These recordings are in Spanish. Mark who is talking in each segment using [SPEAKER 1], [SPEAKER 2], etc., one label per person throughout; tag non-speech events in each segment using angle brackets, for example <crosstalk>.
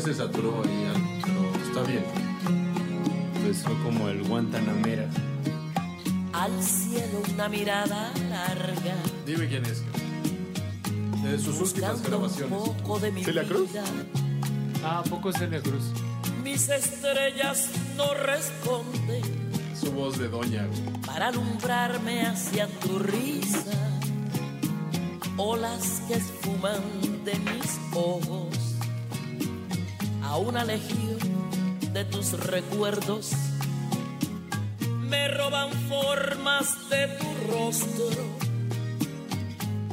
[SPEAKER 1] se saturó ahí algo, pero está bien.
[SPEAKER 2] Empezó como el Guantanamera.
[SPEAKER 3] Al cielo una mirada larga.
[SPEAKER 1] Dime quién es. De sus últimas
[SPEAKER 3] buscando
[SPEAKER 1] grabaciones.
[SPEAKER 3] Un poco de mi
[SPEAKER 4] ¿Celia Cruz?
[SPEAKER 3] vida.
[SPEAKER 5] Ah, ¿a poco es Celia Cruz.
[SPEAKER 3] Mis estrellas no responden
[SPEAKER 1] Su voz de doña, güey.
[SPEAKER 3] para alumbrarme hacia tu risa. Olas que esfuman de mis ojos a una legión de tus recuerdos. Me roban formas de tu rostro,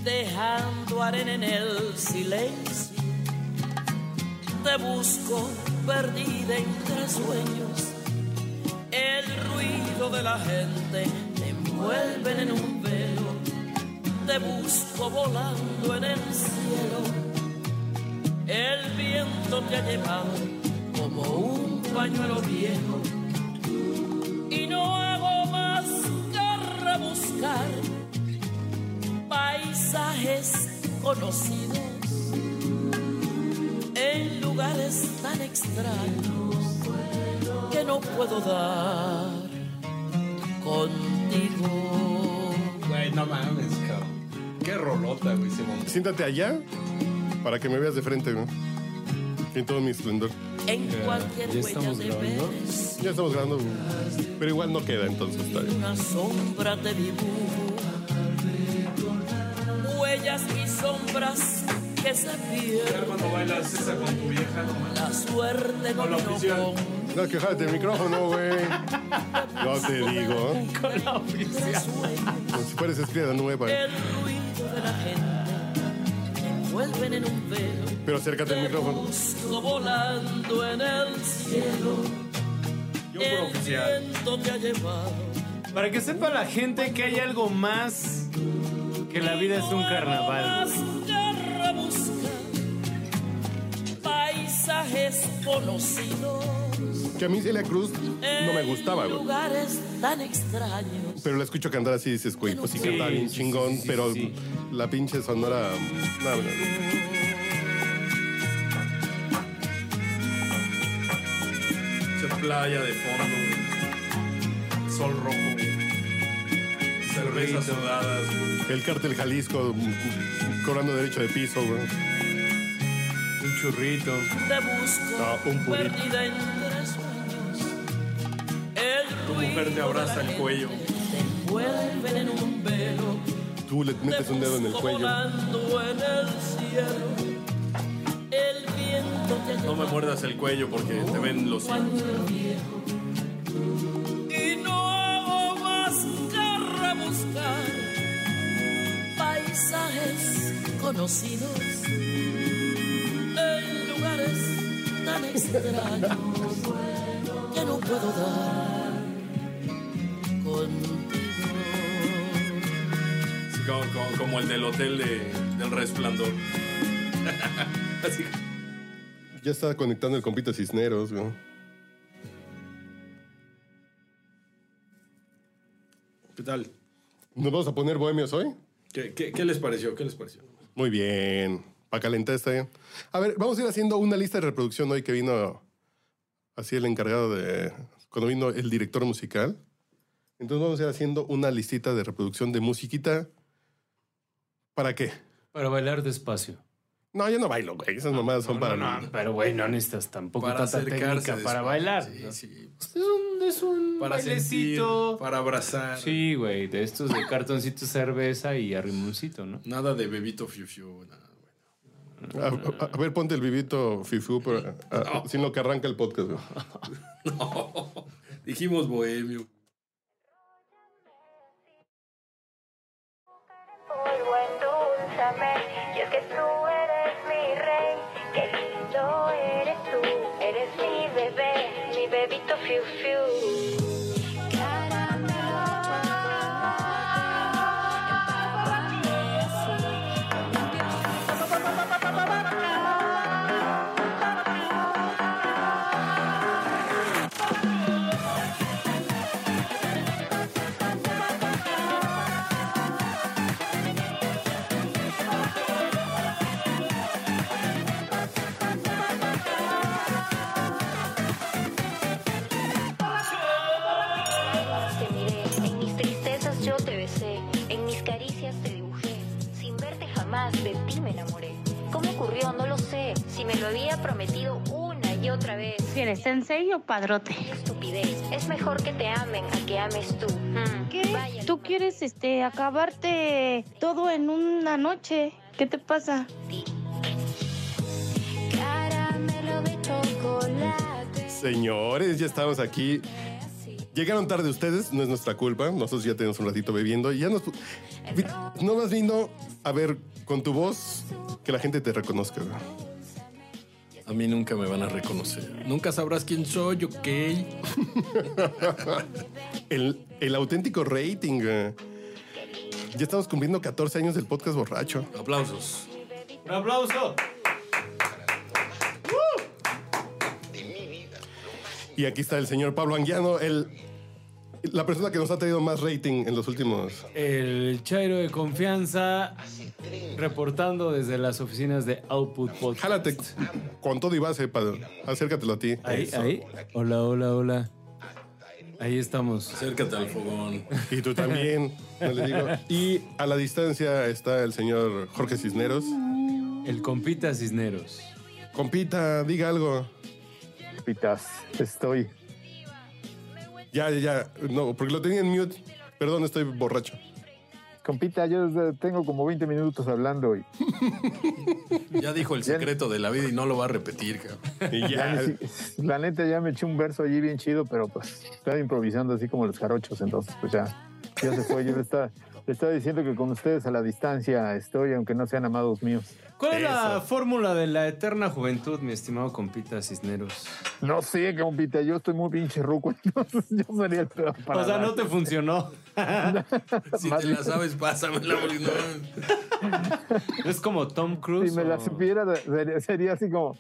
[SPEAKER 3] dejando arena en el silencio. Te busco perdida entre sueños. El ruido de la gente me envuelven en un velo. Te busco volando en el cielo. El viento te ha llevado como un pañuelo viejo. Y no hago más que rebuscar paisajes conocidos en lugares tan extraños que no puedo dar contigo.
[SPEAKER 1] Güey, no mames, cabrón. Qué rolota, güey, ese momento.
[SPEAKER 4] Siéntate allá para que me veas de frente, güey. En todo mi esplendor.
[SPEAKER 3] En cualquier
[SPEAKER 2] ¿ya
[SPEAKER 3] huella
[SPEAKER 2] estamos
[SPEAKER 3] de
[SPEAKER 2] grabando?
[SPEAKER 3] veres,
[SPEAKER 4] Ya estamos grabando, güey. pero igual no queda, entonces está bien.
[SPEAKER 3] una sombra te dibujo. Huellas y sombras que se pierden.
[SPEAKER 1] Cuando bailas esa con tu vieja, no mames.
[SPEAKER 3] La suerte no
[SPEAKER 1] la
[SPEAKER 3] vino
[SPEAKER 1] oficial.
[SPEAKER 6] Este,
[SPEAKER 3] con
[SPEAKER 4] No, que jálate el micrófono, güey. No te digo.
[SPEAKER 5] Con la oficial.
[SPEAKER 3] sueño.
[SPEAKER 4] Como si fueras escrita nueva.
[SPEAKER 3] El ruido de la gente me envuelven en un velo.
[SPEAKER 4] Pero acércate al
[SPEAKER 3] Te
[SPEAKER 4] micrófono.
[SPEAKER 3] busco volando en el cielo.
[SPEAKER 1] Yo por
[SPEAKER 3] El
[SPEAKER 1] oficial.
[SPEAKER 3] viento te ha llevado.
[SPEAKER 5] Para que sepa la gente que hay algo más que la vida es un carnaval. güey.
[SPEAKER 3] Buscar, buscar Paisajes conocidos.
[SPEAKER 4] Que a mí Celia Cruz no me
[SPEAKER 3] en
[SPEAKER 4] gustaba, güey.
[SPEAKER 3] Lugares tan extraños.
[SPEAKER 4] Pero la escucho cantar así y dices, güey, pues sí
[SPEAKER 5] Sí,
[SPEAKER 4] cantaba bien
[SPEAKER 5] sí,
[SPEAKER 4] chingón,
[SPEAKER 5] sí, sí,
[SPEAKER 4] pero
[SPEAKER 5] sí.
[SPEAKER 4] la pinche sonora. no, no, no.
[SPEAKER 1] Esa playa de fondo, güey. Sol rojo, güey. Cervezas sudadas, güey.
[SPEAKER 4] El cártel Jalisco mm, cobrando derecho de piso, güey.
[SPEAKER 5] Un churrito.
[SPEAKER 3] Te busco
[SPEAKER 4] No, Ah, un purito.
[SPEAKER 3] perdida entre sueños. El
[SPEAKER 1] Tu mujer te
[SPEAKER 3] ruido
[SPEAKER 1] abraza
[SPEAKER 3] de la
[SPEAKER 1] el
[SPEAKER 3] gente
[SPEAKER 1] cuello.
[SPEAKER 3] Te envuelven en un velo.
[SPEAKER 4] Tú le metes
[SPEAKER 3] Te
[SPEAKER 4] un dedo en el
[SPEAKER 3] busco
[SPEAKER 4] cuello.
[SPEAKER 3] volando en el cielo. El viento te ha
[SPEAKER 1] No me
[SPEAKER 3] llevado.
[SPEAKER 1] muerdas el cuello porque te ven los hijos.
[SPEAKER 3] Pañuelo viejo. Y no hago más que rebuscar paisajes conocidos en lugares tan extraños que no puedo dar contigo.
[SPEAKER 1] Así como, como- como el del hotel de- del resplandor. <laughs> Así.
[SPEAKER 4] Ya está conectando el compita Cisneros, güey.
[SPEAKER 1] ¿Qué tal?
[SPEAKER 4] ¿Nos vamos a poner bohemios hoy?
[SPEAKER 1] ¿Qué, qué, qué les pareció? ¿Qué les pareció?
[SPEAKER 4] Muy bien. Para calentar está bien. A ver, vamos a ir haciendo una lista de reproducción hoy que vino así el encargado de. Cuando vino el director musical. Entonces vamos a ir haciendo una listita de reproducción de musiquita. ¿Para qué?
[SPEAKER 5] Para bailar despacio.
[SPEAKER 4] No, yo no bailo, güey. Esas mamadas son para.
[SPEAKER 5] No, no, pero güey, no necesitas tampoco tanta técnica
[SPEAKER 1] después.
[SPEAKER 5] para bailar.
[SPEAKER 1] Sí, sí.
[SPEAKER 5] Es un, es un
[SPEAKER 1] Para sentir,
[SPEAKER 5] bailecito.
[SPEAKER 1] para abrazar.
[SPEAKER 5] Sí, güey, de estos de cartoncito cerveza y arrimoncito, ¿no?
[SPEAKER 1] Nada de bebito fiu fiu. nada, güey.
[SPEAKER 4] A, a- a ver, ponte el vivito fifu pero, a- sin lo que arranca el podcast. güey.
[SPEAKER 1] <laughs> No. Dijimos bohemio.
[SPEAKER 7] Polvo, endulzame, y es que tú eres mi rey, qué lindo eres tú, eres mi bebé, mi bebito fiu fiu. Caramelo, empápame así, con un piu-
[SPEAKER 6] no lo sé. Si me lo había prometido una y otra vez.
[SPEAKER 8] ¿Quieres sensei o padrote?
[SPEAKER 6] Qué estupidez. Es mejor que te amen a que ames tú. Mm.
[SPEAKER 8] ¿Qué?
[SPEAKER 6] Vaya,
[SPEAKER 8] ¿Tú quieres este acabarte todo en una noche? ¿Qué te pasa?
[SPEAKER 6] ti. Caramelo de chocolate.
[SPEAKER 4] Señores, ya estamos aquí. Llegaron tarde ustedes, no es nuestra culpa. Nosotros ya tenemos un ratito bebiendo y ya nos. vi- Nomás vino a ver con tu voz que la gente te reconozca. güey.
[SPEAKER 1] A mí nunca me van a reconocer. Nunca sabrás quién soy,
[SPEAKER 4] <laughs>
[SPEAKER 1] ok.
[SPEAKER 4] El, el auténtico rating. güey. Ya estamos cumpliendo 14 años del podcast borracho.
[SPEAKER 1] Aplausos.
[SPEAKER 5] Un aplauso.
[SPEAKER 4] Y aquí está el señor Pablo Anguiano, el, la persona que nos ha traído más rating en los últimos.
[SPEAKER 5] El Chairo de confianza reportando desde las oficinas de Output Podcast.
[SPEAKER 4] Jálate con todo y base, para, acércatelo a ti.
[SPEAKER 5] Ahí, ahí. Hola, hola, hola. Ahí estamos.
[SPEAKER 1] Acércate al fogón.
[SPEAKER 4] Y tú también, no les digo. Y a la distancia está el señor Jorge Cisneros.
[SPEAKER 5] El compita Cisneros.
[SPEAKER 4] Compita, diga algo.
[SPEAKER 2] Pitas, estoy.
[SPEAKER 4] Ya, ya, ya. No, porque lo tenía en mute. Perdón, estoy borracho.
[SPEAKER 2] Compita, yo desde- tengo como 20 minutos hablando y
[SPEAKER 1] Ya dijo el secreto de la vida y no lo va a repetir, cabrón.
[SPEAKER 4] <laughs> Y ya.
[SPEAKER 2] sí, la neta ya me eché un verso allí bien chido, pero pues estaba improvisando así como los jarochos, entonces pues ya, ya se fue. Yo le estaba, le estaba diciendo que con ustedes a la distancia estoy, aunque no sean amados míos.
[SPEAKER 5] ¿Cuál es la fórmula de la eterna juventud, mi estimado compita Cisneros?
[SPEAKER 2] No sé, compita, yo estoy muy pinche ruco, <laughs> entonces yo sería el peor para
[SPEAKER 5] o sea,
[SPEAKER 2] dar.
[SPEAKER 5] no te funcionó.
[SPEAKER 1] Si
[SPEAKER 2] Más
[SPEAKER 1] te la
[SPEAKER 2] bien.
[SPEAKER 1] sabes, pásamela, porque
[SPEAKER 5] <laughs>
[SPEAKER 1] no.
[SPEAKER 5] Es como Tom Cruise.
[SPEAKER 2] Si me la
[SPEAKER 5] o-
[SPEAKER 2] supiera, de- sería, sería así como...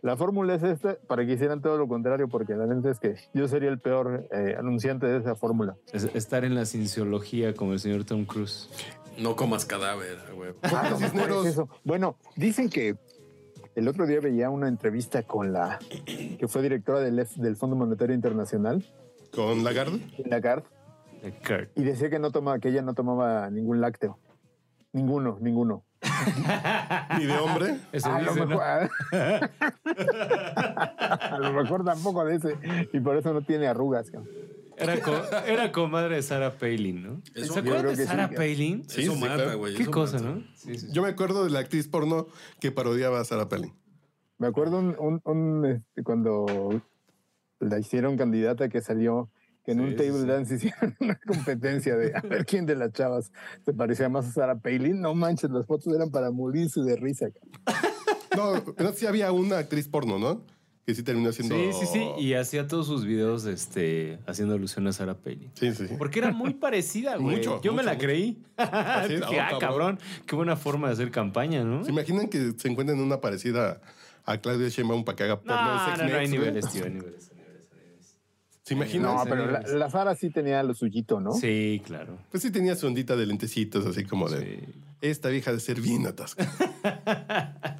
[SPEAKER 2] La fórmula es esta, para que hicieran todo lo contrario, porque la neta es que yo sería el peor eh, anunciante de esa fórmula.
[SPEAKER 5] Es- estar en la cienciología como el señor Tom Cruise.
[SPEAKER 1] No comas cadáver, güey.
[SPEAKER 2] Ah, no me
[SPEAKER 4] Cisneros.
[SPEAKER 2] acuerdo eso. Bueno, dicen que el otro día veía una entrevista con la que fue directora del, F- del Fondo Monetario Internacional,
[SPEAKER 4] Con Lagarde.
[SPEAKER 2] Lagarde, y decía que no tomaba, que ella no tomaba ningún lácteo. Ninguno, ninguno.
[SPEAKER 4] <laughs> Y de hombre.
[SPEAKER 5] Eso
[SPEAKER 2] a, lo
[SPEAKER 5] dice, ¿no?
[SPEAKER 2] mejor, ah. <laughs> a lo mejor tampoco de ese. Y por eso no tiene arrugas. cabrón.
[SPEAKER 5] Era, co- era comadre de Sarah Palin, ¿no?
[SPEAKER 1] Eso
[SPEAKER 5] ¿Se
[SPEAKER 1] yo
[SPEAKER 5] acuerdan
[SPEAKER 2] creo
[SPEAKER 5] de
[SPEAKER 2] que sí.
[SPEAKER 5] Sarah Palin?
[SPEAKER 4] Sí,
[SPEAKER 1] eso
[SPEAKER 4] sí,
[SPEAKER 1] mata,
[SPEAKER 4] claro.
[SPEAKER 1] güey.
[SPEAKER 5] Qué
[SPEAKER 1] eso
[SPEAKER 5] cosa,
[SPEAKER 1] mata.
[SPEAKER 5] ¿no? Sí, sí, sí.
[SPEAKER 4] Yo me acuerdo de la actriz porno que parodiaba a Sarah Palin.
[SPEAKER 2] Me acuerdo un, un- un, este, cuando la hicieron candidata que salió que en
[SPEAKER 5] Sí,
[SPEAKER 2] un
[SPEAKER 5] sí,
[SPEAKER 2] table
[SPEAKER 5] sí.
[SPEAKER 2] dance hicieron <laughs> una competencia de a ver quién de las chavas se parecía más a Sara Palin. No manches, las fotos eran para morirse de risa. cabrón.
[SPEAKER 4] No, pero sí había una actriz porno, ¿no? Que sí terminó siendo.
[SPEAKER 5] Sí, sí, sí. Y hacía todos sus videos este, haciendo alusión a Sarah Palin.
[SPEAKER 4] Sí, sí, sí.
[SPEAKER 5] Porque era muy
[SPEAKER 4] <laughs>
[SPEAKER 5] parecida, güey.
[SPEAKER 4] Mucho,
[SPEAKER 5] Yo me
[SPEAKER 4] mucho,
[SPEAKER 5] la
[SPEAKER 4] mucho.
[SPEAKER 5] creí. <laughs>
[SPEAKER 4] es,
[SPEAKER 5] Dije, ah,
[SPEAKER 4] ah,
[SPEAKER 5] cabrón.
[SPEAKER 4] cabrón.
[SPEAKER 5] Qué buena forma de hacer campaña, ¿no?
[SPEAKER 4] ¿Se imaginan que se encuentren una parecida a Claudia Sheinbaum para que haga porno de
[SPEAKER 5] no,
[SPEAKER 4] Sex
[SPEAKER 5] no, no, hay
[SPEAKER 4] Next, güey?
[SPEAKER 5] niveles, tío. Hay niveles, hay niveles, hay niveles.
[SPEAKER 4] ¿Se imaginan?
[SPEAKER 2] No,
[SPEAKER 5] sí,
[SPEAKER 2] pero la,
[SPEAKER 5] sí.
[SPEAKER 2] la Sara sí tenía lo suyito, ¿no?
[SPEAKER 5] Sí, claro.
[SPEAKER 4] Pues sí tenía su ondita de lentecitos, así como de...
[SPEAKER 5] Sí.
[SPEAKER 4] Esta vieja de ser bien atascada.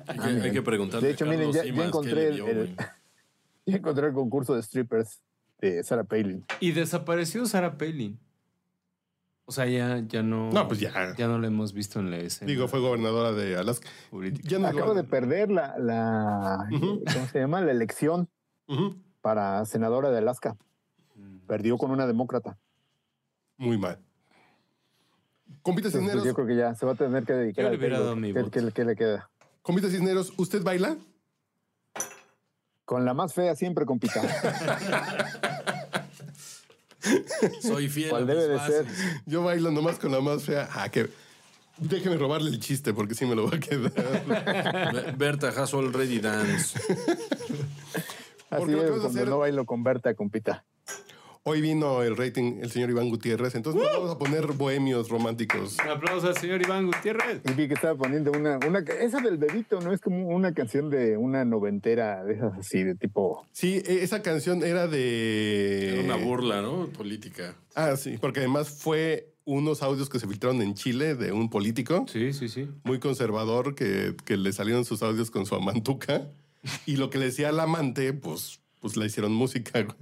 [SPEAKER 1] Hay que, hay que preguntarle
[SPEAKER 2] De hecho,
[SPEAKER 1] a Carlos
[SPEAKER 2] miren, ya- ya
[SPEAKER 1] Simas qué
[SPEAKER 2] encontré
[SPEAKER 1] le
[SPEAKER 2] el-
[SPEAKER 1] dio,
[SPEAKER 2] el-
[SPEAKER 1] güey.
[SPEAKER 2] <laughs> Y encontré el concurso de strippers de Sara Palin.
[SPEAKER 5] Y desapareció Sarah Palin. O sea, ya, ya no.
[SPEAKER 4] No, pues ya.
[SPEAKER 5] Ya no la hemos visto en la escena.
[SPEAKER 4] Digo, fue gobernadora de Alaska.
[SPEAKER 5] política.
[SPEAKER 4] Ya no es
[SPEAKER 2] Acabo de
[SPEAKER 4] gobernadora.
[SPEAKER 2] perder la, la-
[SPEAKER 4] Ujú.
[SPEAKER 2] ¿cómo se llama? La elección
[SPEAKER 4] Ujú.
[SPEAKER 2] para senadora de Alaska.
[SPEAKER 5] Mm.
[SPEAKER 2] Perdió con una demócrata.
[SPEAKER 4] Muy mal. Compita
[SPEAKER 2] Entonces, pues,
[SPEAKER 4] Cisneros,
[SPEAKER 2] yo creo que ya se va a tener que dedicar
[SPEAKER 5] Yo
[SPEAKER 2] al
[SPEAKER 5] le hubiera
[SPEAKER 2] béisbol.
[SPEAKER 5] dado mi
[SPEAKER 2] ¿Qué-
[SPEAKER 5] voto.
[SPEAKER 2] qué- qué le queda?
[SPEAKER 4] Compita Cisneros, ¿usted baila?
[SPEAKER 2] Con la más fea siempre compita.
[SPEAKER 1] Soy fiel.
[SPEAKER 2] ¿Cuál
[SPEAKER 1] a mis
[SPEAKER 2] debe de
[SPEAKER 1] bases.
[SPEAKER 2] ser?
[SPEAKER 4] Yo bailo nomás con la más fea. Ah, que... Déjeme robarle el chiste porque sí me lo va a quedar.
[SPEAKER 1] Be- Berta Hassel Ready Dance.
[SPEAKER 2] Así
[SPEAKER 4] Porque lo
[SPEAKER 2] es,
[SPEAKER 4] acabas de
[SPEAKER 2] cuando
[SPEAKER 4] hacer-
[SPEAKER 2] no bailo con Berta, compita.
[SPEAKER 4] Hoy vino el rating el señor Iván Gutiérrez, entonces nos vamos a poner bohemios románticos.
[SPEAKER 5] <laughs> Un aplauso al señor Iván Gutiérrez.
[SPEAKER 2] Y vi que estaba poniendo una, una... Esa del bebito, ¿no? Es como una canción de una noventera, de esas así, de tipo...
[SPEAKER 4] Sí, e- esa canción era de...
[SPEAKER 1] Era una burla, ¿no? Política.
[SPEAKER 4] Ah, sí, porque además fue unos audios que se filtraron en Chile de un político
[SPEAKER 5] Sí, sí, sí.
[SPEAKER 4] muy conservador que, que le salieron sus audios con su amantuca y lo que le decía al amante, pues, pues la hicieron música. güey.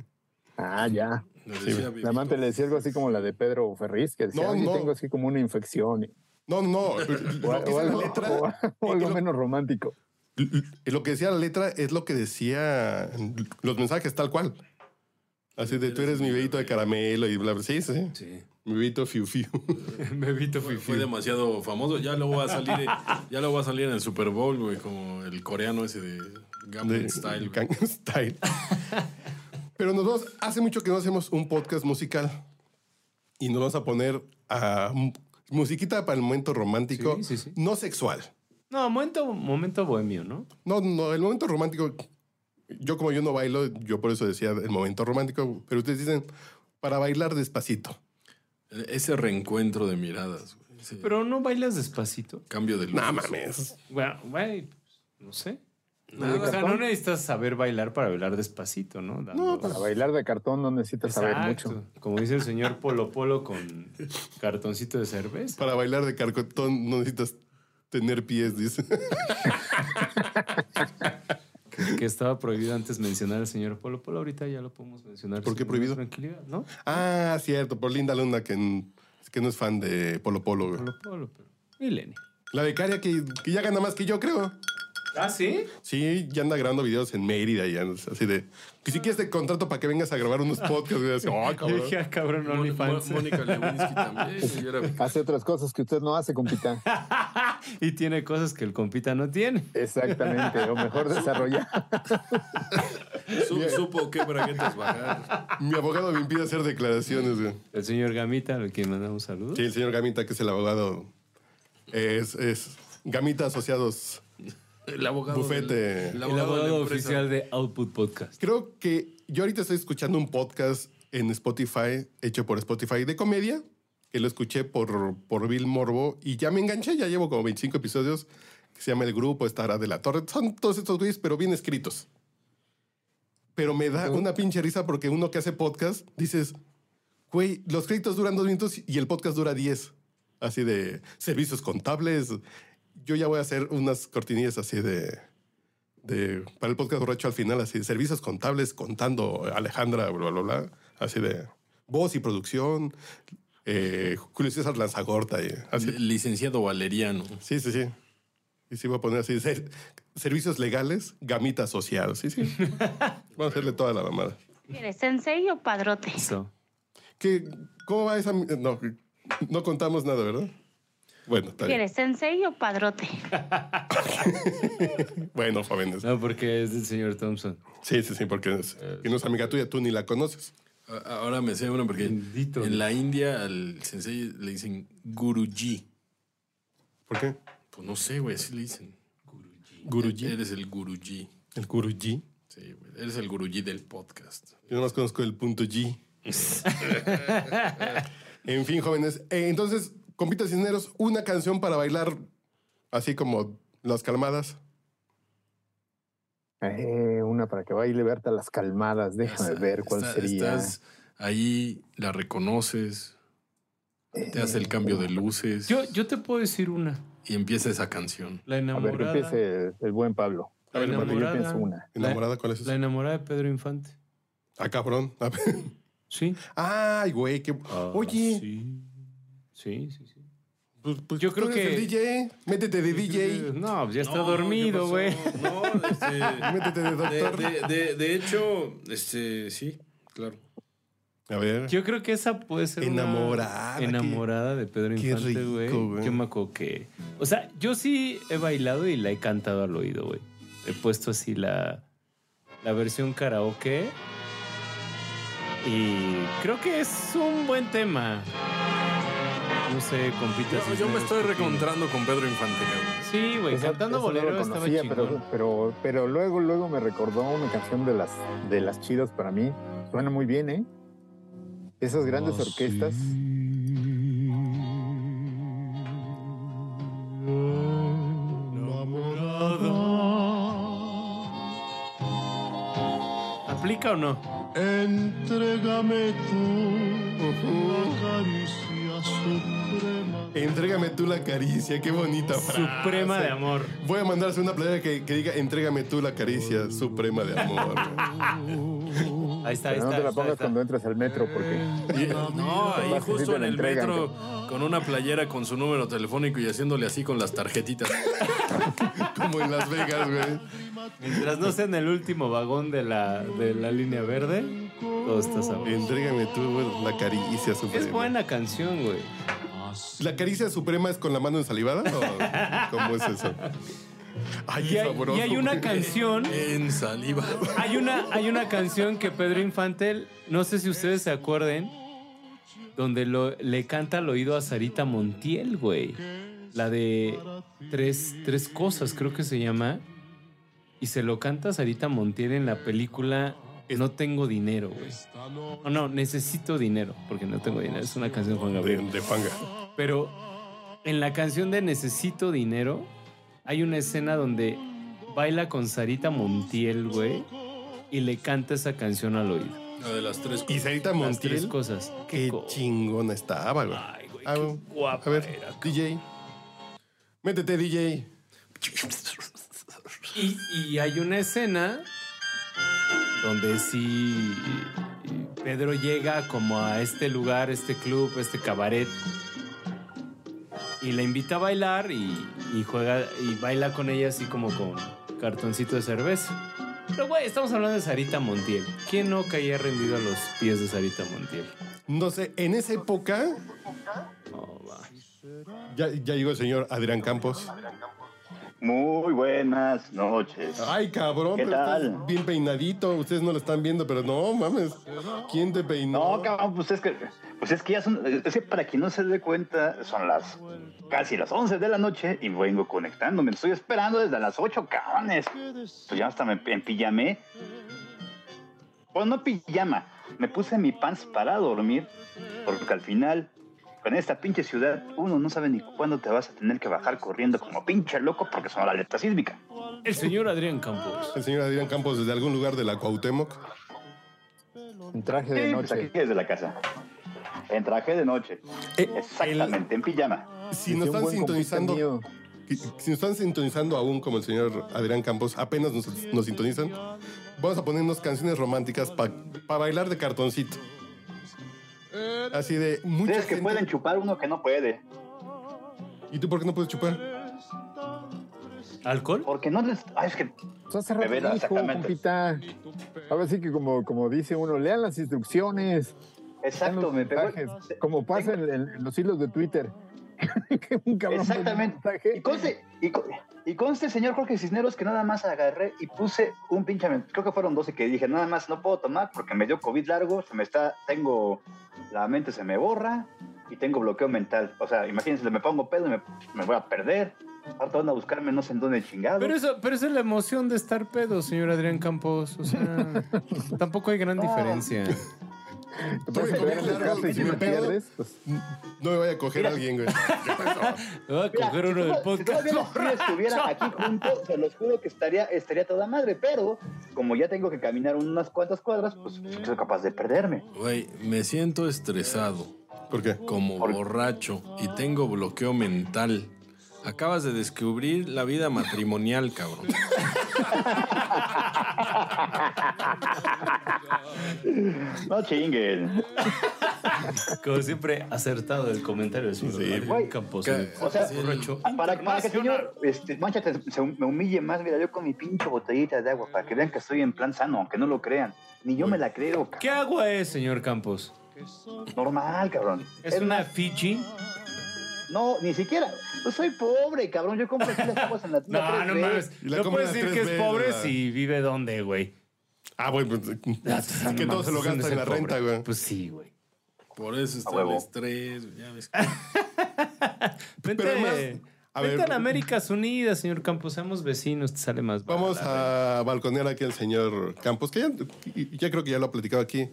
[SPEAKER 2] Ah, ya.
[SPEAKER 1] Le decía
[SPEAKER 2] La amante le decía algo así como la de Pedro Ferriz, que decía,
[SPEAKER 4] No,
[SPEAKER 2] no,
[SPEAKER 4] no.
[SPEAKER 2] tengo así como una infección.
[SPEAKER 4] No, pues no,
[SPEAKER 2] O,
[SPEAKER 4] lo que
[SPEAKER 2] o
[SPEAKER 4] dice la
[SPEAKER 2] algo,
[SPEAKER 4] letra...
[SPEAKER 2] o- o
[SPEAKER 4] y
[SPEAKER 2] algo
[SPEAKER 4] lo-
[SPEAKER 2] menos romántico.
[SPEAKER 4] l- l- lo que decía la letra es lo que decía los mensajes tal cual. Así de tú eres mi bebito de caramelo y bla, bla. Sí, sí.
[SPEAKER 1] Sí.
[SPEAKER 4] Mi bebito fiu fiu.
[SPEAKER 5] Bebito
[SPEAKER 1] Fue, fue demasiado famoso. Ya luego va a salir, eh, ya luego va a salir en el Super Bowl, güey, como el coreano ese de Gambit
[SPEAKER 4] de
[SPEAKER 1] Style. güey.
[SPEAKER 4] Gangnam Style. Pero nos vamos, hace mucho que no hacemos un podcast musical y nos vamos a poner a mu- musiquita para el momento romántico,
[SPEAKER 5] Sí, sí, sí.
[SPEAKER 4] no sexual.
[SPEAKER 5] No, momento, momento bohemio, ¿no?
[SPEAKER 4] No, no, el momento romántico, yo como yo no bailo, yo por eso decía el momento romántico, pero ustedes dicen para bailar despacito.
[SPEAKER 1] E- Ese reencuentro de miradas, güey. Ese
[SPEAKER 5] Pero no bailas despacito.
[SPEAKER 1] cambio de luz.
[SPEAKER 4] No mames.
[SPEAKER 5] Bueno, güey, pues, no sé.
[SPEAKER 1] Nada.
[SPEAKER 5] O sea, no necesitas saber bailar para bailar despacito, ¿no? Dando-
[SPEAKER 4] pues,
[SPEAKER 2] Para bailar de cartón no necesitas saber
[SPEAKER 5] Exacto.
[SPEAKER 2] mucho.
[SPEAKER 5] Como dice el señor Polo Polo con cartoncito de cerveza.
[SPEAKER 4] Para bailar de carcotón no necesitas tener pies, dice.
[SPEAKER 5] Que estaba prohibido antes mencionar al señor Polo Polo. Ahorita ya lo podemos mencionar.
[SPEAKER 4] ¿Por qué
[SPEAKER 5] sin
[SPEAKER 4] prohibido?
[SPEAKER 5] Tranquilidad, ¿no?
[SPEAKER 4] ah, cierto, por Linda Luna que, n- que no es fan de Polo Polo. güey.
[SPEAKER 5] Polo Polo, pero. Y Lenny.
[SPEAKER 4] La becaria que, que ya gana más que yo, creo.
[SPEAKER 5] ¿Ah, sí?
[SPEAKER 4] Sí, ya anda grabando videos en Mérida, ya así de. Que si quieres te contrato para que vengas a grabar unos podcasts, güey, así,
[SPEAKER 5] <laughs>
[SPEAKER 4] "Ay,
[SPEAKER 5] Yo
[SPEAKER 4] cabrón".
[SPEAKER 5] dije, ah, cabrón,
[SPEAKER 1] Mon- Mon-
[SPEAKER 5] OnlyFans.
[SPEAKER 1] Mónica Lewinsky también. güey, era-
[SPEAKER 2] Pues, Hace otras cosas que usted no
[SPEAKER 5] <laughs>
[SPEAKER 2] hace, compita.
[SPEAKER 5] y tiene cosas que el compita no tiene.
[SPEAKER 2] Exactamente, o
[SPEAKER 5] <laughs>
[SPEAKER 2] mejor desarrollar.
[SPEAKER 1] su- supo qué braguetas bajar.
[SPEAKER 4] Mi abogado me impide hacer declaraciones, güey.
[SPEAKER 5] El señor Gamita, al que mandamos saludos.
[SPEAKER 4] Sí, el señor Gamita, que es el abogado. Es, es Gamita Asociados.
[SPEAKER 1] El abogado.
[SPEAKER 4] Bufete.
[SPEAKER 1] del-
[SPEAKER 4] El
[SPEAKER 5] El abogado
[SPEAKER 1] de la empresa.
[SPEAKER 5] oficial de Output Podcast.
[SPEAKER 4] Creo que yo ahorita estoy escuchando un podcast en Spotify, hecho por Spotify de comedia, que lo escuché por, por Bill Morbo y ya me enganché, ya llevo como 25 episodios, que se llama El Grupo, estará de la Torre. Son todos estos güeyes, pero bien escritos. Pero me da una pinche risa porque uno que hace podcast, dices, güey, los créditos duran dos minutos y el podcast dura 10. Así de servicios contables. Yo ya voy a hacer unas cortinillas así de de- para el podcast borracho al final, así, servicios contables, contando Alejandra, bla, bla, bla, así de voz y producción, eh, Julio César Lanzagorta, y así.
[SPEAKER 1] Licenciado Valeriano.
[SPEAKER 4] Sí, sí, sí. Y sí, voy a poner así, ser- servicios legales, gamita social, sí, sí. Vamos a hacerle toda la mamada.
[SPEAKER 8] ¿Quieres sensei o padrote?
[SPEAKER 5] Eso.
[SPEAKER 4] ¿Qué, ¿Cómo va esa...? mi- Eh, No, no contamos nada, ¿verdad? Bueno, está bien.
[SPEAKER 8] ¿Quieres sensei o padrote?
[SPEAKER 4] Bueno, jóvenes.
[SPEAKER 5] No, porque es del señor Thompson. Eh,
[SPEAKER 4] Sí, sí, sí, porque es, y no es amiga tuya, tú ni la conoces.
[SPEAKER 1] A- Ahora me sé uno porque
[SPEAKER 5] Bendito.
[SPEAKER 1] en la India al sensei le dicen Guruji.
[SPEAKER 4] ¿Por qué?
[SPEAKER 1] Pues no sé, güey, así le dicen.
[SPEAKER 4] Guruji.
[SPEAKER 1] Eres el Guruji.
[SPEAKER 4] El Guruji.
[SPEAKER 1] Sí, güey. Eres el Guruji del podcast.
[SPEAKER 4] Yo nomás conozco el
[SPEAKER 5] <laughs>
[SPEAKER 4] punto G. en fin, jóvenes. Eh, entonces, compita Cisneros, una canción para bailar así como las calmadas.
[SPEAKER 2] Eh, una para que baile Berta las calmadas. Déjame
[SPEAKER 1] Está-
[SPEAKER 2] ver cuál
[SPEAKER 1] está-
[SPEAKER 2] sería.
[SPEAKER 1] Estás ahí, la reconoces, te hace el cambio
[SPEAKER 2] Eh,
[SPEAKER 1] de luces
[SPEAKER 5] Yo, yo te puedo decir una.
[SPEAKER 1] y empieza esa canción.
[SPEAKER 5] La
[SPEAKER 2] A ver, que
[SPEAKER 5] enamorada.
[SPEAKER 2] empiece el, el buen Pablo.
[SPEAKER 5] La
[SPEAKER 4] A ver, Pablo, yo
[SPEAKER 5] enamorada.
[SPEAKER 2] pienso una.
[SPEAKER 4] ¿Enamorada cuál es
[SPEAKER 5] La
[SPEAKER 4] esa?
[SPEAKER 5] enamorada de Pedro Infante.
[SPEAKER 4] Ah, cabrón. <laughs> A ver.
[SPEAKER 5] Sí.
[SPEAKER 4] Ay, güey. qué-
[SPEAKER 2] Ah.
[SPEAKER 4] Oye,
[SPEAKER 5] Sí. Sí, sí, sí.
[SPEAKER 4] pues, pues
[SPEAKER 5] Yo
[SPEAKER 4] tú
[SPEAKER 5] creo
[SPEAKER 4] eres
[SPEAKER 5] que-
[SPEAKER 4] el DJ. Métete de DJ.
[SPEAKER 5] No, pues ya está
[SPEAKER 1] No,
[SPEAKER 5] dormido,
[SPEAKER 1] ¿qué
[SPEAKER 5] güey.
[SPEAKER 1] pasó? No,
[SPEAKER 5] <laughs>
[SPEAKER 1] este,
[SPEAKER 4] Métete de doctor.
[SPEAKER 1] de, de- de- de hecho, este, sí, claro.
[SPEAKER 4] A ver.
[SPEAKER 5] Yo creo que esa puede ser una-
[SPEAKER 4] Enamorada, qué-
[SPEAKER 5] enamorada de Pedro
[SPEAKER 4] qué
[SPEAKER 5] Infante,
[SPEAKER 4] rico,
[SPEAKER 5] güey.
[SPEAKER 4] güey.
[SPEAKER 5] Yo me acuerdo que, o sea, yo sí he bailado y la he cantado al oído, güey. He puesto así la la versión karaoke y creo que es un buen tema. No sé, compita.
[SPEAKER 1] Yo, yo me estoy reencontrando con Pedro Infante, cabrón.
[SPEAKER 5] Sí, güey,
[SPEAKER 2] Esa-
[SPEAKER 5] cantando
[SPEAKER 2] esa Pues, no la
[SPEAKER 5] bolero estaba
[SPEAKER 2] conocía,
[SPEAKER 5] chingón.
[SPEAKER 2] pero, pero, pero luego, luego me recordó una canción de las, de las chidas para mí. Suena muy bien, ¿eh? Esas grandes
[SPEAKER 5] Oh,
[SPEAKER 2] orquestas.
[SPEAKER 5] ¿Aplica o no?
[SPEAKER 9] Entrégame tú, tu caricia suprema.
[SPEAKER 4] Entrégame tú la caricia. Qué bonita frase.
[SPEAKER 5] Suprema de amor.
[SPEAKER 4] Voy a mandarse una playera que, que diga Entrégame tú la caricia suprema de amor.
[SPEAKER 5] Ahí está, ahí
[SPEAKER 2] Pero
[SPEAKER 5] está.
[SPEAKER 2] no te
[SPEAKER 5] ahí está,
[SPEAKER 2] la
[SPEAKER 5] ahí
[SPEAKER 2] pongas
[SPEAKER 5] está.
[SPEAKER 2] cuando entras al metro, porque
[SPEAKER 5] Eh.
[SPEAKER 1] Y- no, ahí
[SPEAKER 2] Vas a decir,
[SPEAKER 1] justo
[SPEAKER 2] te
[SPEAKER 1] en
[SPEAKER 2] la
[SPEAKER 1] el
[SPEAKER 2] entregan,
[SPEAKER 1] metro, con una playera con su número telefónico y haciéndole así con las tarjetitas.
[SPEAKER 4] Como en Las Vegas, güey.
[SPEAKER 5] Mientras no sea en el último vagón de la, de la línea verde, todo está sabroso.
[SPEAKER 4] Entrégame tú, güey, la caricia suprema.
[SPEAKER 5] Es buena canción, güey.
[SPEAKER 4] ¿La caricia suprema es con la mano ensalivada o cómo es eso? Ay,
[SPEAKER 5] Y
[SPEAKER 4] qué
[SPEAKER 5] hay,
[SPEAKER 4] sabroso,
[SPEAKER 5] y hay una
[SPEAKER 4] güey.
[SPEAKER 5] canción,
[SPEAKER 1] En saliva.
[SPEAKER 5] hay una, hay una canción que Pedro Infantel, no sé si ustedes se acuerden, donde lo- le canta al oído a Sarita Montiel, güey. La de tres, tres cosas, creo que se llama. Y se lo canta a Sarita Montiel en la película No tengo dinero, güey. O no, necesito dinero, porque no tengo dinero. Es una canción de Juan
[SPEAKER 4] De,
[SPEAKER 5] Gabriel.
[SPEAKER 4] de panga.
[SPEAKER 5] Pero en la canción de Necesito Dinero hay una escena donde baila con Sarita Montiel, güey, y le canta esa canción al oído.
[SPEAKER 1] La de las tres.
[SPEAKER 4] Y Sarita
[SPEAKER 5] Las tres
[SPEAKER 4] Montiel,
[SPEAKER 5] cosas.
[SPEAKER 4] qué
[SPEAKER 5] co-
[SPEAKER 4] chingona estaba, güey.
[SPEAKER 5] Ay, güey,
[SPEAKER 4] Ah,
[SPEAKER 5] qué
[SPEAKER 4] güey.
[SPEAKER 5] guapa
[SPEAKER 4] A ver,
[SPEAKER 5] era, cabrón.
[SPEAKER 4] DJ. Métete, DJ.
[SPEAKER 5] Y, y hay una escena donde sí Pedro llega como a este lugar, este club, este cabaret y la invita a bailar y, y juega y baila con ella así como con cartoncito de cerveza. Pero güey, estamos hablando de Sarita Montiel. ¿Quién no caía rendido a los pies de Sarita Montiel?
[SPEAKER 4] No sé, en esa época
[SPEAKER 5] No, va.
[SPEAKER 4] ya, ya llegó el señor Adrián Campos.
[SPEAKER 10] Muy buenas noches.
[SPEAKER 4] Ay, cabrón,
[SPEAKER 10] ¿Qué
[SPEAKER 4] pero estás
[SPEAKER 10] tal?
[SPEAKER 4] bien peinadito. Ustedes no lo están viendo, pero no mames. ¿Quién te peinó?
[SPEAKER 10] No, cabrón, pues es que, pues es que ya son, es que para quien no se dé cuenta, son las casi las 11 de la noche y vengo conectándome. Estoy esperando desde las 8, cabrones. Pues ya hasta me empillamé. Bueno, no pijama, me puse mi pants para dormir, porque al final, con esta pinche ciudad, uno no sabe ni cuándo te vas a tener que bajar corriendo como pinche loco porque son la alerta sísmica.
[SPEAKER 5] El señor Adrián Campos.
[SPEAKER 4] El señor Adrián Campos desde algún lugar de la Cuauhtémoc.
[SPEAKER 2] En traje de
[SPEAKER 10] Sí, pues aquí
[SPEAKER 2] noche.
[SPEAKER 10] desde la casa. En traje de noche.
[SPEAKER 4] Eh,
[SPEAKER 10] Exactamente, en pijama.
[SPEAKER 4] Si
[SPEAKER 2] Decía
[SPEAKER 4] nos
[SPEAKER 2] un buen
[SPEAKER 4] están
[SPEAKER 2] compita
[SPEAKER 4] sintonizando,
[SPEAKER 2] mío,
[SPEAKER 4] Y Si nos están sintonizando aún como el señor Adrián Campos, apenas nos, nos sintonizan, vamos a ponernos canciones románticas para bailar de cartoncito. Así de mucha
[SPEAKER 10] Ustedes que
[SPEAKER 4] gente-
[SPEAKER 10] pueden chupar uno que no puede.
[SPEAKER 4] ¿Y tú por qué no puedes chupar?
[SPEAKER 5] ¿Alcohol?
[SPEAKER 10] Porque no les. Ay, es que.
[SPEAKER 2] Pues hace rato
[SPEAKER 10] veras,
[SPEAKER 2] dijo,
[SPEAKER 10] exactamente.
[SPEAKER 2] compita. Ahora sí que como, como dice uno, lean las instrucciones. lean los
[SPEAKER 10] Exacto, me pegó.
[SPEAKER 2] mensajes, Como pasa en, en los hilos de Twitter. Que un cabrón
[SPEAKER 10] Exactamente.
[SPEAKER 2] pone un mensaje.
[SPEAKER 10] Y conste, y, co- y conste, señor Jorge Cisneros, que nada más agarré y puse un pinche. men- Creo que fueron 12 que dije, nada más no puedo tomar porque me dio COVID largo, se me está. Tengo. La mente se me borra y tengo bloqueo mental. O sea, imagínense, me pongo pedo y me, me voy a perder. Ahorita van a buscarme no sé en dónde chingado.
[SPEAKER 5] Pero eso, pero esa es la emoción de estar pedo, señor Adrián Campos. O sea, tampoco hay gran diferencia.
[SPEAKER 2] Te
[SPEAKER 10] Pues,
[SPEAKER 2] puedes
[SPEAKER 4] Tuve
[SPEAKER 2] quedar en
[SPEAKER 4] COVID
[SPEAKER 2] tu casa y si la
[SPEAKER 4] largo, me pedo.
[SPEAKER 2] pierdes, pues,
[SPEAKER 4] No me vaya a coger a alguien,
[SPEAKER 10] <laughs>
[SPEAKER 4] güey.
[SPEAKER 5] Me voy a
[SPEAKER 10] Mira,
[SPEAKER 5] coger
[SPEAKER 10] si
[SPEAKER 5] uno
[SPEAKER 10] todo-
[SPEAKER 5] del
[SPEAKER 10] Si todavía
[SPEAKER 5] <laughs> podcast.
[SPEAKER 10] los tres <laughs> estuvieran aquí juntos, se los juro que estaría, estaría toda madre, pero como ya tengo que caminar unas cuantas cuadras, pues soy capaz de perderme.
[SPEAKER 1] Güey, me siento estresado,
[SPEAKER 4] ¿Por qué?
[SPEAKER 1] como borracho y tengo bloqueo mental. Acabas de descubrir la vida matrimonial, cabrón.
[SPEAKER 10] No chinguen.
[SPEAKER 5] Como siempre, acertado el comentario del señor
[SPEAKER 4] Sí,
[SPEAKER 5] Adrián
[SPEAKER 10] güey.
[SPEAKER 5] Campos.
[SPEAKER 1] Ca-
[SPEAKER 10] O sea,
[SPEAKER 5] Borracho.
[SPEAKER 10] Para, para que el señor este, Mancha te- se me humille más, mira, yo con mi pinche botellita de agua, para que vean que estoy en plan sano, aunque no lo crean. Ni yo me la creo, ca-
[SPEAKER 5] ¿Qué agua es, señor Campos?
[SPEAKER 10] normal, cabrón.
[SPEAKER 5] ¿Es una Fiji?
[SPEAKER 10] No, ni siquiera. Yo soy pobre, cabrón. Yo compro aquí las aguas en la tienda.
[SPEAKER 5] <laughs> No,
[SPEAKER 10] tres
[SPEAKER 5] no
[SPEAKER 10] veces.
[SPEAKER 5] mames.
[SPEAKER 4] Y la
[SPEAKER 5] No
[SPEAKER 4] compra
[SPEAKER 5] puedes
[SPEAKER 4] en
[SPEAKER 5] decir que
[SPEAKER 4] tres
[SPEAKER 5] es
[SPEAKER 4] veces,
[SPEAKER 5] pobre
[SPEAKER 4] ¿verdad?
[SPEAKER 5] si vive donde, güey.
[SPEAKER 4] Ah, güey,
[SPEAKER 5] <laughs>
[SPEAKER 4] pues, es que todo se lo gasta en la renta, güey.
[SPEAKER 5] Pues sí, güey.
[SPEAKER 1] Por eso está
[SPEAKER 10] A huevo.
[SPEAKER 1] el estrés.
[SPEAKER 5] <laughs>
[SPEAKER 1] ya ves.
[SPEAKER 5] Vente,
[SPEAKER 4] Pero además, a
[SPEAKER 5] a
[SPEAKER 4] ver.
[SPEAKER 5] vente a la Américas Unidas, señor Campos. Seamos vecinos, te sale más barato.
[SPEAKER 4] Vamos a balconear aquí al señor Campos, que ya, ya creo que ya lo ha platicado aquí.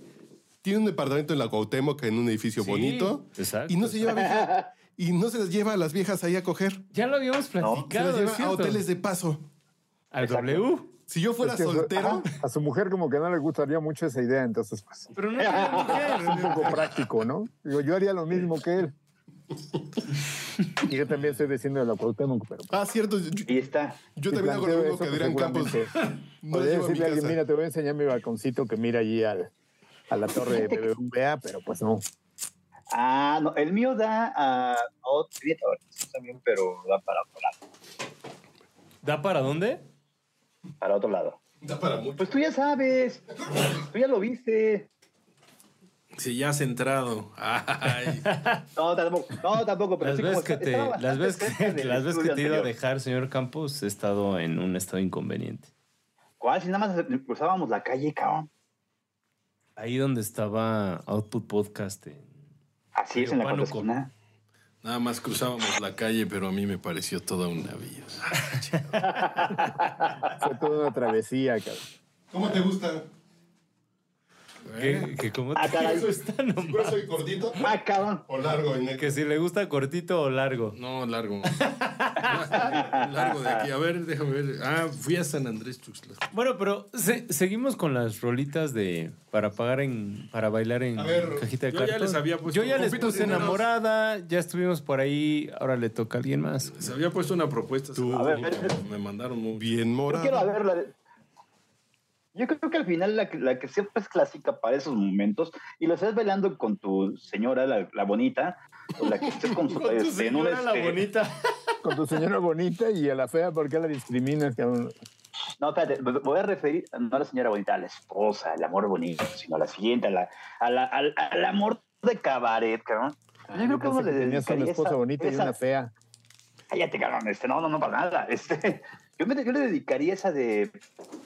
[SPEAKER 4] Tiene un departamento en la Cuauhtémoc, en un edificio
[SPEAKER 5] Sí,
[SPEAKER 4] bonito.
[SPEAKER 5] exacto.
[SPEAKER 4] Y no se
[SPEAKER 10] <laughs>
[SPEAKER 4] lleva vieja- y no se las lleva a las viejas ahí a coger.
[SPEAKER 5] Ya lo habíamos
[SPEAKER 4] Se
[SPEAKER 5] platicado,
[SPEAKER 4] las
[SPEAKER 5] ¿es
[SPEAKER 4] lleva a
[SPEAKER 5] cierto?
[SPEAKER 4] hoteles de paso.
[SPEAKER 5] Al
[SPEAKER 10] Exacto.
[SPEAKER 5] W.
[SPEAKER 4] Si yo fuera
[SPEAKER 2] es que a su-
[SPEAKER 4] soltero,
[SPEAKER 2] ajá, a su mujer como que no le gustaría mucho esa idea, entonces pues
[SPEAKER 5] Pero no tiene mujer.
[SPEAKER 2] es un poco práctico, ¿no? <laughs> Digo, yo haría lo mismo que él. Y yo también soy vecino de la Cuauhtémoc, pero
[SPEAKER 4] ah, cierto, yo,
[SPEAKER 10] Y está.
[SPEAKER 4] yo
[SPEAKER 2] si
[SPEAKER 4] también hago
[SPEAKER 2] planteo
[SPEAKER 4] lo mismo
[SPEAKER 2] eso,
[SPEAKER 4] que
[SPEAKER 2] pues,
[SPEAKER 4] Adrián Campos.
[SPEAKER 2] seguramente
[SPEAKER 4] <laughs> No las
[SPEAKER 2] Podría
[SPEAKER 4] llevo a mi
[SPEAKER 2] decirle a alguien,
[SPEAKER 4] casa.
[SPEAKER 2] mira, te voy a enseñar mi balconcito que mira allí al, a la torre de BBVA, pero pues no.
[SPEAKER 10] Ah, no, el mío da a otro también, pero da para volar.
[SPEAKER 5] ¿Da para dónde?
[SPEAKER 10] Para otro
[SPEAKER 5] <laughs>
[SPEAKER 10] lado.
[SPEAKER 4] Da para mucho.
[SPEAKER 10] Pues tú ya sabes. Tú ya lo viste.
[SPEAKER 1] Si ya has entrado. <laughs> Ay.
[SPEAKER 10] No, tampoco. No, tampoco. Pero
[SPEAKER 5] Las
[SPEAKER 10] sí como
[SPEAKER 5] veces que
[SPEAKER 10] está-
[SPEAKER 5] te,
[SPEAKER 10] estaba
[SPEAKER 5] las
[SPEAKER 10] bastante
[SPEAKER 5] veces
[SPEAKER 10] cerca
[SPEAKER 5] que,
[SPEAKER 10] del
[SPEAKER 5] las veces que
[SPEAKER 10] estudio
[SPEAKER 5] te he ido a
[SPEAKER 10] anterior.
[SPEAKER 5] dejar, señor Campos, he estado en un estado inconveniente.
[SPEAKER 10] ¿Cuál? Si nada más cruzábamos la calle, cabrón.
[SPEAKER 5] Ahí donde estaba Output Podcast. eh.
[SPEAKER 10] Así es en la
[SPEAKER 5] Pánuco.
[SPEAKER 10] contraesquina.
[SPEAKER 1] Nada más cruzábamos la calle, pero a mí me pareció toda una vida.
[SPEAKER 2] <laughs> Fue toda una travesía, cabrón.
[SPEAKER 9] ¿Cómo te gusta?
[SPEAKER 5] ¿Qué, qué- cómo te
[SPEAKER 10] Ah, caray.
[SPEAKER 5] gusta nomás?
[SPEAKER 4] ¿Grueso y gordito
[SPEAKER 10] Ah, cabrón.
[SPEAKER 5] <laughs>
[SPEAKER 4] o largo? En el...
[SPEAKER 5] Que si le gusta cortito o largo.
[SPEAKER 1] No, largo. largo de aquí. A ver, déjame ver. Ah, fui a San Andrés Tuxtla.
[SPEAKER 5] Bueno, pero se- seguimos con las rolitas de para pagar en para bailar en
[SPEAKER 4] A ver,
[SPEAKER 5] cajita de
[SPEAKER 1] yo ya
[SPEAKER 5] cartón.
[SPEAKER 1] les había puesto-
[SPEAKER 5] yo ya les
[SPEAKER 1] Compitos
[SPEAKER 5] puse
[SPEAKER 1] primeros.
[SPEAKER 5] enamorada, ya estuvimos por ahí, ahora le toca a alguien más.
[SPEAKER 1] Se había puesto una propuesta.
[SPEAKER 4] Tú.
[SPEAKER 1] hace
[SPEAKER 10] A ver.
[SPEAKER 1] poquito, Me mandaron muy
[SPEAKER 4] Bien
[SPEAKER 1] bien.
[SPEAKER 10] Yo quiero a
[SPEAKER 4] morado.
[SPEAKER 10] ver la de- Yo creo que al final la que, la que siempre es clásica para esos momentos y lo estás bailando con tu señora, la, la bonita, o la que estés con su
[SPEAKER 5] <laughs> Con tu
[SPEAKER 10] este, en un,
[SPEAKER 5] señora la
[SPEAKER 10] este-
[SPEAKER 5] bonita.
[SPEAKER 2] Con tu señora bonita y a la fea, ¿por qué la discriminas, cabrón?
[SPEAKER 10] No, espérate, me voy a referir no a la señora bonita, a la esposa, al amor bonito, sino a la siguiente, a la, a la- al, al amor de cabaret, cabrón. Yo creo que uno le
[SPEAKER 2] Tenías
[SPEAKER 10] dedicaría
[SPEAKER 2] una
[SPEAKER 10] esa-
[SPEAKER 2] esposa bonita y
[SPEAKER 10] esa-
[SPEAKER 2] una fea.
[SPEAKER 10] Cállate, cabrón, este, no, no, no, para nada. Este, yo, me, yo le dedicaría esa de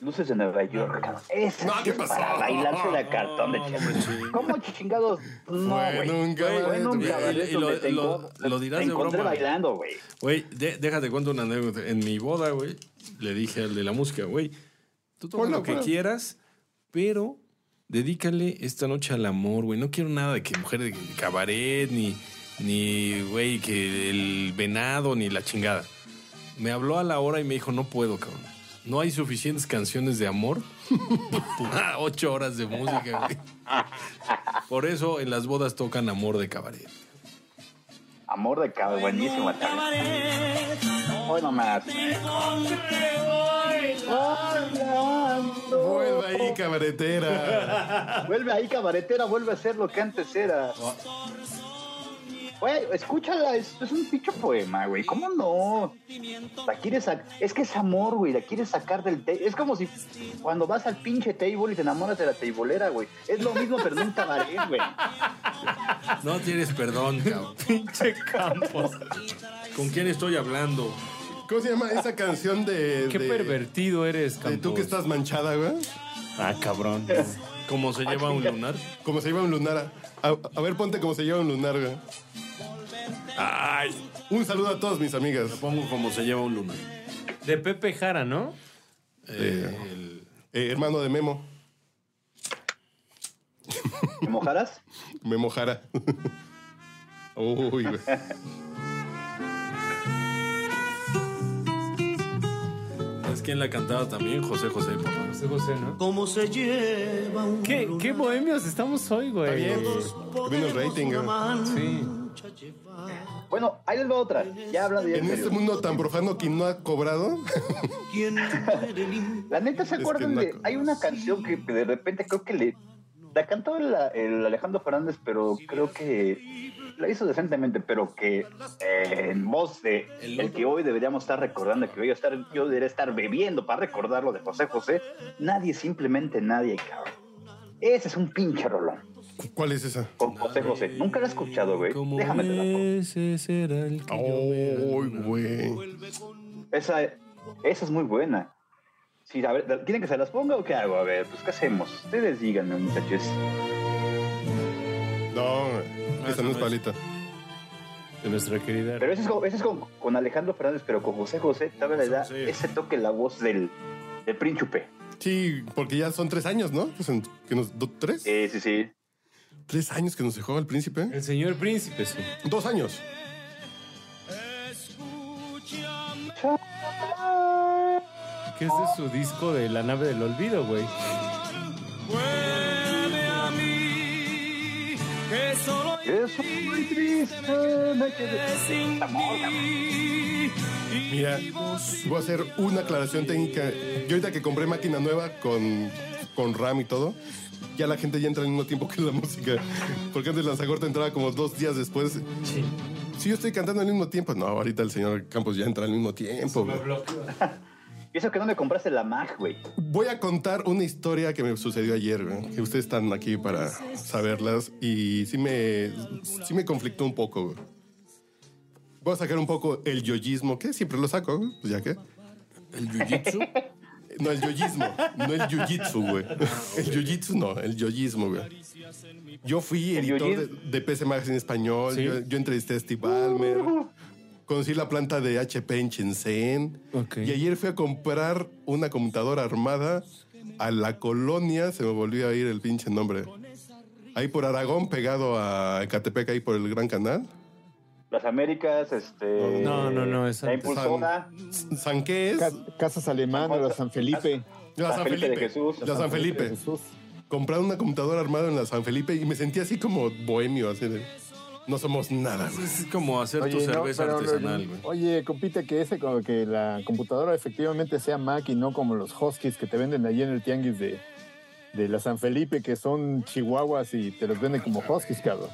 [SPEAKER 10] Luces de Nueva York, cabrón. Esa
[SPEAKER 4] No,
[SPEAKER 10] sí
[SPEAKER 4] ¿qué
[SPEAKER 10] es
[SPEAKER 4] pasó?
[SPEAKER 10] para bailarse de cartón de
[SPEAKER 1] No, no
[SPEAKER 10] chingada.
[SPEAKER 1] me chingues.
[SPEAKER 10] ¿Cómo chingados? No,
[SPEAKER 4] Fue
[SPEAKER 10] güey.
[SPEAKER 4] en un
[SPEAKER 10] Fue
[SPEAKER 4] cabaret,
[SPEAKER 10] en un
[SPEAKER 1] güey.
[SPEAKER 10] cabaret
[SPEAKER 1] Y lo-
[SPEAKER 10] donde te
[SPEAKER 1] lo-
[SPEAKER 10] enco-
[SPEAKER 1] lo dirás
[SPEAKER 10] te
[SPEAKER 1] de
[SPEAKER 10] encontré
[SPEAKER 1] broma.
[SPEAKER 10] bailando, güey.
[SPEAKER 1] Güey, de- déjate cuento una anécdota. En mi boda, güey, le dije al de la música, güey, tú toma
[SPEAKER 4] Ponlo,
[SPEAKER 1] lo que
[SPEAKER 4] ponlo.
[SPEAKER 1] quieras, pero dedícale esta noche al amor, güey. No quiero nada de que mujeres de cabaret, ni, ni, güey, que el venado, ni la chingada. Me habló a la hora y me dijo, no puedo, cabrón. No hay suficientes canciones de amor para <laughs> ocho horas de música, güey. Por eso en las bodas tocan amor de cabaret.
[SPEAKER 10] Amor de cabaret, buenísimo. esta vez.
[SPEAKER 3] Cabaret,
[SPEAKER 10] Hoy nomás.
[SPEAKER 3] te encontré bailando.
[SPEAKER 4] Vuelve ahí, cabaretera.
[SPEAKER 10] <laughs> Vuelve ahí, cabaretera, vuelve a ser lo que antes era. Güey, escúchala, es, es un pinche poema, güey. ¿Cómo no? La quieres sac- Es que es amor, güey. La quieres sacar del table. Es como si cuando vas al pinche table y te enamoras de la tableera, güey. Es lo mismo, pero en un cabaret, güey.
[SPEAKER 1] No tienes perdón, cabrón.
[SPEAKER 5] Pinche Campos.
[SPEAKER 1] ¿Con quién estoy hablando?
[SPEAKER 4] ¿Cómo se llama esa canción de.
[SPEAKER 5] <laughs> Qué
[SPEAKER 4] de-
[SPEAKER 5] pervertido eres,
[SPEAKER 4] de
[SPEAKER 5] Campos.
[SPEAKER 4] tú que estás manchada, güey.
[SPEAKER 5] Ah,
[SPEAKER 1] <laughs>
[SPEAKER 5] cabrón.
[SPEAKER 1] ¿Cómo se lleva un lunar?
[SPEAKER 4] Como se lleva un lunar. A, a ver, ponte como se lleva un lunar, güey. Ay. Un saludo a todas mis amigas.
[SPEAKER 1] Pongo como se lleva un lunar.
[SPEAKER 5] De Pepe Jara, ¿no?
[SPEAKER 1] Eh, el-
[SPEAKER 4] Eh, hermano de Memo.
[SPEAKER 10] ¿Te mojarás?
[SPEAKER 4] <laughs> Memo Jara. <laughs> Uy, güey.
[SPEAKER 1] ¿Sabes quién la cantaba también? José José, papá.
[SPEAKER 5] José José, ¿no?
[SPEAKER 3] ¿Cómo se lleva un
[SPEAKER 5] ¿Qué, qué bohemios estamos hoy, güey?
[SPEAKER 4] Está bien. Vino el rating,
[SPEAKER 11] ¿eh?
[SPEAKER 4] güey.
[SPEAKER 5] Sí.
[SPEAKER 10] Bueno, ahí les va otra. Ya habla de
[SPEAKER 4] En este mundo tan profano, quien no ha cobrado. <laughs>
[SPEAKER 10] La neta, ¿se
[SPEAKER 4] Es
[SPEAKER 10] acuerdan
[SPEAKER 4] que no-
[SPEAKER 10] de...? Hay una canción que de repente creo que le... La cantó el, el Alejandro Fernández, pero creo que la hizo decentemente, pero que eh, en voz de el, que hoy deberíamos estar recordando, que hoy estar, yo debería estar bebiendo para recordarlo de José José, nadie, simplemente nadie, cabrón. Ese es un pinche rolón
[SPEAKER 4] ¿Cuál es esa?
[SPEAKER 10] con José José. Nunca lo he escuchado, güey.
[SPEAKER 1] Como
[SPEAKER 10] Déjame te la pongo.
[SPEAKER 1] ese será el que yo
[SPEAKER 4] Ay,
[SPEAKER 1] veré.
[SPEAKER 4] güey.
[SPEAKER 10] Esa, esa es muy buena. Sí, a ver, ¿quieren que se las ponga o qué hago? A ver, pues ¿qué hacemos? Ustedes díganme, muchachos.
[SPEAKER 4] No, güey. esa no es palita.
[SPEAKER 5] De nuestra querida.
[SPEAKER 10] Pero ese es, con, ese es con, con Alejandro Fernández, pero con José José, todavía le da
[SPEAKER 1] José José.
[SPEAKER 10] ese toque la voz del, del príncipe.
[SPEAKER 4] Sí, porque ya son tres años, ¿no? Que son- que nos, do- ¿Tres?
[SPEAKER 10] Sí, sí, sí.
[SPEAKER 4] ¿Tres años que nos dejó el príncipe?
[SPEAKER 5] El señor príncipe, sí.
[SPEAKER 4] Dos años.
[SPEAKER 5] Que es de su disco de La nave del olvido, güey.
[SPEAKER 3] Vuelve a mí, que solo
[SPEAKER 10] Eso es muy triste. me quedé
[SPEAKER 3] sin
[SPEAKER 10] Amor,
[SPEAKER 3] ti.
[SPEAKER 4] Mira, voy a hacer una aclaración técnica. Yo ahorita que compré máquina nueva con, con RAM y todo, ya la gente ya entra al mismo tiempo que la música. Porque antes la Zagorta entraba como dos días después. Sí. Si yo estoy cantando al mismo tiempo, no, ahorita el señor Campos ya entra al mismo tiempo. güey.
[SPEAKER 10] Y eso que no me compraste la Mac, güey.
[SPEAKER 4] Voy a contar una historia que me sucedió ayer, güey, que ustedes están aquí para saberlas y sí me, sí me conflictó un poco. güey. Voy a sacar un poco el yoyismo, que siempre lo saco, güey, pues ya que.
[SPEAKER 1] ¿El jiu-jitsu?
[SPEAKER 4] <laughs> No, el yoyismo, no el yujitsu, güey. <laughs> El yujitsu no, el yoyismo, güey. Yo fui
[SPEAKER 10] ¿El
[SPEAKER 4] editor de, de PC Magazine Español, yo, yo entrevisté a Steve Ballmer, conocí la planta de HP en Shenzhen,
[SPEAKER 1] Ok.
[SPEAKER 4] y ayer fui a comprar una computadora armada a la colonia, se me volvió a ir el pinche nombre. Ahí por Aragón, pegado a Ecatepec, ahí por el Gran Canal.
[SPEAKER 10] Las Américas, este.
[SPEAKER 5] No, no, no, es
[SPEAKER 10] La
[SPEAKER 5] antes.
[SPEAKER 4] Ah.
[SPEAKER 10] impulsora.
[SPEAKER 4] ¿San qué es?
[SPEAKER 2] Ca- Casas Alemanas, la San Felipe.
[SPEAKER 4] La
[SPEAKER 10] San Felipe de Jesús.
[SPEAKER 4] La San Felipe.
[SPEAKER 2] Jesús.
[SPEAKER 4] comprar una computadora armada en la San Felipe y me sentí así como bohemio, así de no somos nada. güey.
[SPEAKER 1] Es como hacer tu
[SPEAKER 2] no,
[SPEAKER 1] cerveza
[SPEAKER 2] pero no,
[SPEAKER 1] artesanal, güey.
[SPEAKER 2] oye, compita, que ese como que la computadora efectivamente sea Mac y no como los Huskies que te venden allí en el tianguis de, de la San Felipe, que son chihuahuas y te los venden como Huskies,
[SPEAKER 1] <laughs>
[SPEAKER 2] cabrón.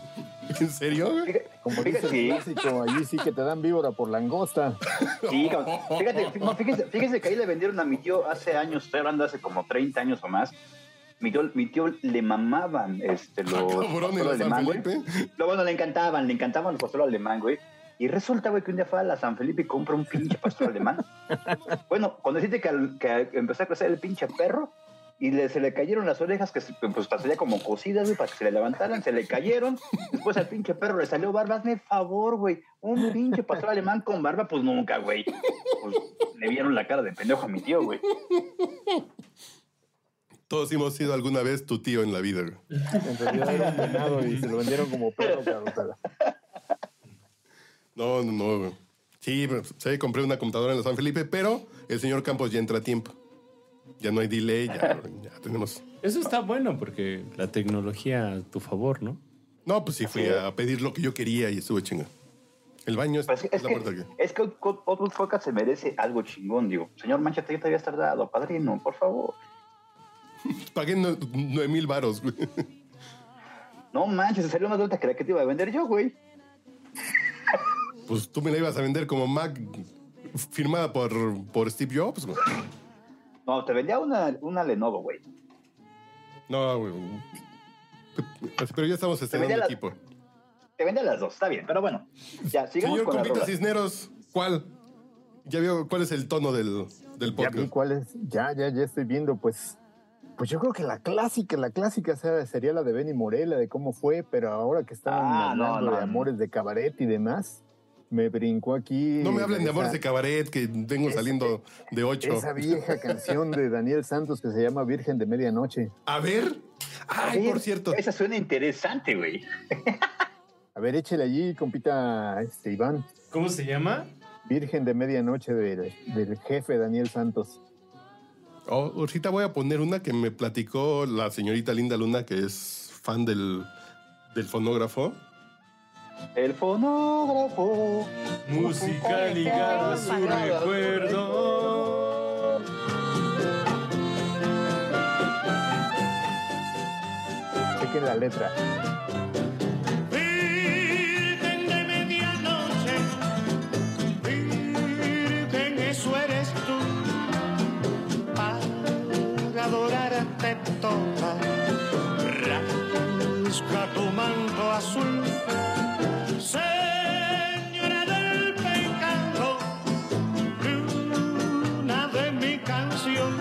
[SPEAKER 4] ¿En serio? güey?
[SPEAKER 10] Fíjate,
[SPEAKER 2] Como
[SPEAKER 10] fíjate,
[SPEAKER 2] dice el
[SPEAKER 10] sí,
[SPEAKER 2] clásico, allí sí que te dan víbora por langosta.
[SPEAKER 10] sí, cabrón. fíjate, no, fíjense, fíjense que ahí le vendieron a mi tío hace años, estoy hablando hace como 30 años o más. Mi tío, mi tío le mamaban este, los
[SPEAKER 4] Ah, Cabrón, en
[SPEAKER 10] pasteles
[SPEAKER 4] la
[SPEAKER 10] de
[SPEAKER 4] San
[SPEAKER 10] mango, güey.
[SPEAKER 4] Felipe.
[SPEAKER 10] No, bueno, le encantaban, le encantaban los pastores alemán, güey. Y resulta, güey, que un día fue a la San Felipe y compra un pinche pastor alemán.
[SPEAKER 4] <laughs>
[SPEAKER 10] bueno, cuando deciste que, al- que empezó a crecer el pinche perro y le- se le cayeron las orejas, que se- pues las tenía como cocidas, güey, para que se le levantaran, se le cayeron. Después al pinche perro le salió barba, hazme favor, güey. Un pinche pastor alemán con barba, pues nunca, güey. Pues, le vieron la cara de pendejo a mi tío, güey.
[SPEAKER 4] <laughs> Todos hemos sido alguna vez tu tío en la vida. güey.
[SPEAKER 2] En realidad era un venado y se lo vendieron como perro, cabrón. pero-
[SPEAKER 4] No, no, no. güey. Sí, pero, sí, compré una computadora en la San Felipe, pero el señor Campos ya entra a tiempo. Ya no hay
[SPEAKER 10] <laughs>
[SPEAKER 4] delay, ya, ya tenemos.
[SPEAKER 5] Eso está bueno porque la tecnología a tu favor, ¿no?
[SPEAKER 4] No, pues sí, fui a pedir lo que yo quería y estuve chinga. El baño es,
[SPEAKER 10] Pues, es,
[SPEAKER 4] la
[SPEAKER 10] que,
[SPEAKER 4] puerta que.
[SPEAKER 10] es que Output Podcast se merece algo chingón, digo. Señor Manchete, ya te habías tardado, padrino, por favor.
[SPEAKER 4] pues Pagué nue- nueve mil varos. güey. <laughs>
[SPEAKER 10] No manches, salió más alta que la que te iba a vender yo, güey.
[SPEAKER 4] Pues tú me la ibas a vender como Mac firmada por, por Steve Jobs. güey.
[SPEAKER 10] No, te vendía una, una Lenovo, güey.
[SPEAKER 4] No, güey. Pero ya estamos estrenando
[SPEAKER 10] veía la-
[SPEAKER 4] equipo.
[SPEAKER 10] Te vendía las dos, está bien, pero bueno. Ya, sigamos
[SPEAKER 4] Señor
[SPEAKER 10] con la
[SPEAKER 4] Compita
[SPEAKER 10] rola.
[SPEAKER 4] Cisneros, ¿cuál? Ya veo cuál es el tono del, del
[SPEAKER 2] Ya vi
[SPEAKER 4] podcast.
[SPEAKER 2] cuál es. Ya, ya, ya estoy viendo, pues. Pues yo creo que la clásica, la clásica sea- sería la de Benny Morela, de cómo fue, pero ahora que están
[SPEAKER 10] Ah, no,
[SPEAKER 2] hablando
[SPEAKER 10] no,
[SPEAKER 2] de
[SPEAKER 10] no.
[SPEAKER 2] amores de cabaret y demás, me brincó aquí.
[SPEAKER 4] No me hablen de
[SPEAKER 2] esa-
[SPEAKER 4] amores de cabaret, que vengo
[SPEAKER 2] Esa-
[SPEAKER 4] saliendo de ocho.
[SPEAKER 2] Esa vieja canción de Daniel Santos que se llama Virgen de Medianoche.
[SPEAKER 4] A ver. Ay,
[SPEAKER 10] Sí,
[SPEAKER 4] por cierto.
[SPEAKER 10] Esa suena interesante, güey.
[SPEAKER 2] A ver, échele allí, compita este, Iván.
[SPEAKER 5] ¿Cómo se llama?
[SPEAKER 2] Virgen de Medianoche del, del jefe Daniel Santos.
[SPEAKER 4] <laughs> Oh, ahorita voy a poner una que me platicó la señorita Linda Luna, que es fan del, del fonógrafo.
[SPEAKER 10] El fonógrafo.
[SPEAKER 5] Música ligada a su recuerdo.
[SPEAKER 2] Chequen la letra.
[SPEAKER 9] Virgen de medianoche, Virgen, eso eres tú, para adorarte toda, rasca tu manto azul, Señora del pecado, luna de mi canción,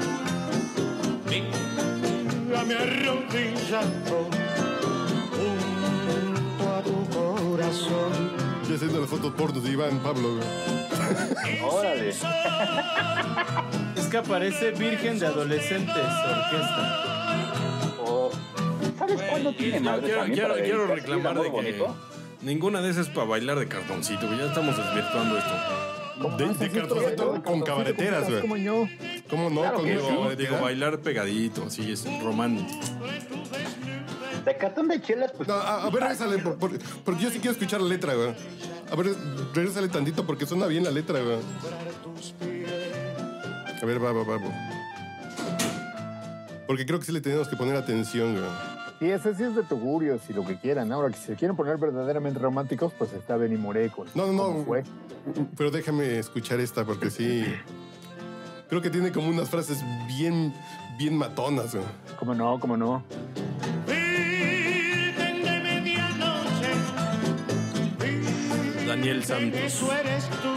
[SPEAKER 9] mírame arrodillando junto a tu corazón.
[SPEAKER 4] Ya haciendo las fotos pornos de Iván Pablo. güey.
[SPEAKER 10] Órale.
[SPEAKER 5] Es que aparece Virgen de Adolescentes Orquesta.
[SPEAKER 10] Oh, ¿Sabes cuándo tiene
[SPEAKER 1] Yo
[SPEAKER 10] madre
[SPEAKER 1] quiero,
[SPEAKER 10] también
[SPEAKER 1] quiero-
[SPEAKER 10] para
[SPEAKER 1] quiero
[SPEAKER 10] dedicarse a un
[SPEAKER 1] reclamar de que
[SPEAKER 10] amor bonito?
[SPEAKER 1] ninguna de esas es para bailar de cartoncito, güey. Ya estamos desvirtuando esto.
[SPEAKER 2] ¿Cómo
[SPEAKER 4] De-
[SPEAKER 2] no? Sí,
[SPEAKER 4] de
[SPEAKER 2] sí,
[SPEAKER 4] cartoncito
[SPEAKER 2] todo-
[SPEAKER 4] con
[SPEAKER 2] cartoncito,
[SPEAKER 4] cabareteras,
[SPEAKER 2] compitas,
[SPEAKER 4] güey.
[SPEAKER 2] ¿cómo no?
[SPEAKER 4] ¿Cómo no?
[SPEAKER 10] Claro
[SPEAKER 4] Con
[SPEAKER 10] que
[SPEAKER 4] mi
[SPEAKER 10] sí.
[SPEAKER 1] Digo,
[SPEAKER 4] cabaretera.
[SPEAKER 1] digo, bailar pegadito, así es, romántico.
[SPEAKER 10] De cartón de chelas, pues.
[SPEAKER 4] No, a, a ver, regresale, por- por- porque yo sí quiero escuchar la letra, güey. A ver, regresale tantito porque suena bien la letra, güey. A ver, va, va, va. va. Porque creo que sí le tenemos que poner atención, güey.
[SPEAKER 2] Y ese sí es de tugurios y lo que quieran. Ahora, que si se quieren poner verdaderamente románticos, pues está Benny Moré con.
[SPEAKER 4] No, no,
[SPEAKER 2] ¿cómo
[SPEAKER 4] no.
[SPEAKER 2] fue?
[SPEAKER 4] Pero déjame escuchar esta porque sí. Creo que tiene como unas frases bien, bien matonas. güey.
[SPEAKER 2] ¿Cómo no? ¿Cómo no?
[SPEAKER 12] Virgen de medianoche,
[SPEAKER 1] Daniel
[SPEAKER 12] en
[SPEAKER 1] Santos.
[SPEAKER 12] eso eres tú.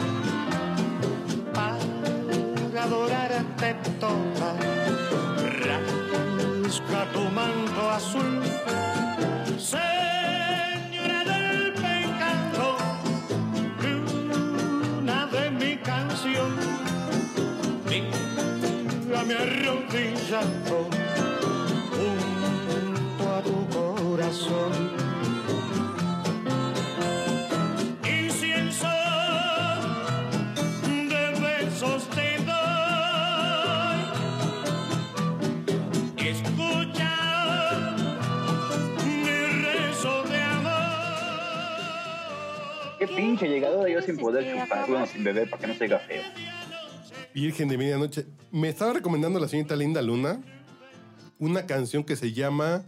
[SPEAKER 12] Para adorarte toda, rasca tu manto azul. Señora del pecado, luna de mi canción, me arrodillando junto a tu corazón. Incienso de besos te doy, escucha mi rezo de amor.
[SPEAKER 10] Qué pinche llegado yo sin poder chupar, bueno, sin beber, para que no se diga feo.
[SPEAKER 4] Virgen de Medianoche. Me estaba recomendando la señorita Linda Luna una canción que se llama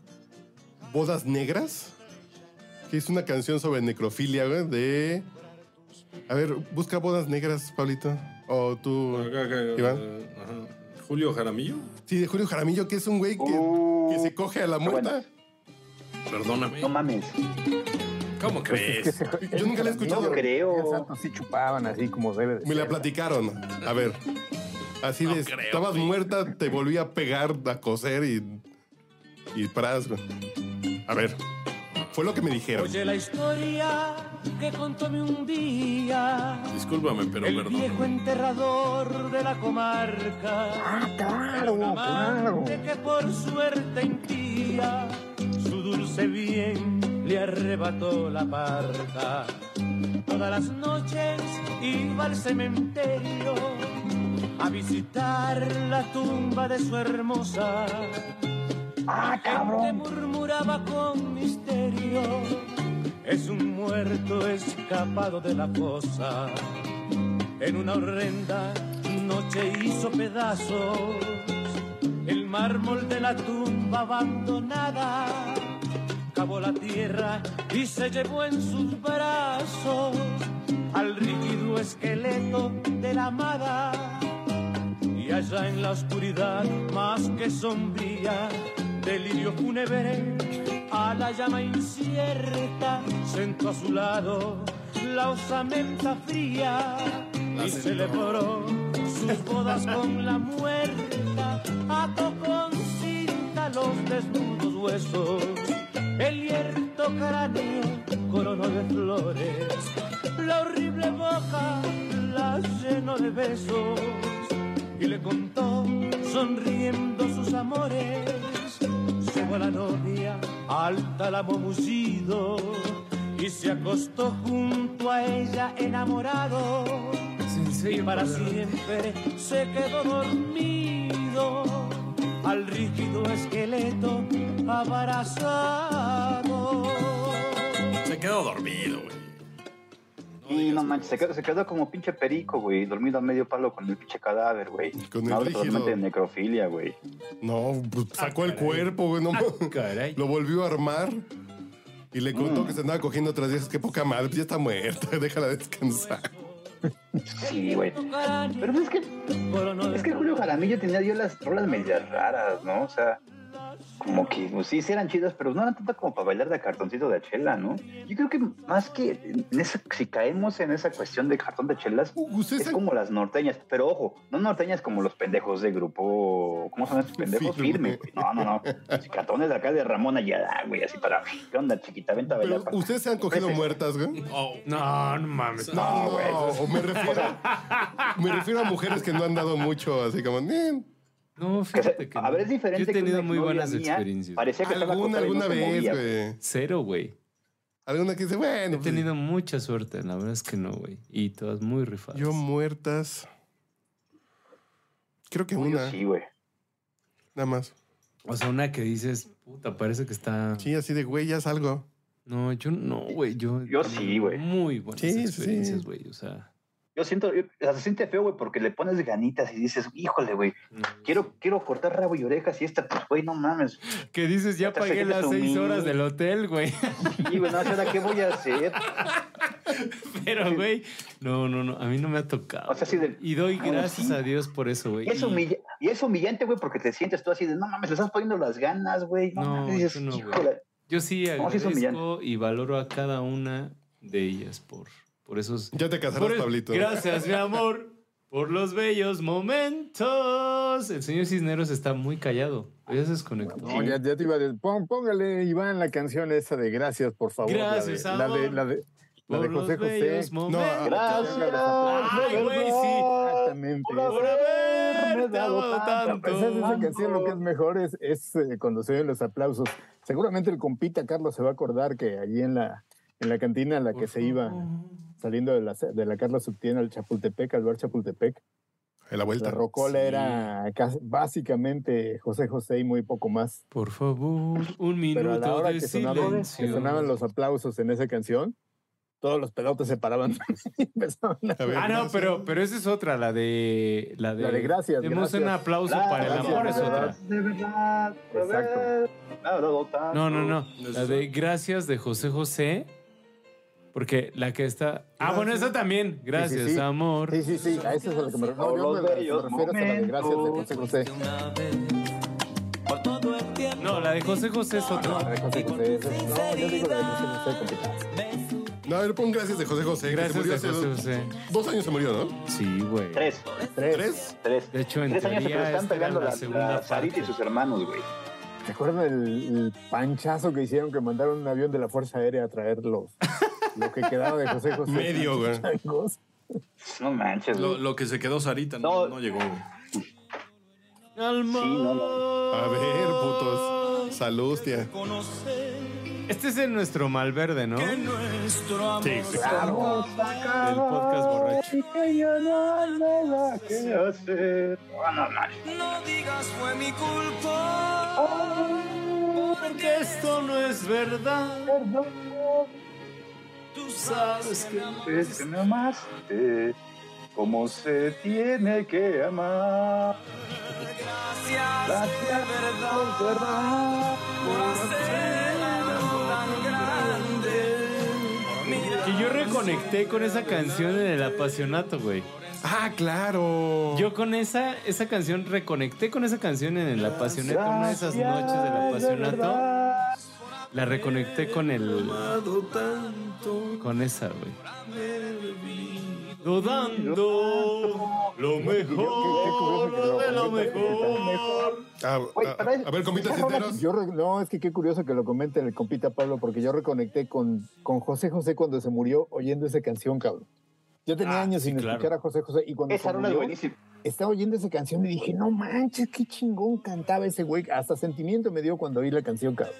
[SPEAKER 4] Bodas Negras, que es una canción sobre necrofilia, güey, de... A ver, busca Bodas Negras, Pablito. O tú,
[SPEAKER 1] Acá, acá, acá,
[SPEAKER 4] Iván.
[SPEAKER 1] ajá. Julio Jaramillo.
[SPEAKER 4] Sí, de Julio Jaramillo, que es un güey que,
[SPEAKER 10] Uh,
[SPEAKER 4] que se coge a la
[SPEAKER 10] qué
[SPEAKER 4] muerta.
[SPEAKER 1] Perdóname.
[SPEAKER 10] No mames.
[SPEAKER 1] ¿Cómo
[SPEAKER 10] Pues
[SPEAKER 2] Pues
[SPEAKER 1] crees?
[SPEAKER 4] Yo nunca la he escuchado.
[SPEAKER 10] No creo.
[SPEAKER 2] Los santos sí chupaban así como debe de
[SPEAKER 4] Me la
[SPEAKER 2] ser.
[SPEAKER 4] platicaron. A ver. Así
[SPEAKER 1] No
[SPEAKER 4] de...
[SPEAKER 1] creo,
[SPEAKER 4] estabas
[SPEAKER 1] güey.
[SPEAKER 4] muerta, te volví a pegar, a coser y... Y pras, güey. A ver. Fue lo que me dijeron.
[SPEAKER 11] Oye la historia que contóme un día
[SPEAKER 1] Discúlpame, pero
[SPEAKER 11] el viejo
[SPEAKER 1] perdón.
[SPEAKER 11] enterrador de la comarca.
[SPEAKER 2] Ah, claro,
[SPEAKER 11] un
[SPEAKER 2] claro.
[SPEAKER 11] amante que por suerte impía su dulce bien le arrebató la parca. Todas las noches iba al cementerio a visitar la tumba de su hermosa.
[SPEAKER 2] Ah,
[SPEAKER 11] Te
[SPEAKER 2] cabrón.
[SPEAKER 11] murmuraba con misterio. Es un muerto escapado de la fosa. En una horrenda noche hizo pedazos el mármol de la tumba abandonada. Cavó la tierra y se llevó en sus brazos al rígido esqueleto de la amada. Y allá en la oscuridad más que sombría, delirio fúnebre, a la llama incierta, sentó a su lado la osamenta fría y celebró sus bodas con la muerta, ató con cinta los desnudos huesos, el hierto cráneo coronó de flores, la horrible boca la llenó de besos y le contó sonriendo sus amores. Llegó la novia al tálamo mullido y se acostó junto a ella enamorado. Y para siempre se quedó dormido al rígido esqueleto abrazado.
[SPEAKER 1] Se quedó dormido, güey.
[SPEAKER 10] Y no manches, se quedó, se quedó como pinche perico, güey, dormido a medio palo con el pinche cadáver, güey.
[SPEAKER 4] Con el
[SPEAKER 10] Habla
[SPEAKER 4] rígido.
[SPEAKER 10] totalmente de necrofilia, güey.
[SPEAKER 4] No, pues,
[SPEAKER 1] Ah,
[SPEAKER 4] sacó el cuerpo, güey. No,
[SPEAKER 5] Caray.
[SPEAKER 4] lo volvió a armar y le contó
[SPEAKER 1] Mm.
[SPEAKER 4] que se andaba cogiendo otras viejas. Qué poca madre, pues ya está muerta, <laughs> déjala descansar.
[SPEAKER 10] Sí, güey. Pero pues, es que
[SPEAKER 11] Coronó de
[SPEAKER 10] Es que Julio Jaramillo tenía yo las rolas medias raras, ¿no? O sea, como que pues, sí, sí eran chidas, pero no eran tanto como para bailar de cartoncito de chela, ¿no? Yo creo que más que en esa- si caemos en esa cuestión de cartón de chelas,
[SPEAKER 4] U- ¿Ustedes
[SPEAKER 10] es
[SPEAKER 4] han-
[SPEAKER 10] como las norteñas, pero ojo, no norteñas como los pendejos de grupo, ¿cómo son estos pendejos? Firme,
[SPEAKER 4] Firme.
[SPEAKER 10] güey. No, no, no. Los cartones de acá de Ramón Ayala, güey, así para, ¿qué onda, chiquita? Venta a bailar.
[SPEAKER 4] pero
[SPEAKER 10] para acá.
[SPEAKER 4] ustedes se han cogido
[SPEAKER 10] Ese-
[SPEAKER 4] muertas, güey.
[SPEAKER 5] No, no mames.
[SPEAKER 4] No,
[SPEAKER 10] güey, eso
[SPEAKER 4] me refiero, me refiero a mujeres que no han dado mucho, así como, "Eh,
[SPEAKER 5] No,
[SPEAKER 10] Que se-
[SPEAKER 5] fíjate que.
[SPEAKER 10] a ver, es diferente.
[SPEAKER 5] Yo he
[SPEAKER 10] que una
[SPEAKER 5] tenido muy
[SPEAKER 10] novia
[SPEAKER 5] buenas
[SPEAKER 10] mía
[SPEAKER 5] experiencias.
[SPEAKER 10] Parecía que estaba
[SPEAKER 4] alguna,
[SPEAKER 10] acostada y no
[SPEAKER 4] alguna
[SPEAKER 10] se
[SPEAKER 4] vez,
[SPEAKER 10] movía,
[SPEAKER 4] güey.
[SPEAKER 5] Cero, güey.
[SPEAKER 4] Alguna que dice, bueno,
[SPEAKER 5] He
[SPEAKER 4] pues,
[SPEAKER 5] tenido mucha suerte, la verdad es que no, güey. Y todas muy rifadas.
[SPEAKER 4] yo muertas. Creo que
[SPEAKER 10] Yo
[SPEAKER 4] una,
[SPEAKER 10] Sí, güey.
[SPEAKER 4] nada más.
[SPEAKER 5] O sea, una que dices, puta, parece que está.
[SPEAKER 4] Sí, así de, güey, ya salgo.
[SPEAKER 5] No, yo no, güey. Yo,
[SPEAKER 10] Yo sí, güey.
[SPEAKER 5] Muy buenas
[SPEAKER 4] Sí, sí.
[SPEAKER 5] experiencias, güey. O sea,
[SPEAKER 10] Yo siento, yo- o sea, se siente feo, güey, porque le pones ganitas y dices, híjole, güey, quiero, quiero cortar rabo y orejas y esta, pues, güey, no mames.
[SPEAKER 5] Que dices, ya
[SPEAKER 10] Hasta
[SPEAKER 5] pagué
[SPEAKER 10] que te
[SPEAKER 5] las seis
[SPEAKER 10] sumí.
[SPEAKER 5] horas del hotel, güey.
[SPEAKER 10] Y, güey, no, ahora qué voy a hacer?
[SPEAKER 5] <laughs> Pero, güey, no, no, no, a mí no me ha tocado.
[SPEAKER 10] O sea, así de-
[SPEAKER 5] y doy
[SPEAKER 10] Ahora
[SPEAKER 5] gracias
[SPEAKER 10] sí.
[SPEAKER 5] a Dios por eso, güey.
[SPEAKER 10] Y es,
[SPEAKER 5] Y-
[SPEAKER 10] humilla- y es humillante, güey, porque te sientes tú así de, no mames, le estás poniendo las ganas, güey. No,
[SPEAKER 5] No,
[SPEAKER 10] mames, dices,
[SPEAKER 5] yo no, güey.
[SPEAKER 10] híjole.
[SPEAKER 5] Yo sí
[SPEAKER 10] No, sí es
[SPEAKER 5] agradezco y valoro a cada una de ellas por, por esos...
[SPEAKER 4] Ya te casarás,
[SPEAKER 5] por el-
[SPEAKER 4] Pablito.
[SPEAKER 5] Gracias, mi amor, por los bellos momentos. El señor Cisneros está muy callado. Ya se desconectó.
[SPEAKER 2] No, ya, ya te iba a decir, pon- póngale, Iván, la canción esa de Gracias, por favor.
[SPEAKER 5] Gracias,
[SPEAKER 2] la de,
[SPEAKER 5] amor,
[SPEAKER 2] la de, la de, la de
[SPEAKER 5] por
[SPEAKER 2] José
[SPEAKER 5] los
[SPEAKER 2] José.
[SPEAKER 5] bellos momentos.
[SPEAKER 10] Gracias, de
[SPEAKER 5] Ay, güey, sí.
[SPEAKER 2] Exactamente.
[SPEAKER 5] Por haberme dado
[SPEAKER 2] La presencia de esa
[SPEAKER 5] tanto.
[SPEAKER 2] canción lo que es mejor es, es eh, cuando se oyen los aplausos. Seguramente el compita Carlos se va a acordar que allí en la, en la cantina a la que se iba saliendo de la, de la Carlos Subtiene al Chapultepec, al bar Chapultepec,
[SPEAKER 4] En la
[SPEAKER 2] la
[SPEAKER 4] vuelta.
[SPEAKER 2] rocola era casi- básicamente José José y muy poco más.
[SPEAKER 5] Por favor, un
[SPEAKER 2] Pero a la
[SPEAKER 5] minuto
[SPEAKER 2] hora
[SPEAKER 5] de
[SPEAKER 2] que sonaban, que
[SPEAKER 5] silencio.
[SPEAKER 2] sonaban los aplausos en esa canción, todos los pelotes se paraban <laughs> y empezaban a...
[SPEAKER 4] A ver,
[SPEAKER 5] Ah, no,
[SPEAKER 4] gracias.
[SPEAKER 5] pero, pero esa es otra, la de... La de,
[SPEAKER 2] La de gracias,
[SPEAKER 5] Demos
[SPEAKER 2] gracias.
[SPEAKER 5] un aplauso para el
[SPEAKER 10] Gracias,
[SPEAKER 5] amor, es
[SPEAKER 2] de
[SPEAKER 5] otra.
[SPEAKER 2] verdad.
[SPEAKER 10] De verdad, de
[SPEAKER 2] Exacto.
[SPEAKER 10] verdad. Me ha dado tanto.
[SPEAKER 5] No, no, no.
[SPEAKER 1] No
[SPEAKER 5] La
[SPEAKER 1] es-
[SPEAKER 5] de Gracias de José José. Porque la que está. Ah, bueno, esa también. Gracias,
[SPEAKER 2] sí.
[SPEAKER 5] amor.
[SPEAKER 2] Sí, sí, sí, a esa es a la que me, no, yo me- me refiero a la de Gracias de José José.
[SPEAKER 3] Por todo el tiempo
[SPEAKER 5] No, la de José José es
[SPEAKER 2] La
[SPEAKER 10] Ah,
[SPEAKER 5] otra.
[SPEAKER 2] de José José, esa es- no, yo digo la de José José, compita.
[SPEAKER 4] No, a ver, pon gracias de José José. que se
[SPEAKER 5] Gracias
[SPEAKER 4] murió
[SPEAKER 5] de
[SPEAKER 4] hace
[SPEAKER 5] José
[SPEAKER 4] dos-
[SPEAKER 5] José.
[SPEAKER 4] Dos años se murió, ¿no?
[SPEAKER 5] Sí, güey.
[SPEAKER 10] Tres,
[SPEAKER 2] Tres.
[SPEAKER 4] ¿Tres?
[SPEAKER 10] tres.
[SPEAKER 5] De hecho, en
[SPEAKER 10] tres años se
[SPEAKER 5] teoría,
[SPEAKER 10] están
[SPEAKER 5] esta era
[SPEAKER 10] peleando
[SPEAKER 5] la
[SPEAKER 10] la,
[SPEAKER 5] segunda
[SPEAKER 10] la Sarita y
[SPEAKER 5] parte.
[SPEAKER 10] sus hermanos, güey.
[SPEAKER 2] ¿Te acuerdas del el panchazo que hicieron que mandaron un avión de la Fuerza Aérea a traer los, lo que quedaba de José José?
[SPEAKER 4] Medio, güey.
[SPEAKER 2] Changos.
[SPEAKER 10] No manches,
[SPEAKER 1] Lo,
[SPEAKER 10] güey.
[SPEAKER 1] lo que se quedó Sarita no,
[SPEAKER 10] No.
[SPEAKER 1] no llegó. güey.
[SPEAKER 10] Sí, no, no.
[SPEAKER 4] A ver, putos. Salud, tía.
[SPEAKER 3] conocer
[SPEAKER 5] Este es en nuestro Malverde, ¿no?
[SPEAKER 3] que
[SPEAKER 5] Del
[SPEAKER 3] nuestro amor
[SPEAKER 4] Sí, sí.
[SPEAKER 5] podcast borracho.
[SPEAKER 10] ¿Qué hacer? No, no, no.
[SPEAKER 3] no digas fue mi culpa
[SPEAKER 5] Porque esto no es verdad.
[SPEAKER 3] tú sabes que
[SPEAKER 10] Es que me amaste como se tiene que amar.
[SPEAKER 3] gracias
[SPEAKER 10] Gracias,
[SPEAKER 3] de verdad
[SPEAKER 10] por verdad.
[SPEAKER 3] por hacer algo tan grande
[SPEAKER 5] Que yo reconecté con esa canción en el apasionato, güey.
[SPEAKER 4] Ah, claro.
[SPEAKER 5] Yo con esa, esa canción reconecté con esa canción en el apasionato, una de esas noches del apasionato. La reconecté con el. Con esa, güey. Dudando lo mejor lo de lo mejor.
[SPEAKER 4] Ah,
[SPEAKER 10] Güey,
[SPEAKER 4] ah,
[SPEAKER 10] pero es-
[SPEAKER 4] a ver, compita Cisneros.
[SPEAKER 2] Yo re- no, es que qué curioso que lo comente el compita Pablo, porque yo reconecté con, con José José cuando se murió oyendo esa canción, cabrón. Yo tenía
[SPEAKER 5] Ah,
[SPEAKER 2] años
[SPEAKER 5] sí,
[SPEAKER 2] sin
[SPEAKER 5] claro.
[SPEAKER 2] escuchar a José José y cuando
[SPEAKER 10] Esa
[SPEAKER 2] se
[SPEAKER 10] rola es
[SPEAKER 2] murió,
[SPEAKER 10] buenísima.
[SPEAKER 2] estaba oyendo esa canción y dije, no manches, qué chingón cantaba ese güey. Hasta sentimiento me dio cuando oí la canción, cabrón.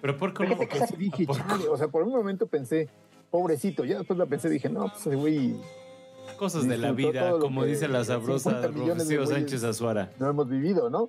[SPEAKER 5] Pero por cómo.
[SPEAKER 10] Fíjate que
[SPEAKER 2] Porque sí dije,
[SPEAKER 5] ¿A poco?
[SPEAKER 2] "Chale", o sea, por un momento pensé, pobrecito, ya después la pensé, dije, no, pues ese güey,
[SPEAKER 5] Cosas de la
[SPEAKER 2] Disfrutó
[SPEAKER 5] vida,
[SPEAKER 2] todo lo
[SPEAKER 5] como
[SPEAKER 2] que
[SPEAKER 5] dice la
[SPEAKER 2] 50
[SPEAKER 5] sabrosa
[SPEAKER 2] millones de
[SPEAKER 5] Rocío
[SPEAKER 2] güeyes.
[SPEAKER 5] Sánchez Azuara.
[SPEAKER 2] no hemos vivido, ¿no?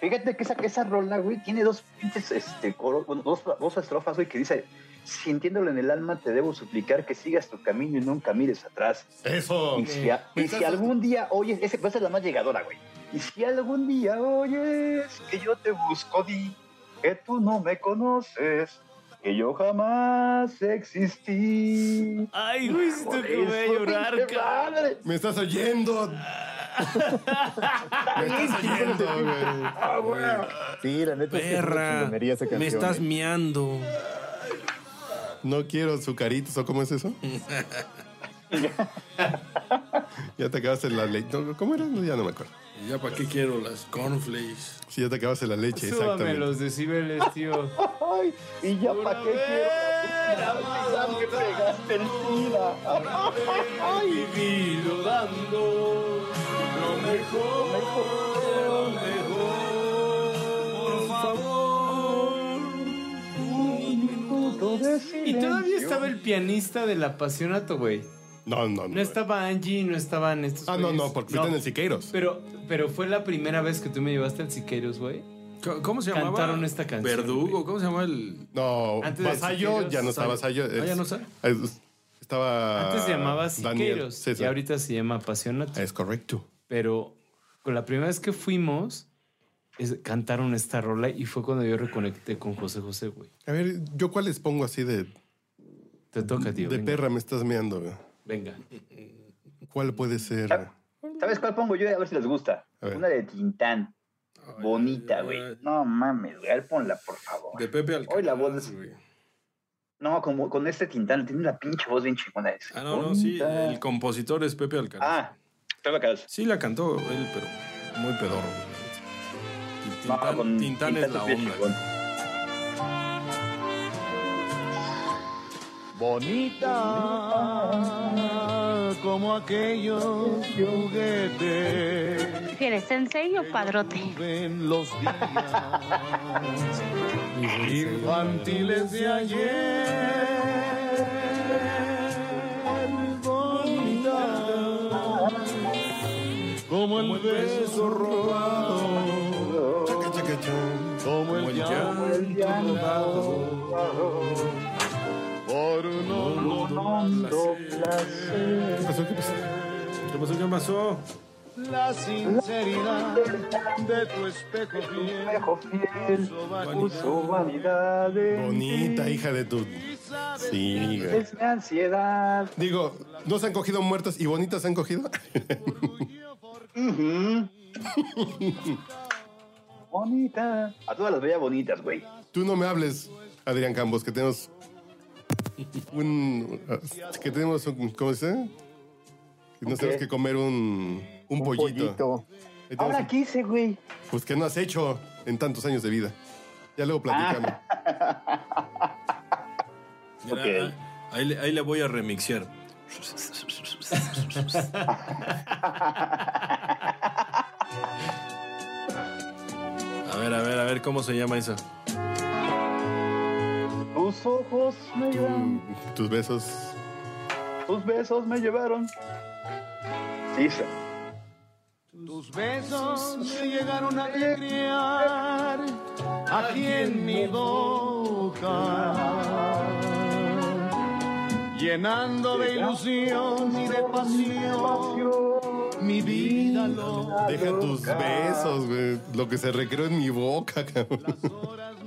[SPEAKER 10] Fíjate que esa, esa rola, güey, tiene dos pinches este, coro- bueno, dos, dos estrofas, güey, que dice: Sintiéndolo en el alma, te debo suplicar que sigas tu camino y nunca mires atrás.
[SPEAKER 4] Eso.
[SPEAKER 10] Y si, a-
[SPEAKER 4] Me
[SPEAKER 10] y si
[SPEAKER 4] estás-
[SPEAKER 10] algún día oyes, ese, esa es la más llegadora, güey. Y si algún día oyes que yo te busco, di que tú no me conoces, que yo jamás existí.
[SPEAKER 5] Ay, güey, siento
[SPEAKER 10] Por
[SPEAKER 5] que voy a
[SPEAKER 10] eso,
[SPEAKER 5] llorar,
[SPEAKER 10] pinche
[SPEAKER 5] cabrón.
[SPEAKER 10] madre.
[SPEAKER 4] Me
[SPEAKER 10] <laughs>
[SPEAKER 4] estás oyendo. Me estás oyendo, güey.
[SPEAKER 2] Ah, Sí, la neta es que es una
[SPEAKER 1] Perra,
[SPEAKER 2] chingonería esa canción.
[SPEAKER 1] me estás
[SPEAKER 2] ¿eh?
[SPEAKER 1] miando.
[SPEAKER 4] No quiero sucaritos o cómo
[SPEAKER 10] <laughs>
[SPEAKER 4] es eso. ya te acabaste la leche. No, ¿Cómo era? No, ya no me acuerdo.
[SPEAKER 1] ¿Y ya para qué quiero las cornflakes?
[SPEAKER 4] Sí, ya te acabaste la leche,
[SPEAKER 5] Súbame
[SPEAKER 4] exactamente.
[SPEAKER 5] los decibeles, tío.
[SPEAKER 10] Ay, y ya para qué quiero. Pensar que pegaste el SIDA. Ay,
[SPEAKER 5] vivido dando lo mejor, lo mejor, por favor.
[SPEAKER 10] minuto de silencio.
[SPEAKER 5] Y todavía estaba el pianista del apasionato, güey.
[SPEAKER 4] No, no, no.
[SPEAKER 5] No estaba Angie, no estaban estos.
[SPEAKER 4] Ah, no,
[SPEAKER 5] güeyes.
[SPEAKER 4] no, porque fuiste en el Siqueiros.
[SPEAKER 5] Pero, pero fue la primera vez que tú me llevaste al Siqueiros, güey.
[SPEAKER 1] Co- ¿Cómo se llamaba?
[SPEAKER 5] Cantaron esta canción,
[SPEAKER 1] Verdugo,
[SPEAKER 5] güey.
[SPEAKER 1] ¿cómo se llamaba el
[SPEAKER 4] No,
[SPEAKER 5] Antes de
[SPEAKER 4] Vasallo
[SPEAKER 5] Siqueiros,
[SPEAKER 4] ya no está
[SPEAKER 1] Vasallo?
[SPEAKER 4] Vasallo.
[SPEAKER 1] Ah, ya no está.
[SPEAKER 4] es- Estaba.
[SPEAKER 5] Antes se llamaba
[SPEAKER 4] Daniel
[SPEAKER 5] Siqueiros y
[SPEAKER 4] César.
[SPEAKER 5] ahorita se llama Apasionate.
[SPEAKER 4] Es correcto.
[SPEAKER 5] Pero con la primera vez que fuimos, es- cantaron esta rola y fue cuando yo reconecté con José José, güey.
[SPEAKER 4] A ver, ¿yo cuál les pongo así de.
[SPEAKER 5] Te toca, tío.
[SPEAKER 4] de
[SPEAKER 5] venga,
[SPEAKER 4] perra me estás meando, güey?
[SPEAKER 5] Venga.
[SPEAKER 4] ¿Cuál puede ser?
[SPEAKER 10] ¿Sabes cuál pongo yo? A ver si les gusta.
[SPEAKER 4] A ver.
[SPEAKER 10] Una de Tintán. Bonita, güey. No mames, güey. A ver, ponla, por favor.
[SPEAKER 1] De Pepe
[SPEAKER 10] Hoy
[SPEAKER 1] Alcalá.
[SPEAKER 10] la voz.
[SPEAKER 1] güey.
[SPEAKER 10] No, como con este Tintán. Tiene la pinche voz bien chingona. ese.
[SPEAKER 1] Ah, no, no, sí.
[SPEAKER 10] Bonita.
[SPEAKER 1] El compositor es Pepe Alcalá.
[SPEAKER 10] Ah, Pepe Alcalá.
[SPEAKER 1] Sí, la cantó él, pero muy pedorro. güey. Y
[SPEAKER 10] No,
[SPEAKER 1] Tintán,
[SPEAKER 10] con
[SPEAKER 1] Tintán es
[SPEAKER 10] Tintán
[SPEAKER 1] la
[SPEAKER 10] es bien
[SPEAKER 1] onda.
[SPEAKER 10] chingón.
[SPEAKER 11] Bonita como aquellos juguetes
[SPEAKER 8] ¿Quieres sensei o padrote?
[SPEAKER 11] en los días infantiles de ayer. Bonita como el beso robado, como el llanto robado. Por un hondo placer.
[SPEAKER 4] ¿Qué
[SPEAKER 1] <laughs>
[SPEAKER 13] <laughs>
[SPEAKER 4] pasó? ¿Qué pasó?
[SPEAKER 1] ¿Qué pasó? ¿Qué pasó?
[SPEAKER 11] La sinceridad de tu espejo fiel
[SPEAKER 10] Puso vanidad en
[SPEAKER 4] Bonita, hija de tu. Sí,
[SPEAKER 10] ti.
[SPEAKER 4] güey.
[SPEAKER 10] Es mi ansiedad.
[SPEAKER 4] Digo, ¿no se han cogido muertas y bonitas se han cogido?
[SPEAKER 10] Ujú. <laughs> Bonita. A todas las veía bonitas, güey.
[SPEAKER 4] Tú no me hables, Adrián Campos, que tenemos un. que tenemos un. ¿Cómo se dice? Que nos
[SPEAKER 10] Ok.
[SPEAKER 4] tenemos que comer un. un pollito.
[SPEAKER 2] Pollito.
[SPEAKER 4] Ahí tenemos
[SPEAKER 10] Ahora
[SPEAKER 4] un-
[SPEAKER 10] quise, güey.
[SPEAKER 4] Pues que no has hecho en tantos años de vida. Ya luego platicamos.
[SPEAKER 10] Ah,
[SPEAKER 1] Mira,
[SPEAKER 10] Ok.
[SPEAKER 1] ah, ahí, le- ahí la voy a remixear. A ver, a ver, a ver, ¿cómo se llama esa?
[SPEAKER 10] Tus ojos me llevaron.
[SPEAKER 4] Tu- tus besos.
[SPEAKER 10] Tus besos me llevaron. Sí, sí.
[SPEAKER 11] Tus besos me llegaron a criar aquí en mi boca, llenando de ilusión y de pasión mi vida loca.
[SPEAKER 4] Deja tus
[SPEAKER 10] Ah.
[SPEAKER 4] besos, güey. Lo que se recreó en mi boca, cabrón.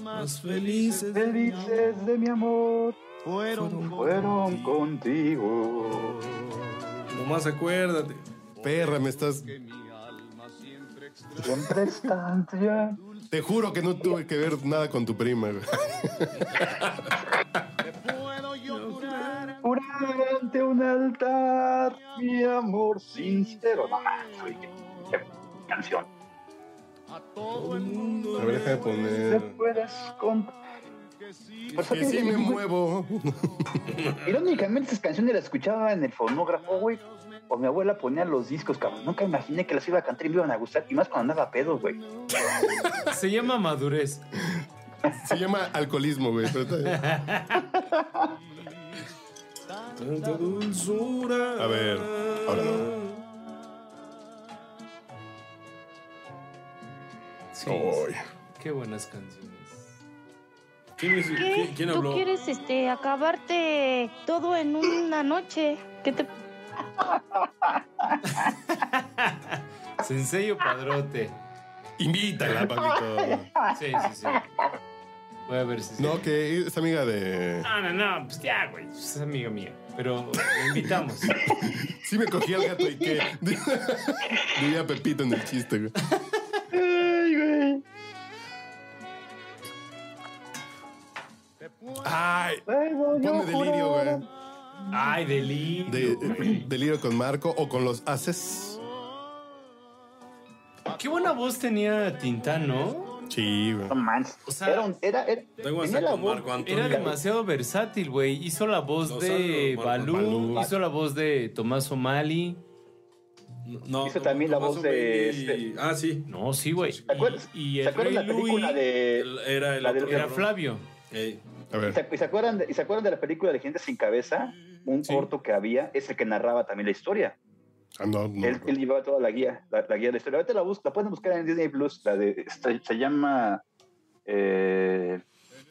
[SPEAKER 1] Más felices.
[SPEAKER 10] Felices de mi amor
[SPEAKER 11] Fueron
[SPEAKER 10] fueron contigo.
[SPEAKER 1] Nomás acuérdate.
[SPEAKER 4] Perra, me estás.
[SPEAKER 10] Siempre están ya.
[SPEAKER 4] Te juro que no tuve que ver nada con tu prima, güey.
[SPEAKER 11] puedo yo curar
[SPEAKER 10] Jurar ante un altar mi amor sincero. No mames, oye, qué- qué canción.
[SPEAKER 11] a todo el mundo
[SPEAKER 4] A ver, deja de
[SPEAKER 10] Te
[SPEAKER 4] poner.
[SPEAKER 10] puedes con...
[SPEAKER 11] que sí
[SPEAKER 10] Pues,
[SPEAKER 4] Que sí me muevo.
[SPEAKER 10] Irónicamente, esas canciones las escuchaba en el fonógrafo, güey. O mi abuela ponía los discos, cabrón. Nunca imaginé que las iba a cantar y me iban a gustar. Y más cuando andaba pedo, güey.
[SPEAKER 5] Se llama Madurez.
[SPEAKER 4] Se llama alcoholismo, güey. pero está bien.
[SPEAKER 1] Tanta dulzura.
[SPEAKER 4] A ver, ahora
[SPEAKER 5] Sí,
[SPEAKER 4] Ay.
[SPEAKER 5] Qué buenas canciones.
[SPEAKER 1] ¿Quién, es-
[SPEAKER 8] ¿Qué?
[SPEAKER 1] quién- quién
[SPEAKER 8] ¿Tú
[SPEAKER 1] habló?
[SPEAKER 8] quieres este, acabarte todo en una noche? ¿Qué te
[SPEAKER 5] Sensei o padrote.
[SPEAKER 4] Invítala, papito.
[SPEAKER 5] <laughs> Sí, sí, sí. Voy a ver si.
[SPEAKER 4] No, que es amiga de.
[SPEAKER 5] No, no, no, pues ya, güey. pues Es amiga mía. Pero
[SPEAKER 10] <laughs>
[SPEAKER 5] la invitamos.
[SPEAKER 4] Sí me cogí al gato <laughs> y qué. Diría Pepito en el chiste, güey. Ay, ponme delirio, güey.
[SPEAKER 5] Ay, delirio.
[SPEAKER 4] De- eh,
[SPEAKER 5] güey.
[SPEAKER 4] delirio con Marco o con los haces.
[SPEAKER 5] Qué buena voz tenía Tintán, ¿no?
[SPEAKER 4] Sí, güey.
[SPEAKER 10] No manches.
[SPEAKER 5] O sea,
[SPEAKER 10] era un. Era, era,
[SPEAKER 1] Tengo
[SPEAKER 10] tenía
[SPEAKER 1] hasta
[SPEAKER 10] la
[SPEAKER 1] con
[SPEAKER 10] voz-
[SPEAKER 1] Marco Antonio.
[SPEAKER 5] Era demasiado versátil, güey. Hizo la voz
[SPEAKER 1] Los
[SPEAKER 5] de
[SPEAKER 1] Santos, Marco
[SPEAKER 5] Balú,
[SPEAKER 1] Balú.
[SPEAKER 5] hizo la voz de Tomás O'Malley.
[SPEAKER 1] No,
[SPEAKER 10] Hizo también la
[SPEAKER 1] Tomás
[SPEAKER 10] voz de este.
[SPEAKER 1] O'Malley- Ah, sí.
[SPEAKER 5] No, sí, güey.
[SPEAKER 10] ¿Te acuerdas?
[SPEAKER 5] Y, y
[SPEAKER 10] ¿Se
[SPEAKER 5] el
[SPEAKER 10] acuerdan
[SPEAKER 5] Rey
[SPEAKER 10] la película
[SPEAKER 5] Louis
[SPEAKER 10] de.?
[SPEAKER 1] El- era el
[SPEAKER 10] la
[SPEAKER 1] otro
[SPEAKER 10] del-
[SPEAKER 5] era
[SPEAKER 1] cabrón.
[SPEAKER 5] Flavio.
[SPEAKER 1] Ey.
[SPEAKER 4] A
[SPEAKER 10] ¿Y se,
[SPEAKER 4] ver.
[SPEAKER 10] acu- y se acuerdan de, y se acuerdan de la película de Gente sin Cabeza? Un
[SPEAKER 5] Sí.
[SPEAKER 10] corto que había, es el que narraba también la historia.
[SPEAKER 4] Ah, no, no.
[SPEAKER 10] él, él llevaba toda la guía, la, la guía de la historia. Ahorita la, bus- la pueden buscar en Disney Plus, la de, está- se llama eh,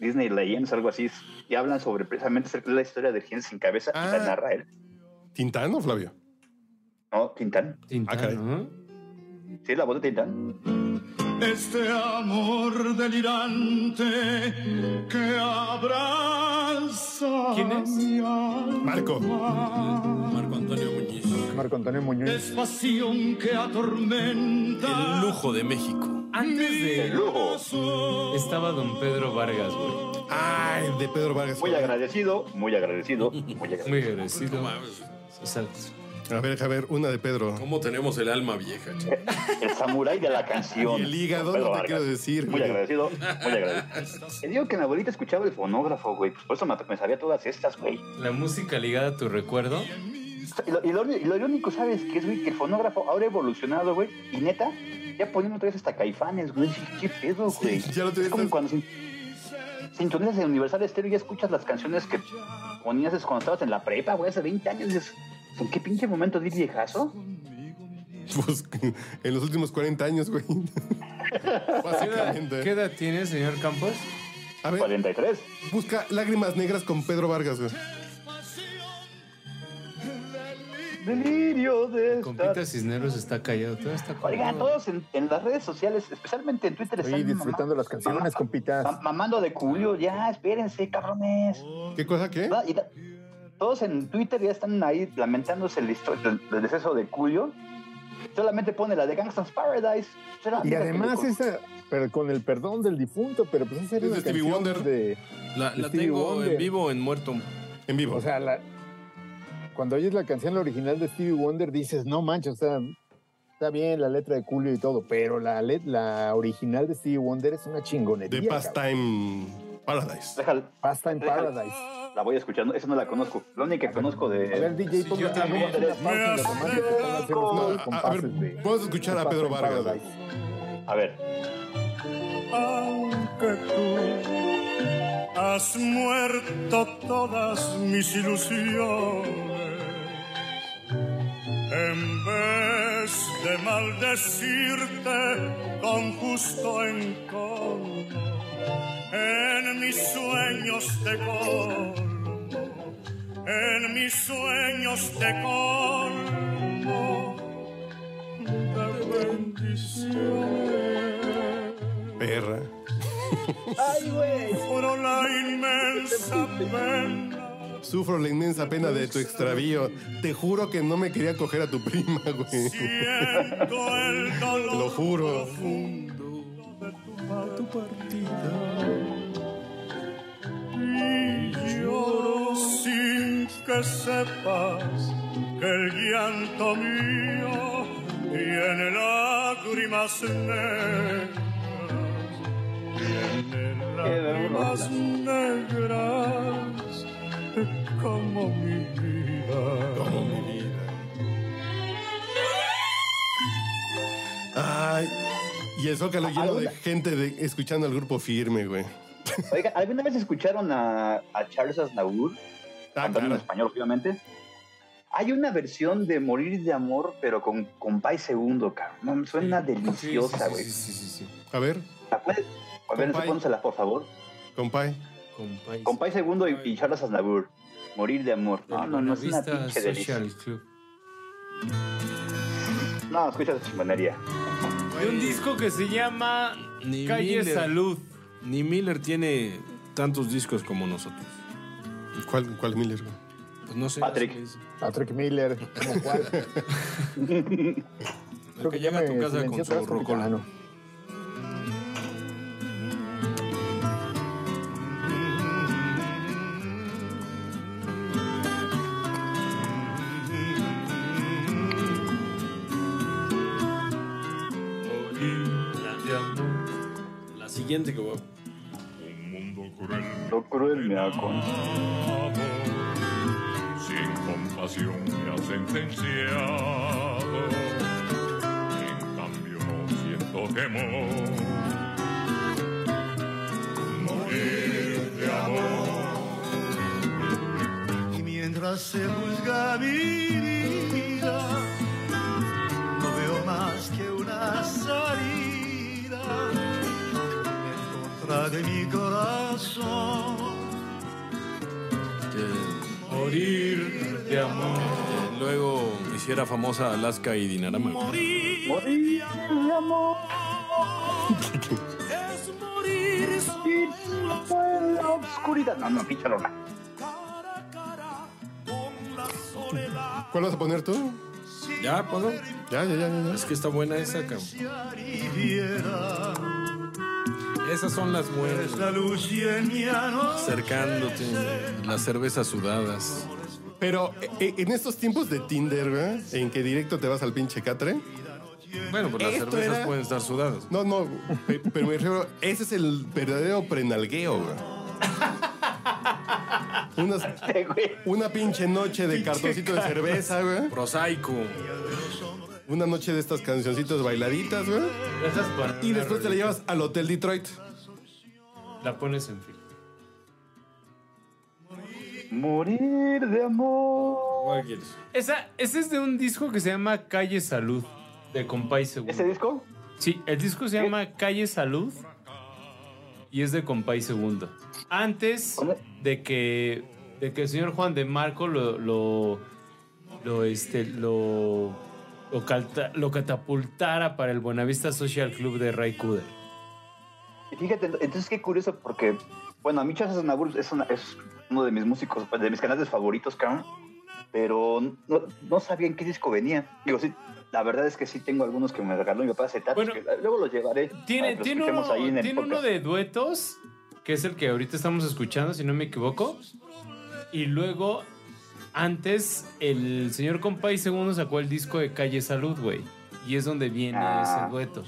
[SPEAKER 10] Disney Legends, algo así, y hablan sobre precisamente acerca de la historia de Gente sin cabeza y la
[SPEAKER 4] Ah.
[SPEAKER 10] narra él.
[SPEAKER 4] ¿Tintán o Flavio?
[SPEAKER 10] No, Tintán.
[SPEAKER 4] Ah, caray.
[SPEAKER 10] Sí, la voz de Tintán.
[SPEAKER 11] Este amor delirante que abraza. ¿Quién es?
[SPEAKER 4] Marco.
[SPEAKER 11] Marco
[SPEAKER 1] Antonio Muñiz.
[SPEAKER 2] Marco Antonio
[SPEAKER 11] Es pasión que atormenta.
[SPEAKER 1] El lujo de México.
[SPEAKER 5] Antes de
[SPEAKER 10] lujo.
[SPEAKER 5] Estaba don Pedro Vargas, güey.
[SPEAKER 4] Ay, de Pedro Vargas.
[SPEAKER 10] Muy agradecido, muy agradecido, muy
[SPEAKER 5] Muy
[SPEAKER 10] agradecido.
[SPEAKER 5] agradecido. Exacto.
[SPEAKER 4] A ver, a ver, una de Pedro. <laughs>
[SPEAKER 1] ¿Cómo tenemos el alma vieja? che?
[SPEAKER 10] El samurái de la canción.
[SPEAKER 4] Y el hígado,
[SPEAKER 10] Pedro
[SPEAKER 4] no te
[SPEAKER 10] Vargas.
[SPEAKER 4] quiero decir.
[SPEAKER 10] Muy
[SPEAKER 4] güey.
[SPEAKER 10] agradecido, muy
[SPEAKER 4] <laughs>
[SPEAKER 10] agradecido. Te digo que mi abuelita escuchaba el fonógrafo, güey. Pues por eso me, me sabía todas estas, güey.
[SPEAKER 5] <laughs> La música ligada a tu recuerdo.
[SPEAKER 10] Y lo, y lo- y lo único, ¿sabes qué es, güey? Que el fonógrafo ahora ha evolucionado, güey. Y neta, ya ponemos otra vez hasta caifanes, güey. Sí, ¿Qué pedo, güey?
[SPEAKER 4] ya lo
[SPEAKER 10] es
[SPEAKER 4] tuviste.
[SPEAKER 10] como cuando sin- sintonizas en Universal Estéreo y ya escuchas las canciones que ponías cuando estabas en la prepa, güey, hace 20 años. Dices, ¿en qué pinche momento di viejazo?
[SPEAKER 4] Pues, en los últimos 40 años, güey.
[SPEAKER 5] ¿Qué edad,
[SPEAKER 4] Básicamente.
[SPEAKER 5] qué edad tiene, señor Campos?
[SPEAKER 4] A ver,
[SPEAKER 10] 43.
[SPEAKER 4] busca Lágrimas Negras con Pedro Vargas, güey.
[SPEAKER 10] Delirio de estar
[SPEAKER 5] Compita Cisneros está callado. Todo está
[SPEAKER 10] Oiga,
[SPEAKER 5] callado.
[SPEAKER 10] todos en, en las redes sociales, especialmente en Twitter,
[SPEAKER 2] Oye,
[SPEAKER 10] están
[SPEAKER 2] disfrutando
[SPEAKER 10] mamá-
[SPEAKER 2] las canciones, compitas.
[SPEAKER 10] mam- mamando de culo. Ya, espérense, cabrones.
[SPEAKER 4] Ah, ¿Qué cosa qué?
[SPEAKER 10] Ah, y da- todos en Twitter ya están ahí lamentándose el, histo- del- del deceso de Julio. Solamente pone la de Gangsta's Paradise. Será
[SPEAKER 2] Y
[SPEAKER 10] amiga
[SPEAKER 2] además
[SPEAKER 10] que le-
[SPEAKER 2] esa, pero con el perdón del difunto, pero pues esa era
[SPEAKER 4] <laughs> Es de
[SPEAKER 2] una
[SPEAKER 4] Stevie
[SPEAKER 2] canción
[SPEAKER 4] Wonder.
[SPEAKER 2] de...
[SPEAKER 1] La, la
[SPEAKER 2] Stevie
[SPEAKER 1] tengo en
[SPEAKER 2] Wonder.
[SPEAKER 1] vivo o en muerto.
[SPEAKER 4] En vivo.
[SPEAKER 2] O sea, la- cuando oyes la canción la original de Stevie Wonder, dices, no manches, o sea, está bien la letra de Julio y todo, pero la, let- la original de Stevie Wonder es una
[SPEAKER 4] de
[SPEAKER 2] chingonería. cabrón.
[SPEAKER 4] Pastime Paradise.
[SPEAKER 10] Déjala,
[SPEAKER 2] Pastime
[SPEAKER 10] Déjala.
[SPEAKER 2] Paradise.
[SPEAKER 10] la voy escuchando. Esa no la conozco. La única que conozco de.
[SPEAKER 2] A ver, DJ,
[SPEAKER 5] Sí,
[SPEAKER 2] ponga
[SPEAKER 5] yo también.
[SPEAKER 2] hagamos una pausa en los demás y que ponga hacer unos
[SPEAKER 4] No, a, a
[SPEAKER 2] compases de-
[SPEAKER 4] ver, vamos a escuchar
[SPEAKER 2] de
[SPEAKER 4] a Pedro
[SPEAKER 2] Pastime
[SPEAKER 4] Vargas. güey.
[SPEAKER 2] Paradise.
[SPEAKER 10] A ver.
[SPEAKER 11] Aunque tú has muerto todas mis ilusiones, en vez de maldecirte con justo encono, en mis sueños te colmo, en mis sueños te colmo de bendiciones.
[SPEAKER 4] Perra.
[SPEAKER 11] Por la inmensa pena
[SPEAKER 4] Sufro la inmensa pena de tu extravío. Te juro que no me quería coger a tu prima, güey.
[SPEAKER 11] siento el dolor
[SPEAKER 4] Lo juro.
[SPEAKER 11] profundo de tu partida y lloro sin que sepas que el llanto mío tiene lágrimas negras tiene lágrimas negras como mi vida
[SPEAKER 4] Como mi vida. Ay, y el zócalo lleno de gente de- escuchando al grupo firme, güey.
[SPEAKER 10] Oiga, ¿alguna vez escucharon a, a Charles Aznavour?
[SPEAKER 4] Ah,
[SPEAKER 10] cantando en
[SPEAKER 4] claro.
[SPEAKER 10] español, obviamente. Hay una versión de Morir de Amor, pero con, con Pai Segundo, cabrón. No, Suena deliciosa, güey.
[SPEAKER 5] Sí, sí, sí, sí, sí.
[SPEAKER 4] A ver,
[SPEAKER 10] ¿La puedes? A ver,
[SPEAKER 4] Compay.
[SPEAKER 10] pónsela, por favor.
[SPEAKER 4] compay.
[SPEAKER 5] Con País.
[SPEAKER 10] Con Pai Segundo y, y Charles Aznavour. Morir de Amor. No,
[SPEAKER 5] Del
[SPEAKER 10] no, no, es una
[SPEAKER 5] Buenavista
[SPEAKER 10] pinche delicia.
[SPEAKER 5] Social Club.
[SPEAKER 10] No, escucha esa chingonería.
[SPEAKER 5] De un disco que se llama
[SPEAKER 1] Ni
[SPEAKER 5] Calle
[SPEAKER 1] Miller.
[SPEAKER 5] Salud.
[SPEAKER 1] Ni Miller tiene tantos discos como nosotros.
[SPEAKER 4] ¿Cuál, cuál Miller, güey?
[SPEAKER 1] Pues no sé.
[SPEAKER 10] Patrick.
[SPEAKER 1] eso es-
[SPEAKER 2] Patrick
[SPEAKER 4] <laughs>
[SPEAKER 2] Miller, ¿cómo cuál?
[SPEAKER 1] El que llega a tu casa con su
[SPEAKER 4] ah,
[SPEAKER 2] rocola.
[SPEAKER 1] rocola. La siguiente que voy a-
[SPEAKER 10] Lo cruel me ha
[SPEAKER 11] Sin compasión me ha sentenciado. En cambio no siento temor. Morir de amor. Y mientras se juzga mi vida, no veo más que una salida. Me encontraré boca de mi corazón.
[SPEAKER 1] Morir de amor. Luego hiciera famosa Alaska y Dinarama.
[SPEAKER 11] Morir de amor.
[SPEAKER 13] Es morir
[SPEAKER 10] en la oscuridad. No, no, pinche rola.
[SPEAKER 4] ¿Cuál vas a poner tú?
[SPEAKER 1] Ya, ponlo.
[SPEAKER 4] Ya, ya, ya, ya.
[SPEAKER 1] Es que está buena esa, cabrón. Esas son las buenas.
[SPEAKER 11] La luz y en mi ano-
[SPEAKER 1] Acercándote. Las cervezas sudadas.
[SPEAKER 4] Pero eh, en estos tiempos de Tinder, ¿verdad? En que directo te vas al pinche catre.
[SPEAKER 1] <laughs> Bueno, pues las
[SPEAKER 4] Esto
[SPEAKER 1] cervezas
[SPEAKER 4] era-
[SPEAKER 1] pueden estar sudadas.
[SPEAKER 4] No, no, pe- pero me refiero, ese es el verdadero prenalgueo, güey. Unas-
[SPEAKER 2] Este,
[SPEAKER 4] una pinche noche de cartoncito de cerveza, güey.
[SPEAKER 1] Prosaico.
[SPEAKER 4] Una noche de estas cancioncitas bailaditas, güey. Y después te la llevas al Hotel Detroit.
[SPEAKER 5] La pones en fila.
[SPEAKER 10] Morir de amor.
[SPEAKER 1] ¿Cuál quieres?
[SPEAKER 5] Esa, ese es de un disco que se llama Calle Salud, de Compay Segundo.
[SPEAKER 10] ¿Ese disco?
[SPEAKER 5] Sí, el disco se llama Calle Salud y es de Compay Segundo. Antes de que, de que el señor Juan de Marco lo, lo, lo, este, lo, lo, calta- lo catapultara para el Buenavista Social Club de Ray Cooder.
[SPEAKER 10] Y fíjate, entonces qué curioso, porque, bueno, a mí Chas Aznavour es, una- es uno de mis músicos, pues, de mis canales favoritos, cabrón. Pero no, no sabía en qué disco venía. Digo, sí, la verdad es que sí tengo algunos que me regaló mi papá hace tanto. luego los llevaré. para
[SPEAKER 5] Tiene,
[SPEAKER 10] que los
[SPEAKER 5] tiene,
[SPEAKER 10] escuchemos
[SPEAKER 5] uno,
[SPEAKER 10] ahí en el
[SPEAKER 5] tiene uno
[SPEAKER 10] podcast.
[SPEAKER 5] de duetos, que es el que ahorita estamos escuchando, si no me equivoco. Y luego, antes, el señor Compay Segundo sacó el disco de Calle Salud, güey. Y es donde viene
[SPEAKER 10] Ah.
[SPEAKER 5] ese dueto.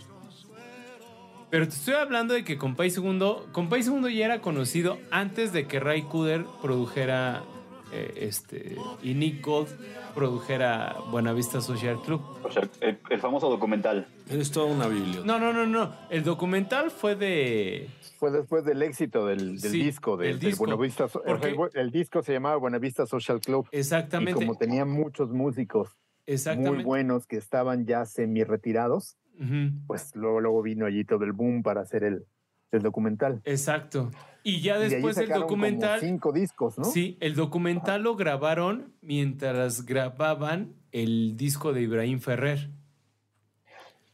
[SPEAKER 5] Pero te estoy hablando de que Compay Segundo, Compay Segundo ya era conocido antes de que Ray Cooder produjera eh, este y Nick Gold produjera Buenavista Social Club.
[SPEAKER 10] O sea, el, el famoso documental.
[SPEAKER 1] Eres toda una biblioteca.
[SPEAKER 5] No, no, no, no. El documental fue de
[SPEAKER 2] Fue después del éxito del, del
[SPEAKER 5] Sí,
[SPEAKER 2] disco, de-
[SPEAKER 5] del
[SPEAKER 2] del
[SPEAKER 5] disco.
[SPEAKER 2] Buenavista So-
[SPEAKER 5] Porque-
[SPEAKER 2] el, el disco se llamaba Buenavista Social Club. Y
[SPEAKER 5] Exactamente.
[SPEAKER 2] como tenía muchos músicos muy
[SPEAKER 5] Exactamente.
[SPEAKER 2] buenos que estaban ya semi retirados,
[SPEAKER 5] Ujú.
[SPEAKER 2] pues luego, luego vino allí todo el boom para hacer el, el documental.
[SPEAKER 5] Exacto. Y ya
[SPEAKER 2] Y de allí
[SPEAKER 5] después del
[SPEAKER 2] sacaron como
[SPEAKER 5] documental.
[SPEAKER 2] cinco discos, ¿no?
[SPEAKER 5] Sí, el documental lo grabaron mientras grababan el disco de Ibrahim Ferrer.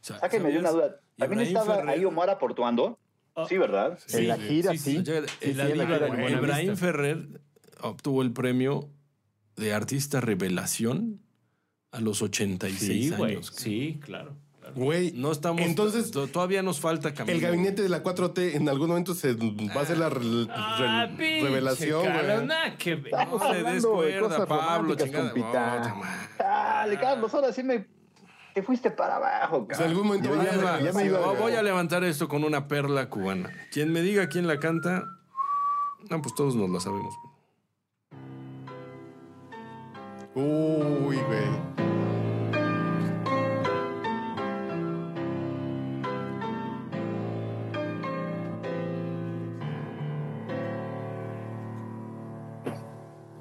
[SPEAKER 10] Sáquenme de una duda. ¿También
[SPEAKER 1] Ibrahim
[SPEAKER 10] estaba
[SPEAKER 1] Ferrer.
[SPEAKER 10] ahí Omar aportuando?
[SPEAKER 5] Ah,
[SPEAKER 10] Sí, ¿verdad?
[SPEAKER 2] En la gira, sí.
[SPEAKER 1] Llega-
[SPEAKER 2] Sí,
[SPEAKER 1] la
[SPEAKER 2] sí, en la
[SPEAKER 1] diva
[SPEAKER 2] gira
[SPEAKER 1] de
[SPEAKER 2] de Buena
[SPEAKER 1] Ibrahim
[SPEAKER 2] Vista.
[SPEAKER 1] Ferrer obtuvo el premio de artista revelación a los 86
[SPEAKER 5] Sí, güey.
[SPEAKER 1] años.
[SPEAKER 5] Sí, claro. claro.
[SPEAKER 4] Güey,
[SPEAKER 1] No estamos.
[SPEAKER 4] Entonces-
[SPEAKER 1] to- todavía nos falta camino.
[SPEAKER 4] el gabinete de la 4T en algún momento se va a hacer la rel-
[SPEAKER 5] Ah,
[SPEAKER 4] rel-
[SPEAKER 5] pinche
[SPEAKER 4] revelación,
[SPEAKER 5] Carlos,
[SPEAKER 4] güey.
[SPEAKER 5] nada que ver.
[SPEAKER 2] Estamos
[SPEAKER 1] No le des
[SPEAKER 2] hablando de
[SPEAKER 1] cuerda,
[SPEAKER 2] cosas
[SPEAKER 1] Pablo,
[SPEAKER 2] románticas, compita.
[SPEAKER 1] chingada. No, toma.
[SPEAKER 10] Dale, Carlos, ahora sí me. Te fuiste para abajo,
[SPEAKER 4] O sea, en
[SPEAKER 10] cabrón.
[SPEAKER 4] algún momento
[SPEAKER 2] Yo
[SPEAKER 4] va a
[SPEAKER 2] ya
[SPEAKER 4] haber
[SPEAKER 2] me- ya me
[SPEAKER 4] revelación,
[SPEAKER 2] iba a-
[SPEAKER 4] güey.
[SPEAKER 1] Voy a levantar esto con una perla cubana. Quien me diga quién la canta, no, pues todos nos la sabemos.
[SPEAKER 4] Uy, güey.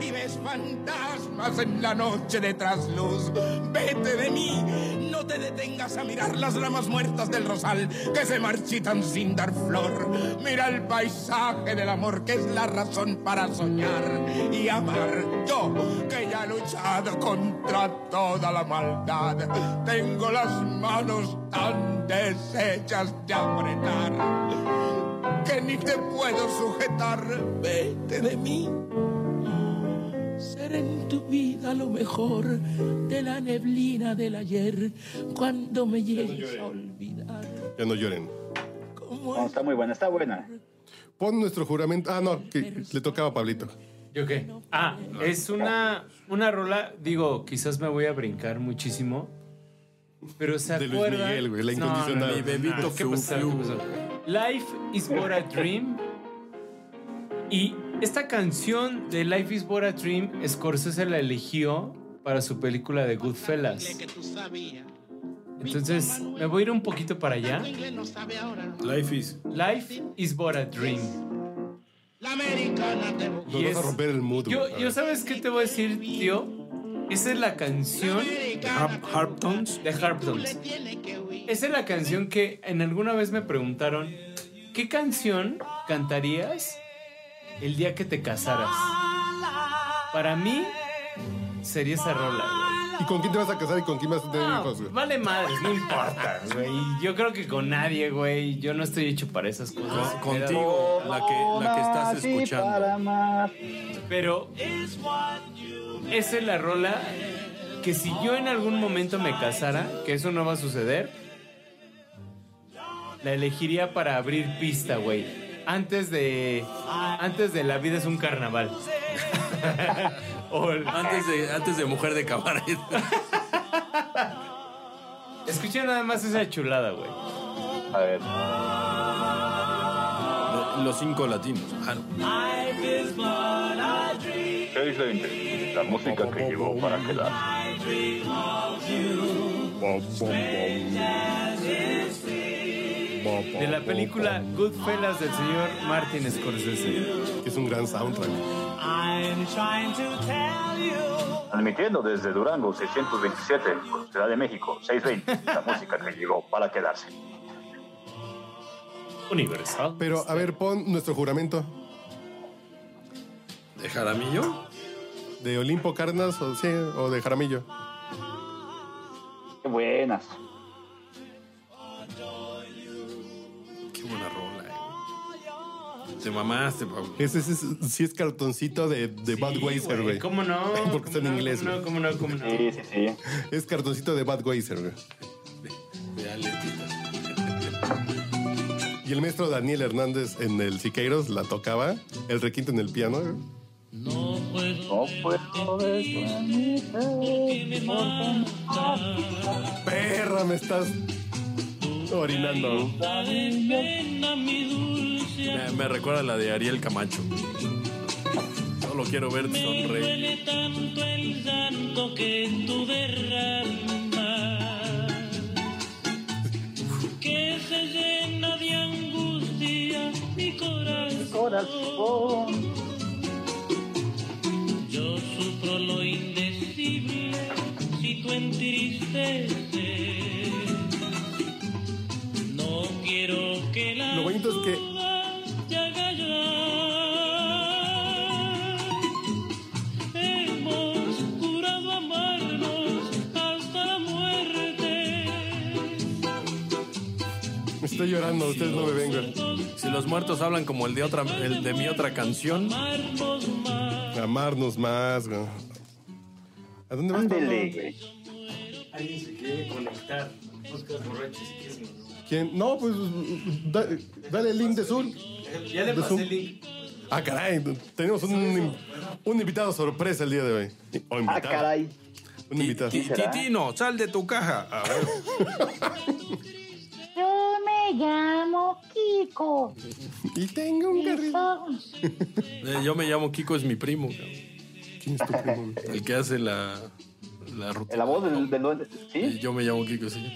[SPEAKER 14] y ves fantasmas en la noche de trasluz. Vete de mí, no
[SPEAKER 12] te detengas a mirar las ramas muertas del rosal que se marchitan sin dar flor. Mira el paisaje del amor que es la razón para soñar y amar. Yo, que ya he luchado contra toda la maldad, tengo las manos tan deshechas de apretar que ni te puedo sujetar. Vete de mí.
[SPEAKER 3] Ser en tu vida lo mejor de la neblina del ayer cuando me llegues a olvidar.
[SPEAKER 4] Ya no lloren.
[SPEAKER 10] No, está muy buena, está buena.
[SPEAKER 4] Pon nuestro juramento. Ah, no, que le tocaba a Pablito.
[SPEAKER 5] ¿Yo qué? Ah, es una, una rola, digo, quizás me voy a brincar muchísimo, pero se
[SPEAKER 4] De
[SPEAKER 5] acuerdan...
[SPEAKER 4] Luis Miguel, güey, la
[SPEAKER 5] No, no,
[SPEAKER 4] incondicional. Ah,
[SPEAKER 5] no,
[SPEAKER 4] Mi bebito
[SPEAKER 5] ¿qué
[SPEAKER 4] fiu,
[SPEAKER 5] pasó?
[SPEAKER 4] fiu.
[SPEAKER 5] ¿Qué pasó? Life is But a Dream. Y esta canción de Life is But a Dream, Scorsese la eligió para su película de Goodfellas. Entonces, me voy a ir un poquito para allá.
[SPEAKER 1] Life is.
[SPEAKER 5] Life is But a Dream.
[SPEAKER 4] Nos
[SPEAKER 5] Y
[SPEAKER 4] vas a
[SPEAKER 5] es-
[SPEAKER 4] romper el mood,
[SPEAKER 5] Yo,
[SPEAKER 4] güey.
[SPEAKER 5] yo sabes qué te voy a decir, tío. Esa es la canción de Harptones. De Harptones. Esa es la canción que en alguna vez me preguntaron, ¿qué canción cantarías el día que te casaras? Para mí sería esa rola.
[SPEAKER 4] ¿Y con quién te vas a casar y con quién vas a tener
[SPEAKER 5] No,
[SPEAKER 4] hijos, güey?
[SPEAKER 5] vale madres, no importa, güey. Yo creo que con nadie, güey. Yo no estoy hecho para esas cosas.
[SPEAKER 1] contigo, la que- la que estás Así escuchando. para
[SPEAKER 5] Pero esa es la rola que si yo en algún momento me casara, que eso no va a suceder, la elegiría para abrir pista, güey. Antes de antes de la vida es un
[SPEAKER 1] <laughs>
[SPEAKER 5] carnaval.
[SPEAKER 1] Antes de, antes de Mujer de
[SPEAKER 5] <laughs>
[SPEAKER 1] Cabaret.
[SPEAKER 5] Escucha nada más esa chulada, güey.
[SPEAKER 10] A ver.
[SPEAKER 1] Eh, Los cinco latinos. Ah, no.
[SPEAKER 10] La música que llegó para quedar.
[SPEAKER 5] De la película Goodfellas del señor Martin Scorsese.
[SPEAKER 4] Es un gran soundtrack.
[SPEAKER 10] Transmitiendo desde Durango 627, Ciudad de México 620, la música que llegó para quedarse.
[SPEAKER 5] Universal.
[SPEAKER 4] Pero, a ver, pon nuestro juramento.
[SPEAKER 1] ¿De Jaramillo?
[SPEAKER 4] ¿De Olimpo Carnas o, sí, o de Jaramillo?
[SPEAKER 10] Qué buenas.
[SPEAKER 1] Qué buena rola, eh. Te mamaste, Pablo.
[SPEAKER 4] Ese, ese es- sí es cartoncito de, de Budweiser, güey.
[SPEAKER 5] ¿Cómo no?
[SPEAKER 4] <laughs> Porque está en inglés,
[SPEAKER 5] ¿Cómo no?
[SPEAKER 4] güey.
[SPEAKER 5] ¿Cómo no? ¿Cómo no?
[SPEAKER 10] Sí, sí, sí.
[SPEAKER 4] Es cartoncito de Budweiser, güey.
[SPEAKER 1] Ya, Letita.
[SPEAKER 4] Y el maestro Daniel Hernández en el Siqueiros la tocaba, el requinto en el piano. güey.
[SPEAKER 10] No puedo
[SPEAKER 4] Perra, me estás orinando.
[SPEAKER 1] Eh, Me, me recuerda la de Ariel Camacho. Solo quiero verte sonreír.
[SPEAKER 9] que se llena de angustia mi corazón. Yo sufro lo indecible si tú entristeces. No quiero que la
[SPEAKER 4] Lo bonito es que
[SPEAKER 9] duda te haga llorar. Hemos jurado amarnos hasta la muerte.
[SPEAKER 4] me estoy llorando, ustedes no me vengan.
[SPEAKER 1] Si los muertos hablan como el de otra, el de mi otra canción,
[SPEAKER 4] Amarnos más, güey. ¿A dónde vas?
[SPEAKER 10] Ándele,
[SPEAKER 4] Pablo?
[SPEAKER 10] güey.
[SPEAKER 5] Alguien se quiere conectar. Buscas borrachos y
[SPEAKER 4] ¿Quién? No, pues da- dale el link de Zoom.
[SPEAKER 5] Ya le
[SPEAKER 4] De
[SPEAKER 1] Pues,
[SPEAKER 5] pasé
[SPEAKER 4] Zoom.
[SPEAKER 5] el link.
[SPEAKER 4] Ah, caray, tenemos un, un invitado sorpresa el día de hoy. O
[SPEAKER 10] Ah,
[SPEAKER 4] invitado,
[SPEAKER 10] caray.
[SPEAKER 4] un invitado.
[SPEAKER 1] Ti- Titino, sal de tu caja. Ah, bueno.
[SPEAKER 6] Yo me llamo Kiko.
[SPEAKER 4] Y tengo un carrito.
[SPEAKER 1] Eh, yo me llamo Kiko, es mi primo.
[SPEAKER 4] ¿Quién es tu primo? güey?
[SPEAKER 1] El que hace la, la ruta.
[SPEAKER 10] La voz del, del duende.
[SPEAKER 1] Eh,
[SPEAKER 10] ¿Sí?
[SPEAKER 1] Yo me llamo Kiko, sí.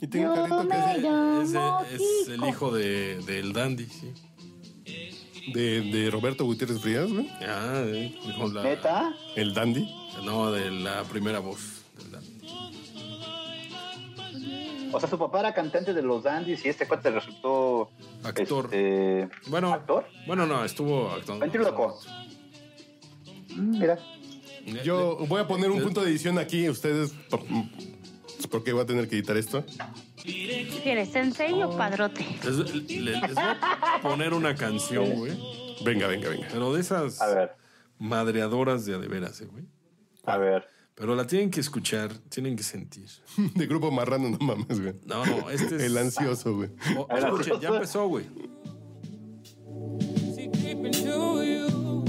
[SPEAKER 4] Y tengo un carrito que
[SPEAKER 6] Me
[SPEAKER 4] hace
[SPEAKER 1] Ese
[SPEAKER 6] llamo
[SPEAKER 1] es el
[SPEAKER 6] Kiko.
[SPEAKER 1] hijo de, del Dandy, sí.
[SPEAKER 4] de, de Roberto Gutiérrez Frías, güey.
[SPEAKER 1] Ah, eh, con la-
[SPEAKER 10] ¿Neta?
[SPEAKER 4] El dandy.
[SPEAKER 1] No, de la primera voz. del Dandy.
[SPEAKER 10] O sea, su papá era cantante de los dandies y este cuate resultó.
[SPEAKER 1] Actor.
[SPEAKER 10] este,
[SPEAKER 1] Bueno, bueno, no, estuvo actuando.
[SPEAKER 10] Ventríloco. Mira.
[SPEAKER 4] Yo voy a poner un punto de edición aquí, ustedes, pa- porque voy a tener que editar esto.
[SPEAKER 8] ¿Qué quieres, sensei o padrote?
[SPEAKER 1] Les, le- les voy a poner una canción, güey.
[SPEAKER 4] Venga, venga, venga.
[SPEAKER 1] Pero de esas madreadoras de a de veras, eh, güey.
[SPEAKER 10] A ver.
[SPEAKER 1] Pero la tienen que escuchar, tienen que sentir.
[SPEAKER 4] <laughs> De grupo marrano, no mames, güey.
[SPEAKER 1] No, no, este es-
[SPEAKER 4] El ansioso, güey.
[SPEAKER 1] Oh, escuchen, ya empezó, güey.
[SPEAKER 13] creeping to you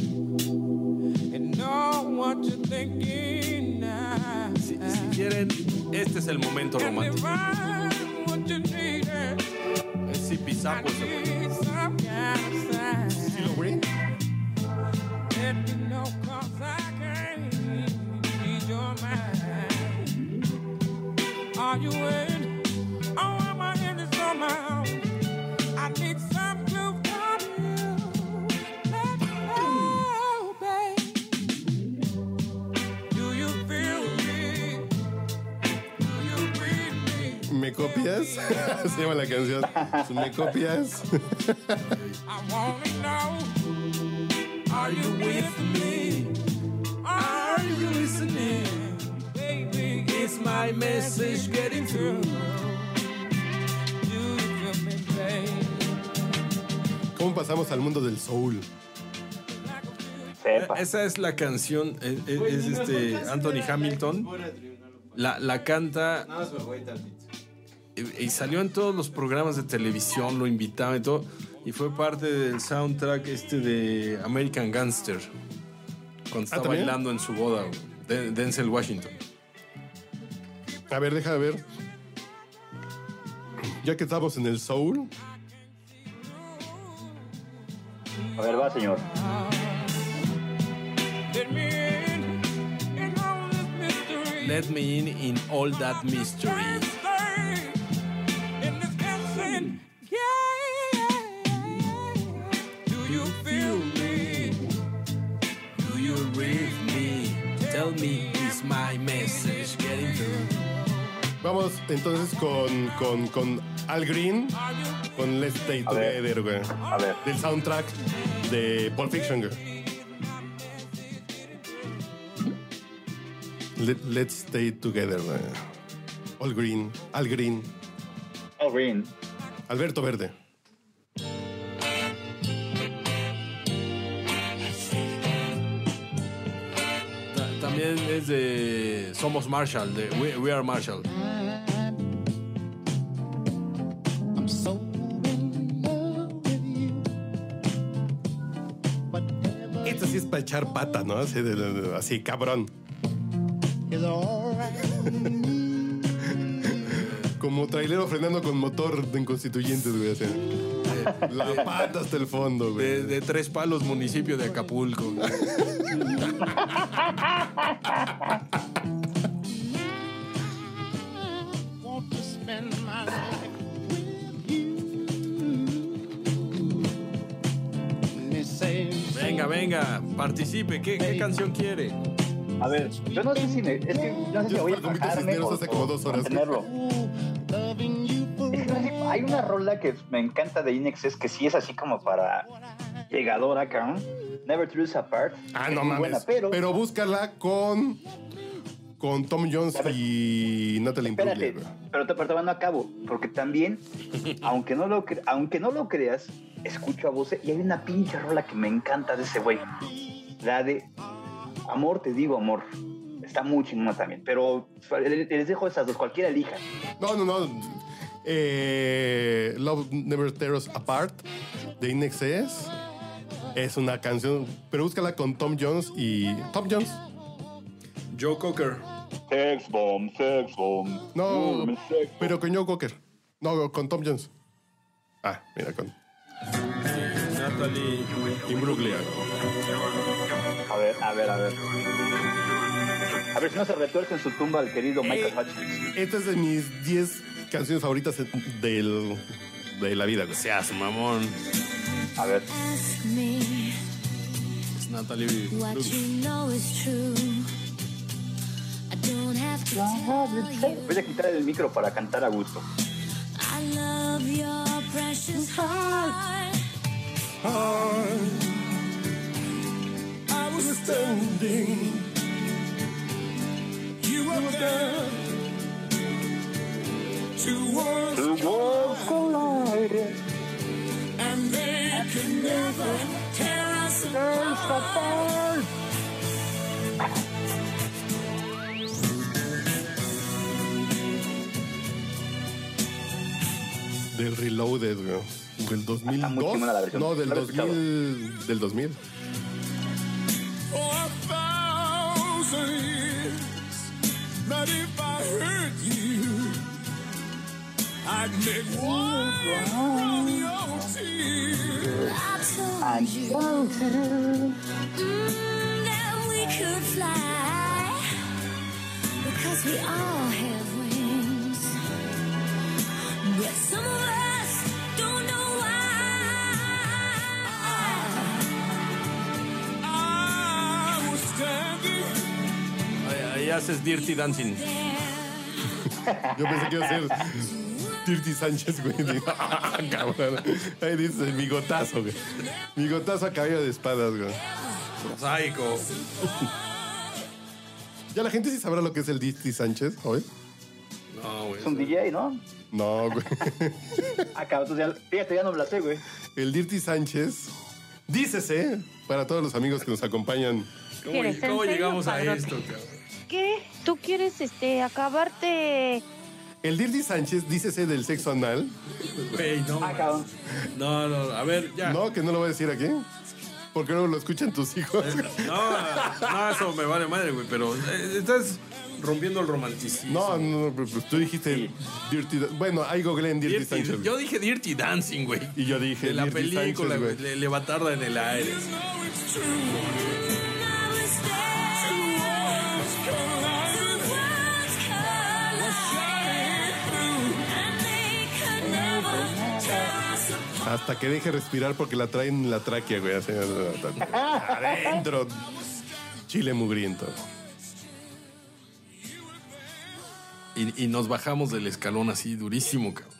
[SPEAKER 13] and know what you're thinking now.
[SPEAKER 1] Si, si quieren, este es el momento romántico.
[SPEAKER 13] Divine what you needed.
[SPEAKER 1] Es zipizapo ese, güey.
[SPEAKER 13] Need some outside. Let me know 'cause I can't read your mind. Are you in? Oh, am I in it somehow? I need some clue from you. Let me know, babe. Do you feel me? Do you read me?
[SPEAKER 4] ¿Me copias? <laughs> Se llama
[SPEAKER 10] <laughs>
[SPEAKER 4] la canción. ¿Me copias? <laughs>
[SPEAKER 13] I wanna know. Are you with me? Are you listening? Baby, is my message getting through? Do you feel me, babe?
[SPEAKER 4] ¿Cómo pasamos al mundo del soul?
[SPEAKER 1] Esa es la canción, eh, eh, es, este Anthony Hamilton. La, la canta
[SPEAKER 15] Nada más me voy tantito.
[SPEAKER 1] y, y salió en todos los programas de televisión, lo invitaban y todo. Y fue parte del soundtrack este de American Gangster. Cuando estaba
[SPEAKER 4] ¿también?
[SPEAKER 1] bailando en su boda, güey, de- Denzel Washington.
[SPEAKER 4] A ver, deja de ver. Ya que estamos en el soul,
[SPEAKER 10] A ver, va, señor.
[SPEAKER 13] Let me in. In all this mystery.
[SPEAKER 1] Let me in in all that mystery.
[SPEAKER 13] In this dancing. Yeah, yeah, yeah, yeah. Do you feel me?
[SPEAKER 1] Do you read me? Tell me is my message getting through.
[SPEAKER 4] vamos entonces con, con, con Al Green, con Let's Stay
[SPEAKER 10] A ver.
[SPEAKER 4] Together, güey.
[SPEAKER 10] A ver.
[SPEAKER 4] Del soundtrack de Pulp Fiction, güey. Let- let's Stay Together, güey. All Green, Al Green.
[SPEAKER 10] All Green.
[SPEAKER 4] Alberto Verde.
[SPEAKER 1] Ta- También es de Somos Marshall, de We, We Are Marshall.
[SPEAKER 14] I'm so in love with you.
[SPEAKER 4] Esto sí es para echar pata, ¿no? Así, de- de- de- así, cabrón.
[SPEAKER 14] It's all right.
[SPEAKER 4] Como trailero frenando con motor de inconstituyentes, güey. así. La pata hasta el fondo, güey.
[SPEAKER 1] De, de Tres Palos, municipio de Acapulco.
[SPEAKER 4] <laughs>
[SPEAKER 14] Want to spend my life
[SPEAKER 1] Venga, venga, participe. ¿Qué, qué canción quiere?
[SPEAKER 10] A ver, yo no sé si me. Es que no sé si voy a bajarme o, hace como dos horas. tenerlo. Hay una rola que me encanta de Inex es que sí es así como para llegadora, acá. Never Truce Apart.
[SPEAKER 4] Ah,
[SPEAKER 10] Es
[SPEAKER 4] no
[SPEAKER 10] muy
[SPEAKER 4] mames.
[SPEAKER 10] buena,
[SPEAKER 4] pero...
[SPEAKER 10] pero
[SPEAKER 4] búscala con. Con Tom Jones y Natalie
[SPEAKER 10] espérate,
[SPEAKER 4] Imbruglia, güey.
[SPEAKER 10] pero te pero tomando a cabo, porque
[SPEAKER 1] <laughs>
[SPEAKER 10] también, aunque no lo cre- aunque no lo creas, escucho a voces y hay una pinche rola que me encanta de ese güey. La de Amor, te digo amor. Está muy chingona también, pero les dejo esas dos, cualquiera elija.
[SPEAKER 4] No, no, no. Eh, Love Never Tear Us Apart de Inexcess. Es una canción, pero búscala con Tom Jones y. Tom Jones.
[SPEAKER 1] Joe Cocker.
[SPEAKER 10] Sex bomb, sex bomb.
[SPEAKER 4] No, pero con Joe Cocker. No, con Tom Jones. Ah, mira, con.
[SPEAKER 1] Natalie
[SPEAKER 4] Imbruglia.
[SPEAKER 10] A ver, a ver, a ver. A ver si no se retuerce en su tumba el querido Michael Hutchins.
[SPEAKER 4] Esta es de mis 10 canciones favoritas del, de la vida. Se
[SPEAKER 1] hace mamón.
[SPEAKER 10] A ver.
[SPEAKER 16] Ask me
[SPEAKER 1] Es Natalie
[SPEAKER 16] what you
[SPEAKER 1] Imbruglia.
[SPEAKER 16] know is true. I
[SPEAKER 10] Voy a quitar el micro para cantar a gusto.
[SPEAKER 13] I love your precious heart.
[SPEAKER 11] I was standing. You were there. Two worlds collided. And they could never tear us apart.
[SPEAKER 4] Del Reloaded, güey. Del 2002.
[SPEAKER 10] chingona la versión.
[SPEAKER 4] No, del
[SPEAKER 10] No la he escuchado.
[SPEAKER 4] 2000. Del 2000.
[SPEAKER 11] for a thousand years. That if I hurt you, I'd make wine from your tears.
[SPEAKER 13] I told you mm, that we could fly because we all have wings. But some of us don't know why.
[SPEAKER 11] I was standing
[SPEAKER 1] Ahí, ahí haces Dirty Dancing.
[SPEAKER 4] Yo pensé que iba a ser Dirty Sánchez, güey. <laughs> Digo, ah, cabrón. Ahí dices el bigotazo, güey. Bigotazo a caballo de espadas, güey. <laughs>
[SPEAKER 1] Mosaico.
[SPEAKER 4] ¿Ya la gente sí sabrá lo que es el Dirty Sánchez hoy?
[SPEAKER 1] No, güey.
[SPEAKER 10] Es un DJ, ¿no?
[SPEAKER 4] No,
[SPEAKER 10] <laughs>
[SPEAKER 4] güey.
[SPEAKER 10] Acá, Ah, entonces ya, fíjate, ya no me la sé, güey.
[SPEAKER 4] El Dirty Sánchez, dícese, para todos los amigos que nos acompañan.
[SPEAKER 1] ¿Cómo,
[SPEAKER 8] ¿Quieres
[SPEAKER 1] cómo
[SPEAKER 8] en serio,
[SPEAKER 1] llegamos a
[SPEAKER 8] padrote?
[SPEAKER 1] esto, cabrón?
[SPEAKER 8] ¿Qué? ¿Tú quieres este acabarte?
[SPEAKER 4] El Dirty Sánchez, dícese del sexo anal.
[SPEAKER 1] Güey, no.
[SPEAKER 10] Ah, cabrón.
[SPEAKER 1] No, no, a ver, ya.
[SPEAKER 4] No, que no lo voy a decir aquí. Porque luego lo escuchan tus hijos.
[SPEAKER 1] No, no, eso me vale madre, güey, pero eh, estás rompiendo el romanticismo.
[SPEAKER 4] No, no, pues tú dijiste Dirty. Bueno, ahí googleen Dirty,
[SPEAKER 1] Dirty-
[SPEAKER 4] Sánchez.
[SPEAKER 1] yo dije Dirty Dancing, güey.
[SPEAKER 4] y yo dije.
[SPEAKER 1] De la
[SPEAKER 4] Dirty
[SPEAKER 1] película,
[SPEAKER 4] Sánchez,
[SPEAKER 1] güey. Le, le batarda en el aire.
[SPEAKER 11] oh,
[SPEAKER 4] Hasta que deje respirar porque la traen en la tráquea, güey. así, adentro. Chile mugriento.
[SPEAKER 1] Y, y nos bajamos del escalón así durísimo, cabrón.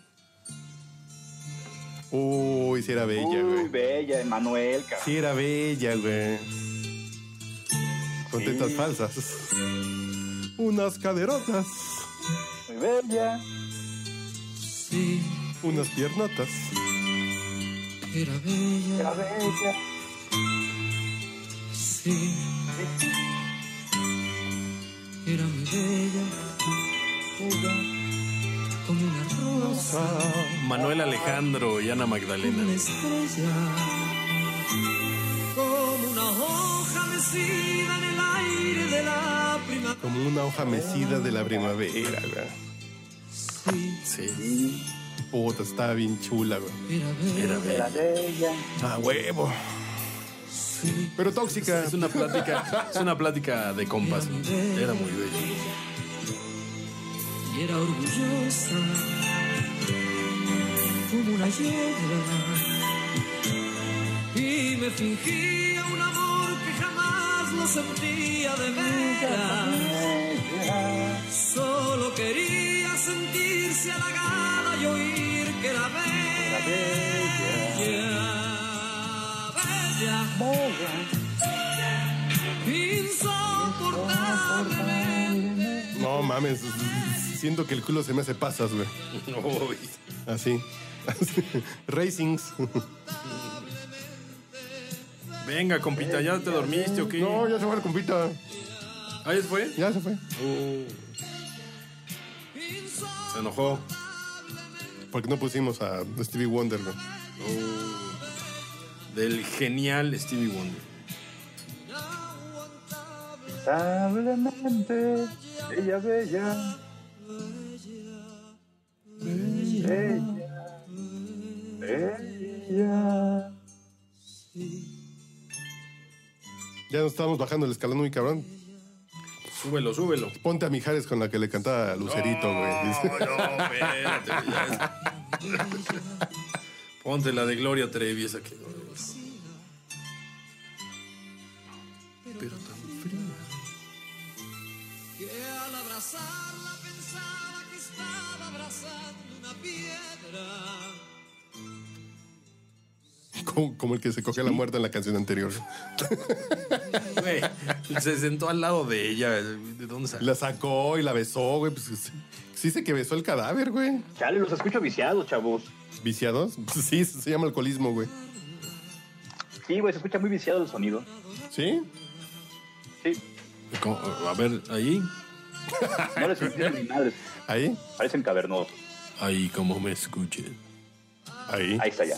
[SPEAKER 4] Uy, si era bella,
[SPEAKER 10] Uy,
[SPEAKER 4] güey.
[SPEAKER 10] bella, Emanuel, cabrón.
[SPEAKER 4] Si era bella, güey. Con tetas falsas. <laughs> Unas caderotas.
[SPEAKER 10] Muy bella.
[SPEAKER 4] Y unas piernotas.
[SPEAKER 14] Era bella,
[SPEAKER 10] Era bella.
[SPEAKER 14] sí. Era muy bella, como una rosa,
[SPEAKER 1] Manuel Alejandro y Ana Magdalena.
[SPEAKER 14] una estrella.
[SPEAKER 13] Como una hoja mecida en el aire de la primavera.
[SPEAKER 4] Como una hoja mecida de la primavera, güey.
[SPEAKER 1] Sí.
[SPEAKER 4] Puta, estaba bien chula, güey.
[SPEAKER 14] Era bella,
[SPEAKER 1] Era
[SPEAKER 10] Era
[SPEAKER 1] bella.
[SPEAKER 10] bella.
[SPEAKER 4] A huevo. Pero tóxica.
[SPEAKER 1] Es una
[SPEAKER 4] <laughs>
[SPEAKER 1] plática, es una plática de compas. Era muy bella.
[SPEAKER 14] y era orgullosa, como una hiedra.
[SPEAKER 13] Y me fingía un amor que jamás lo sentía de veras. Solo quería sentirse halagada y oír que era bella. Bella, Insoportablemente.
[SPEAKER 4] No mames. Siento que el culo se me hace pasas, güey.
[SPEAKER 1] Uy.
[SPEAKER 4] Así. <laughs> Racings.
[SPEAKER 1] Venga, <laughs> compita, ¿ya te dormiste o qué?
[SPEAKER 4] No, ya se fue el compita.
[SPEAKER 1] ¿Ahí se fue? Oh.
[SPEAKER 4] Ya se fue.
[SPEAKER 1] Se enojó.
[SPEAKER 4] Porque no pusimos a Stevie Wonder, güey.
[SPEAKER 1] Oh. Del genial Stevie Wonder.
[SPEAKER 10] Lamentablemente. Ella, bella. Bella.
[SPEAKER 4] ¿Eh?
[SPEAKER 13] <laughs>
[SPEAKER 10] Bella.
[SPEAKER 4] Ya nos estábamos bajando el escalón muy cabrón.
[SPEAKER 1] Súbelo, súbelo.
[SPEAKER 4] Ponte a Mijares con la que le cantaba a Lucerito, güey. Dice.
[SPEAKER 1] No, no, espérate. ya. Ponte la de Gloria Trevi esa que no es. Pero tan fría.
[SPEAKER 13] Que a la
[SPEAKER 4] como, como el que se coge a la muerta en la canción anterior.
[SPEAKER 1] Güey, se sentó al lado de ella. ¿De dónde salió?
[SPEAKER 4] La sacó y la besó, güey. Pues, sí, sí dice que besó el cadáver, güey.
[SPEAKER 10] Chale, los escucho viciados, chavos.
[SPEAKER 4] ¿Viciados? <laughs> Pues sí, se llama alcoholismo, güey.
[SPEAKER 10] Sí, güey, se escucha muy viciado el sonido.
[SPEAKER 4] ¿Sí?
[SPEAKER 1] ¿Cómo? A ver, ahí.
[SPEAKER 10] No les entiendo ni madres.
[SPEAKER 4] ¿Ahí?
[SPEAKER 10] Parecen cavernosos.
[SPEAKER 1] Ahí, como me escuchen.
[SPEAKER 4] Ahí.
[SPEAKER 10] Ahí está ya.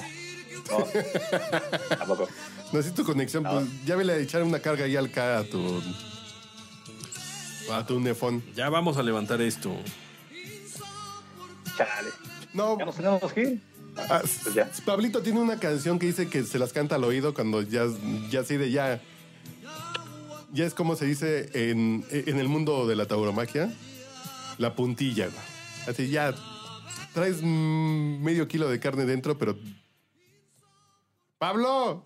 [SPEAKER 10] No.
[SPEAKER 1] <laughs>
[SPEAKER 10] Tampoco.
[SPEAKER 4] Necesito conexión,
[SPEAKER 1] Ah.
[SPEAKER 10] No.
[SPEAKER 4] pues ya vele a echar una carga ahí al ca a tu. A tu nefón.
[SPEAKER 1] Ya vamos a levantar esto.
[SPEAKER 10] Chale.
[SPEAKER 4] No.
[SPEAKER 10] Ya nos tenemos que ir. Pues
[SPEAKER 4] Ah, Pablito tiene una canción que dice que se las canta al oído cuando ya, ya así de ya. Ya es como se dice en, en el mundo de la tauromaquia. La puntilla, güey. Así ya. Traes mm, medio kilo de carne dentro, pero. ¡Pablo!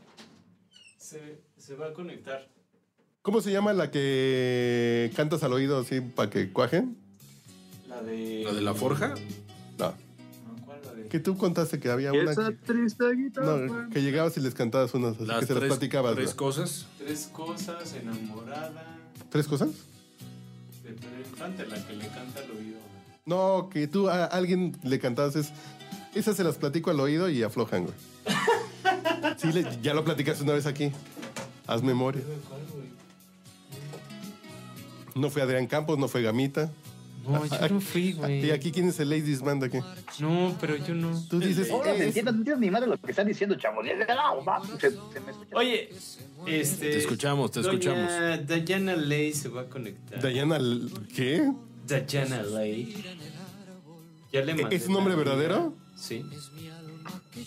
[SPEAKER 5] Se, se va a conectar.
[SPEAKER 4] ¿Cómo se llama la que cantas al oído así para que cuajen?
[SPEAKER 5] La de.
[SPEAKER 1] ¿La de la forja?
[SPEAKER 4] No.
[SPEAKER 5] ¿Cuál la
[SPEAKER 4] Que tú contaste que había una. que-
[SPEAKER 5] triste
[SPEAKER 4] No, que llegabas y les cantabas unas, así
[SPEAKER 1] Las
[SPEAKER 4] que se las
[SPEAKER 1] tres-
[SPEAKER 4] platicabas.
[SPEAKER 1] tres
[SPEAKER 4] güey.
[SPEAKER 1] cosas.
[SPEAKER 5] Tres cosas, enamorada.
[SPEAKER 4] ¿Tres cosas?
[SPEAKER 5] De Pedro Infante, la que le canta al oído.
[SPEAKER 4] No, que tú a alguien le cantabas es- Esas se las platico al oído y aflojan, güey. Sí, le- ya lo platicaste una vez aquí. Haz memoria. No fue Adrián Campos, no fue Gamita.
[SPEAKER 5] No, yo no fui, güey.
[SPEAKER 4] ¿Y aquí quién es el Ladies Band aquí?
[SPEAKER 5] No, pero yo no.
[SPEAKER 4] Tú dices.
[SPEAKER 10] No las
[SPEAKER 4] "Es-
[SPEAKER 10] entiendas, no entiendes ni madre lo que están diciendo, chavos. Ya, ya, no, va, Se, se me escucha.
[SPEAKER 5] Oye, este.
[SPEAKER 1] Te escuchamos, te escuchamos.
[SPEAKER 5] Dayana Ley se va a conectar.
[SPEAKER 4] Dayana, L- ¿qué?
[SPEAKER 5] Dayana Ley. Ya le mandé.
[SPEAKER 4] ¿E-, ¿Es un nombre
[SPEAKER 5] la-
[SPEAKER 4] verdadero?
[SPEAKER 5] Sí.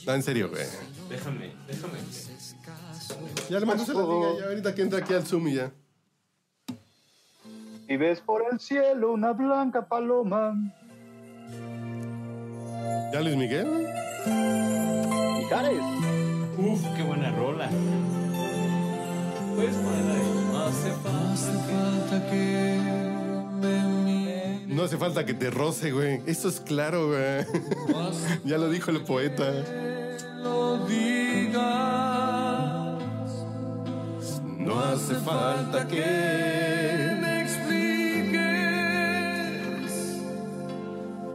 [SPEAKER 4] No, en serio, güey.
[SPEAKER 5] Déjame, déjame.
[SPEAKER 4] Ya le mandó se la diga, ya ahorita que entra aquí al Zoom y ya.
[SPEAKER 10] Y ves por el cielo una blanca paloma.
[SPEAKER 4] ¿Ya Luis Miguel?
[SPEAKER 10] Y Jares.
[SPEAKER 5] Uf, qué buena rola. Pues bueno, no hace falta que.
[SPEAKER 4] No hace falta que te roce, güey. Esto es claro, güey. <laughs> ya lo dijo el poeta.
[SPEAKER 13] lo digas.
[SPEAKER 4] No hace falta
[SPEAKER 13] que me expliques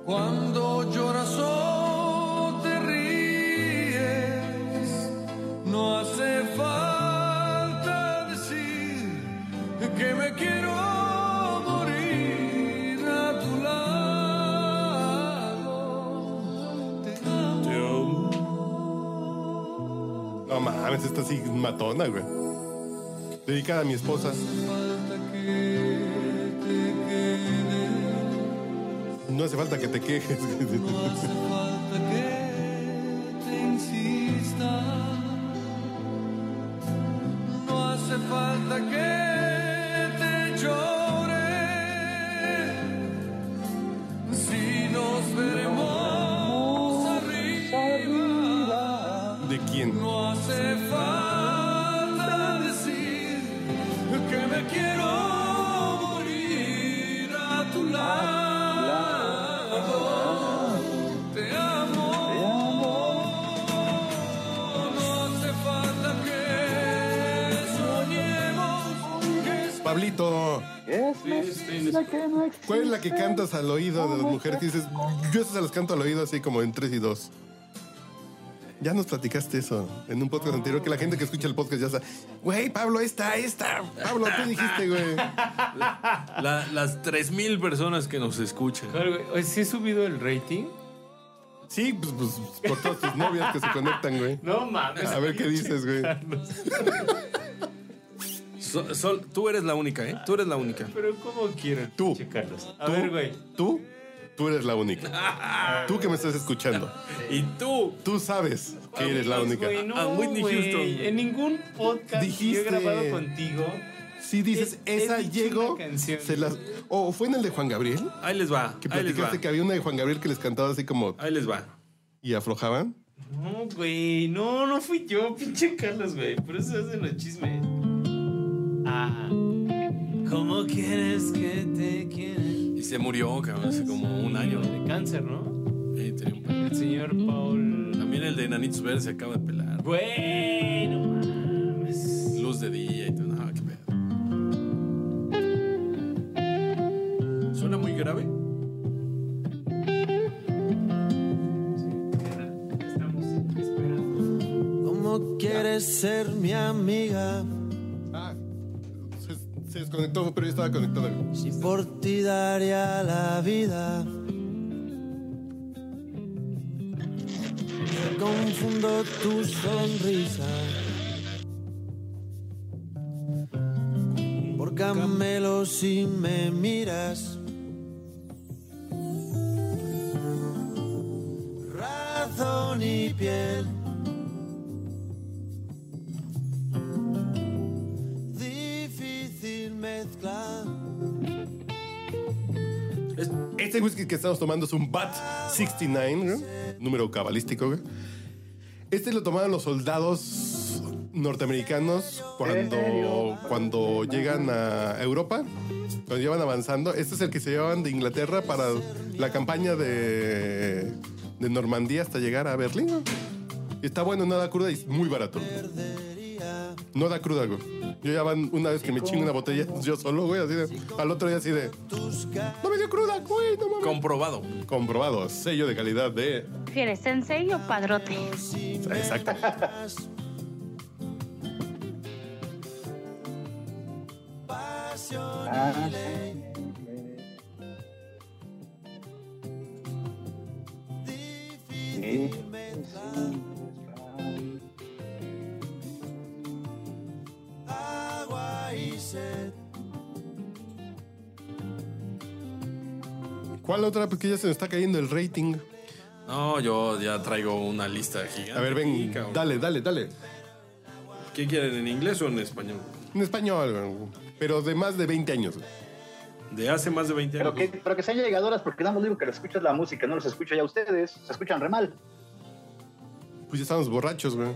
[SPEAKER 13] cuando lloras o te ríes. No hace falta decir que me quiero morir a tu lado. Te amo.
[SPEAKER 4] No mames, esta sí es matona, güey. Dedicada a mi esposa. No hace falta que te quejes. <laughs>
[SPEAKER 13] falta que te insista. No hace falta que te llore. Si nos veremos arriba.
[SPEAKER 4] ¿De quién?
[SPEAKER 13] No hace falta decir que me quiero morir a tu lado. Te amo. No hace falta que soñemos que
[SPEAKER 4] Pablito, ¿cuál es la que cantas al oído de las mujeres? Que dices, yo esas se las canto al oído así como en tres y dos. Ya nos platicaste eso en un podcast anterior, que la gente que escucha el podcast ya sabe, güey, Pablo, esta, esta. Pablo, tú dijiste, güey.
[SPEAKER 1] La- las 3.000 personas que nos escuchan.
[SPEAKER 5] Claro, güey. Oye, ¿Sí he subido el rating?
[SPEAKER 4] Sí, pues, pues, por todas tus novias que se conectan, güey.
[SPEAKER 5] No mames.
[SPEAKER 4] A ver qué dices, güey.
[SPEAKER 1] Sol- Sol, tú eres la única, ¿eh? Tú eres la única.
[SPEAKER 5] Pero ¿cómo quiero
[SPEAKER 4] Tú.
[SPEAKER 5] checarlos? A
[SPEAKER 4] Tú.
[SPEAKER 5] ver, güey.
[SPEAKER 4] Tú, tú eres la única. Tú que me estás escuchando.
[SPEAKER 1] Y tú.
[SPEAKER 4] Tú sabes que eres la única.
[SPEAKER 5] Güey, no,
[SPEAKER 1] A Whitney
[SPEAKER 5] güey.
[SPEAKER 1] Houston.
[SPEAKER 5] En ningún podcast
[SPEAKER 4] Dijiste.
[SPEAKER 5] que yo he grabado contigo.
[SPEAKER 4] Si dices,
[SPEAKER 5] He- he
[SPEAKER 4] esa
[SPEAKER 5] dicho
[SPEAKER 4] llego,
[SPEAKER 5] una canción.
[SPEAKER 4] se las... O fue en el de Juan Gabriel,
[SPEAKER 1] Ahí les va.
[SPEAKER 4] que
[SPEAKER 1] Ahí les va.
[SPEAKER 4] platicaste que había una de Juan Gabriel que les cantaba así como...
[SPEAKER 1] Ahí les va.
[SPEAKER 4] ¿Y aflojaban?
[SPEAKER 5] No, güey. No, no fui yo, pinche Carlos, güey. Por eso hacen los chismes. Ah. ¿Cómo quieres que te quiera?
[SPEAKER 1] Y se murió, cabrón, hace como un año.
[SPEAKER 5] De cáncer, ¿no?
[SPEAKER 1] ¿no? Sí, tenía un El señor Paul. También el de Enanitos Verdes se acaba de pelar.
[SPEAKER 17] Bueno, mames.
[SPEAKER 1] Luz de día y todo. No, qué pedo. ¿Suena muy grave?
[SPEAKER 13] ¿Cómo quieres ser mi amiga?
[SPEAKER 4] Se desconectó, pero yo estaba conectado.
[SPEAKER 13] Si por ti daría la vida. Confundo tu sonrisa. Por Camelo si me miras. Razón y piel. Difícil mezclar.
[SPEAKER 4] Este whisky que estamos tomando es un Bat 69, ¿no? número cabalístico. güey. Este lo tomaban los soldados norteamericanos cuando, cuando llegan a Europa, cuando llevan avanzando. Este es el que se llevaban de Inglaterra para la campaña de, de Normandía hasta llegar a Berlín. ¿no? Y está bueno, no da cruda y es muy barato. No da cruda, güey. Yo ya van una vez que me chingo una botella <laughs> yo solo, güey, así de, al otro día así de No me dio cruda, güey, no mames.
[SPEAKER 1] Comprobado.
[SPEAKER 4] comprobado, sello de calidad de
[SPEAKER 8] ¿Prefieres sensei o padrote?
[SPEAKER 4] Exacto.
[SPEAKER 13] Ah, agua y sed.
[SPEAKER 4] ¿Cuál otra? Porque ya se nos está cayendo el rating.
[SPEAKER 1] No, yo ya traigo una lista gigante.
[SPEAKER 4] A ver, ven,
[SPEAKER 1] Cabrón.
[SPEAKER 4] dale, dale, dale.
[SPEAKER 1] ¿Qué quieren, en inglés o en español?
[SPEAKER 4] En español, güey, pero de más de 20 años.
[SPEAKER 1] De hace más de 20
[SPEAKER 10] Pero que, pero que sean llegadoras, porque nada más digo que les escuchas la música, no los escucho ya a ustedes. Se escuchan re mal.
[SPEAKER 4] Pues ya estamos borrachos, güey.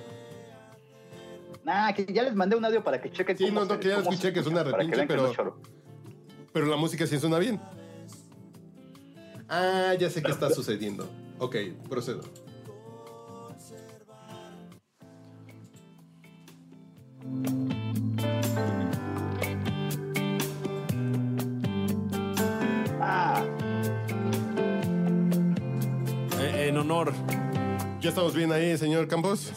[SPEAKER 10] Nah, que ya les mandé un audio para que chequen.
[SPEAKER 4] Sí,
[SPEAKER 10] cómo
[SPEAKER 4] no, no,
[SPEAKER 10] se-
[SPEAKER 4] que ya
[SPEAKER 10] cómo
[SPEAKER 4] escuché
[SPEAKER 10] se
[SPEAKER 4] que suena
[SPEAKER 10] escucha, para que
[SPEAKER 4] repinche,
[SPEAKER 10] vean que no es
[SPEAKER 4] pero.
[SPEAKER 10] choro.
[SPEAKER 4] Pero la música sí suena bien. Ah, ya sé qué está sucediendo. Ok, procedo.
[SPEAKER 1] Ah. Eh, en honor.
[SPEAKER 4] ¿Ya estamos bien ahí, señor Campos?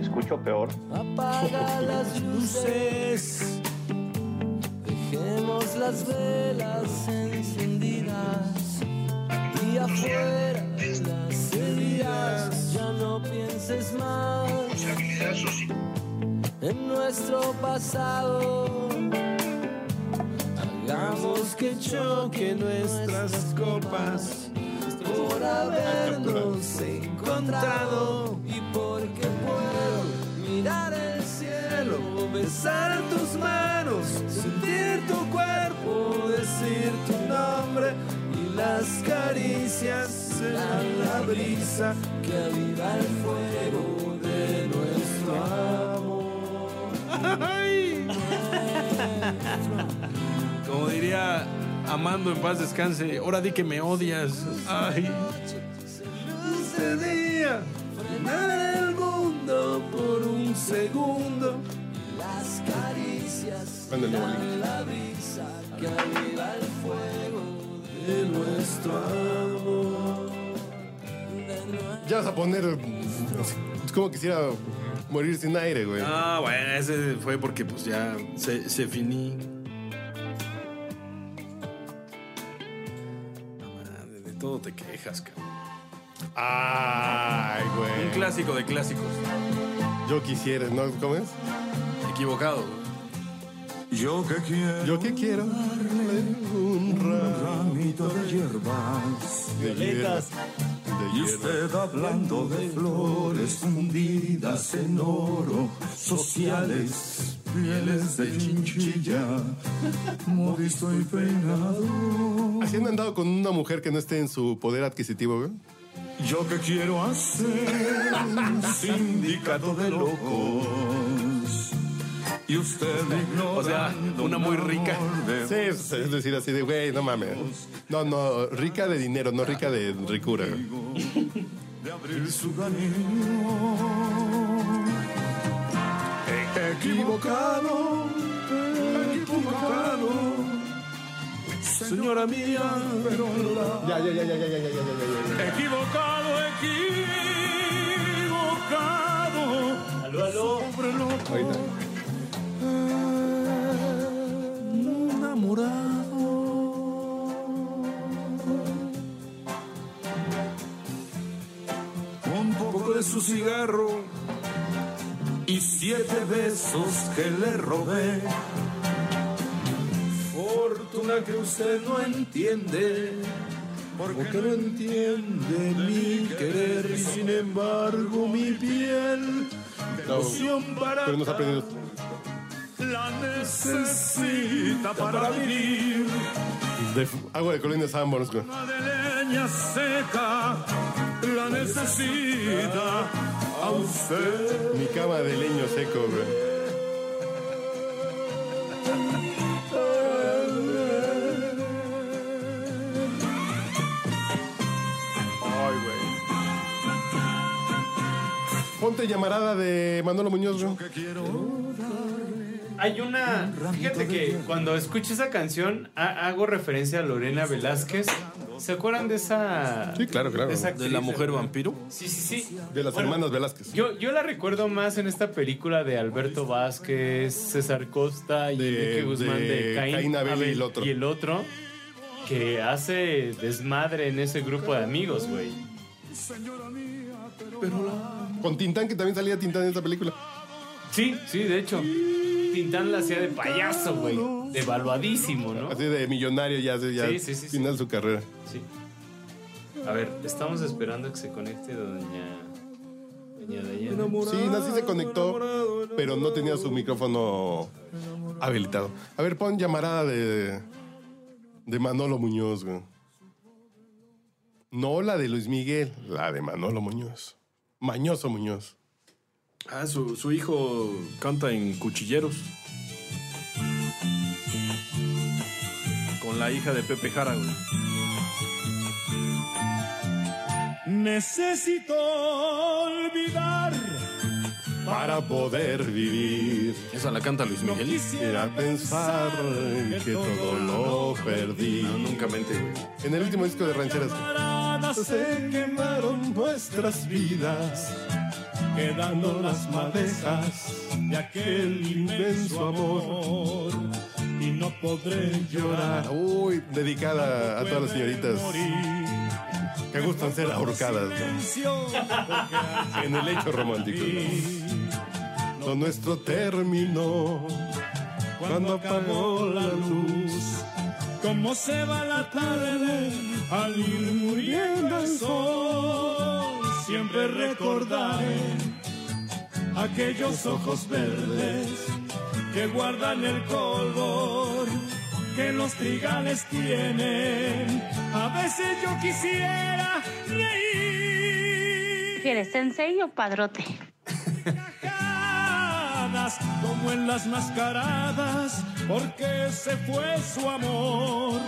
[SPEAKER 10] Escucho peor.
[SPEAKER 13] Apaga las luces. Dejemos las velas encendidas. Y afuera las heridas. Ya no pienses más en nuestro pasado. Hagamos que choquen nuestras copas por habernos encontrado y porque puedo mirar el cielo, besar tus manos, sentir tu cuerpo, decir tu nombre y las caricias serán la brisa que aviva el fuego de nuestro amor.
[SPEAKER 1] Como diría Amando en paz descanse, ahora di que me odias. Ay.
[SPEAKER 13] Este día, frenar el mundo por un segundo. Las caricias,
[SPEAKER 4] Ándale,
[SPEAKER 13] dan la brisa que aviva el fuego de nuestro amor.
[SPEAKER 4] Ya vas a poner. Es como quisiera morir sin aire, güey.
[SPEAKER 1] Ah, bueno, ese fue porque pues ya se, se finí. No, madre, de todo te quejas, cabrón.
[SPEAKER 4] Ay, güey.
[SPEAKER 1] Un clásico de clásicos.
[SPEAKER 4] Yo quisiera, ¿no? ¿Cómo es?
[SPEAKER 1] Equivocado.
[SPEAKER 11] Yo que quiero.
[SPEAKER 4] Yo que quiero. Darle un
[SPEAKER 11] ramito de hierbas.
[SPEAKER 4] Violetas.
[SPEAKER 11] Y usted hablando de flores fundidas en oro,
[SPEAKER 4] <laughs>
[SPEAKER 11] sociales, pieles de chinchilla, modisto y peinado.
[SPEAKER 4] Así han andado con una mujer que no esté en su poder adquisitivo, güey.
[SPEAKER 11] Yo que quiero hacer un sindicato de locos Y usted
[SPEAKER 4] O sea, una muy rica. Sí, es es decir, así de, güey, no mames. No, no, rica de dinero, no rica de ricura.
[SPEAKER 11] de abrir su camino. Equivocado, equivocado, señora mía, pero la...
[SPEAKER 4] Ya, ya, ya, ya, ya, ya, ya, ya, ya, ya.
[SPEAKER 11] Equivocado, equivocado. Aló, aló. Sobre lo enamorado. Un poco de su cigarro y siete besos que le robé. Fortuna que usted no entiende, porque no entiende mi querer. y Sin embargo, mi piel,
[SPEAKER 4] No,
[SPEAKER 11] devoción para
[SPEAKER 4] pero no está aprendiendo.
[SPEAKER 11] la necesita para vivir.
[SPEAKER 4] De agua de colina Sanborns, güey.
[SPEAKER 11] de leña seca la necesita a usted.
[SPEAKER 4] Mi cama de leño seco, güey. Ay, güey. Ponte llamarada de Manolo Muñoz, güey.
[SPEAKER 5] Hay una. Fíjate que cuando escucho esa canción ha- hago referencia a Lorena Velázquez. ¿Se acuerdan de esa.
[SPEAKER 4] Sí, claro, claro.
[SPEAKER 5] esa actriz,
[SPEAKER 4] ¿De la mujer
[SPEAKER 5] hermano?
[SPEAKER 4] vampiro?
[SPEAKER 5] Sí, sí, sí.
[SPEAKER 4] De las
[SPEAKER 5] Bueno,
[SPEAKER 4] hermanas Velázquez.
[SPEAKER 5] Yo, yo la recuerdo más en esta película de Alberto Vázquez, César Costa y Enrique Guzmán de,
[SPEAKER 4] de
[SPEAKER 5] Caín,
[SPEAKER 4] Caín, Abel y
[SPEAKER 5] Abel
[SPEAKER 4] el otro.
[SPEAKER 5] y el otro, que hace desmadre en ese grupo de amigos, güey.
[SPEAKER 4] Con Tintán, que también salía Tintán en esta película.
[SPEAKER 5] Sí, sí, de hecho. Tintán la hacía de payaso, güey. Devaluadísimo, ¿no?
[SPEAKER 4] Así de millonario ya, hace- ya
[SPEAKER 5] Sí, sí, sí,
[SPEAKER 4] final su carrera.
[SPEAKER 5] Sí. A ver, estamos esperando que se conecte doña. Doña Dayana.
[SPEAKER 4] Sí, así se conectó, pero no tenía su micrófono habilitado. A ver, pon llamarada de, de Manolo Muñoz, güey. No la de Luis Miguel, la de Manolo Muñoz. Mañoso Muñoz.
[SPEAKER 1] Ah, su, su hijo canta en Cuchilleros. Con la hija de Pepe Jara, güey.
[SPEAKER 11] Necesito olvidar.
[SPEAKER 4] Para poder vivir.
[SPEAKER 1] Esa la canta Luis Miguel.
[SPEAKER 4] Era pensar en que todo lo perdí.
[SPEAKER 1] No, nunca mente, güey.
[SPEAKER 4] En el último disco de Rancheras.
[SPEAKER 11] Se quemaron pues. nuestras vidas, quedando las madejas de aquel inmenso amor. Y no podré llorar.
[SPEAKER 4] Uy, dedicada a todas las señoritas que gustan ser ahorcadas ¿no? en el hecho romántico. ¿no? Lo nuestro terminó cuando apagó la luz.
[SPEAKER 11] Como se va la tarde al ir muriendo el sol, siempre recordaré aquellos ojos verdes que guardan el color que los trigales tienen. A veces yo quisiera reír.
[SPEAKER 8] ¿Quieres sensei o padrote?
[SPEAKER 11] mascaradas, como en las mascaradas, porque se fue su amor.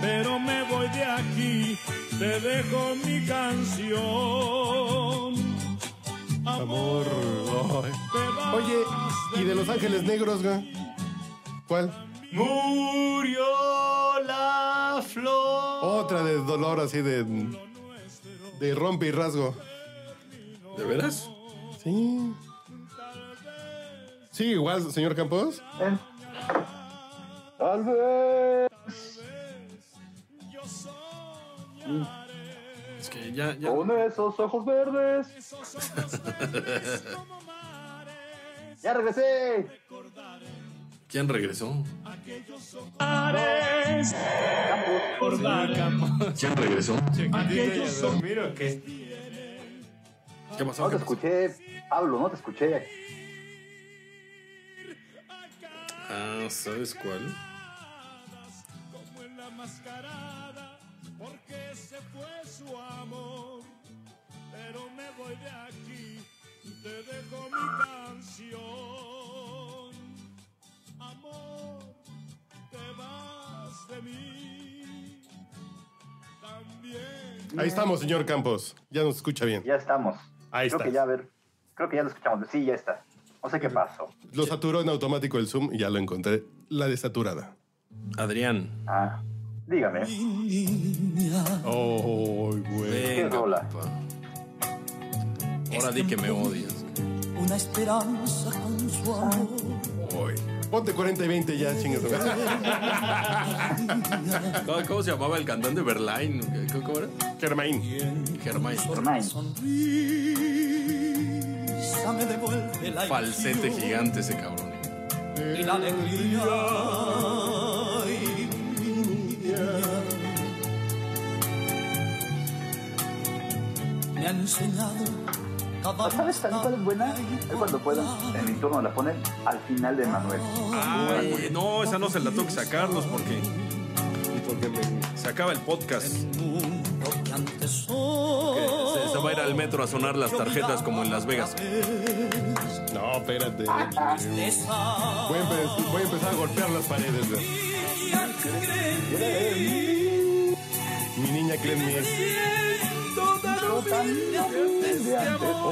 [SPEAKER 11] Pero me voy de aquí, te dejo mi canción.
[SPEAKER 4] Amor. Oye, ¿y de Los Ángeles Negros, güey? ¿Cuál?
[SPEAKER 5] Murió la flor.
[SPEAKER 4] Otra de dolor así de. de rompe y rasgo.
[SPEAKER 1] ¿De veras?
[SPEAKER 4] Sí. Sí, igual, señor Campos.
[SPEAKER 10] Tal vez.
[SPEAKER 1] Es que Eh, ya, ya. <laughs>
[SPEAKER 10] Con esos ojos verdes. ¡Ya regresé!
[SPEAKER 1] ¿Quién regresó? ¿Quién regresó?
[SPEAKER 5] Aquellos son. Mira que.
[SPEAKER 1] ¿Qué pasó?
[SPEAKER 10] No te escuché, Pablo, no te escuché.
[SPEAKER 1] Ah, ¿sabes cuál?
[SPEAKER 11] Porque se fue su amor, pero me voy de aquí, te dejo mi canción. amor, te vas de mí. También.
[SPEAKER 4] Ahí estamos, señor Campos. Ya nos escucha bien.
[SPEAKER 10] Ya estamos.
[SPEAKER 4] Ahí
[SPEAKER 10] Creo
[SPEAKER 4] está.
[SPEAKER 10] que ya, a ver. Creo que ya lo escuchamos. Sí, ya está. No sé qué pasó.
[SPEAKER 4] Lo saturó en automático el Zoom y ya lo encontré. La desaturada.
[SPEAKER 1] Adrián.
[SPEAKER 10] Ah, dígame.
[SPEAKER 4] Oh, güey.
[SPEAKER 1] Venga, papá. Ahora di que
[SPEAKER 4] <laughs>
[SPEAKER 1] me odias.
[SPEAKER 13] Una esperanza con su amor.
[SPEAKER 4] Hoy. Ponte 40 y 20 ya, chingas.
[SPEAKER 1] ¿Cómo, cómo se llamaba el cantante Berlain? ¿Qué- ¿Cómo era?
[SPEAKER 4] Germain.
[SPEAKER 1] Germain.
[SPEAKER 13] Sonrisa me devuelve la
[SPEAKER 1] Falsete
[SPEAKER 13] ilusión
[SPEAKER 1] gigante ese cabrón.
[SPEAKER 13] Y la alegría. Ay, niña. Me han enseñado cada
[SPEAKER 10] ¿Sabes también cuál es buena? Es cuando puedan. En mi turno la ponen al final de Manuel.
[SPEAKER 1] Ay, no, esa no se la tengo que sacarlos porque. Porque me- se acaba el podcast. Porque Se, se va a ir al metro a sonar las tarjetas como en Las Vegas.
[SPEAKER 4] <laughs> No,
[SPEAKER 10] <laughs>
[SPEAKER 4] espérate. Voy a, empe- voy a empezar a golpear las paredes. güey. Mi niña cree en mí.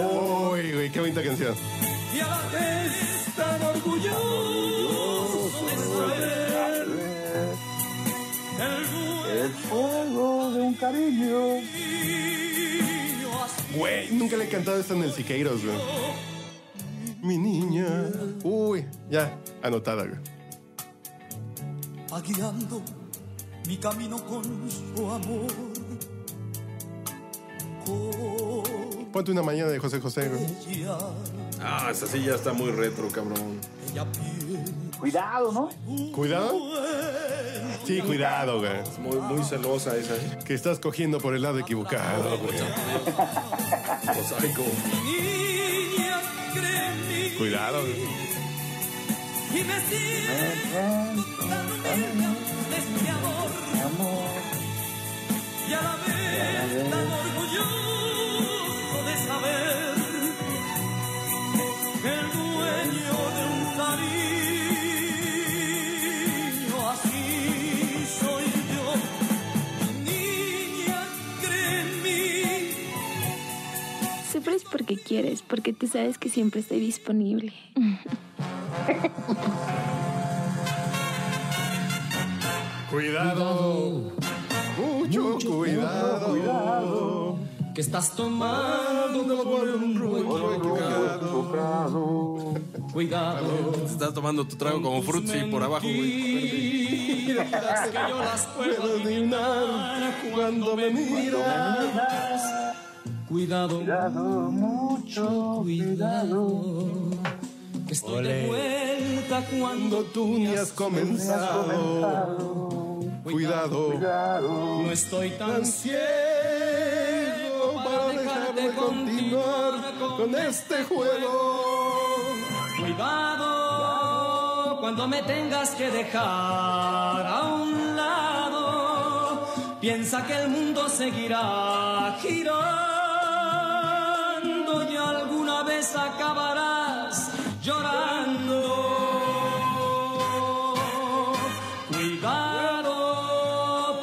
[SPEAKER 4] Uy, güey, qué bonita canción.
[SPEAKER 18] tan orgulloso de saber
[SPEAKER 4] El
[SPEAKER 18] fuego de un cariño.
[SPEAKER 4] Güey, nunca le he cantado esto en el Siqueiros, güey. Mi niña. Uy, ya, anotada, güey.
[SPEAKER 13] va guiando mi camino con su amor.
[SPEAKER 4] Ponte una mañana de José José, güey.
[SPEAKER 13] Ella,
[SPEAKER 1] Ah, esa sí ya está muy retro, cabrón.
[SPEAKER 10] Cuidado, ¿no?
[SPEAKER 4] ¿Cuidado? Sí, cuidado, güey.
[SPEAKER 1] Muy, muy celosa esa. ¿eh?
[SPEAKER 4] Que estás cogiendo por el lado equivocado, güey.
[SPEAKER 1] Mosaico.
[SPEAKER 18] Niña, créeme
[SPEAKER 4] Cuidado,
[SPEAKER 18] y
[SPEAKER 4] güey.
[SPEAKER 18] me siento tan humilde de este amor. Y a la vez tan orgulloso de saber que el dueño de un cariño así soy yo. Niña, créeme.
[SPEAKER 19] Sufres porque quieres, porque tú sabes que siempre estoy disponible.
[SPEAKER 4] Cuidado. Mucho, cuidado.
[SPEAKER 13] Que estás tomando por un rumbo equivocado. Cuidado.
[SPEAKER 1] Te estás tomando tu trago como Fruitsy por abajo, güey.
[SPEAKER 13] Mentiras que yo las puedo adivinar cuando me miras. Cuidado, cuidado, mucho cuidado. Que estoy de vuelta cuando tú me has comenzado.
[SPEAKER 4] Cuidado,
[SPEAKER 13] No estoy tan ciego para dejar de continuar con este juego. Cuidado cuando me tengas que dejar a un lado. Piensa que el mundo seguirá girando y alguna vez acabarás llorando. Cuidado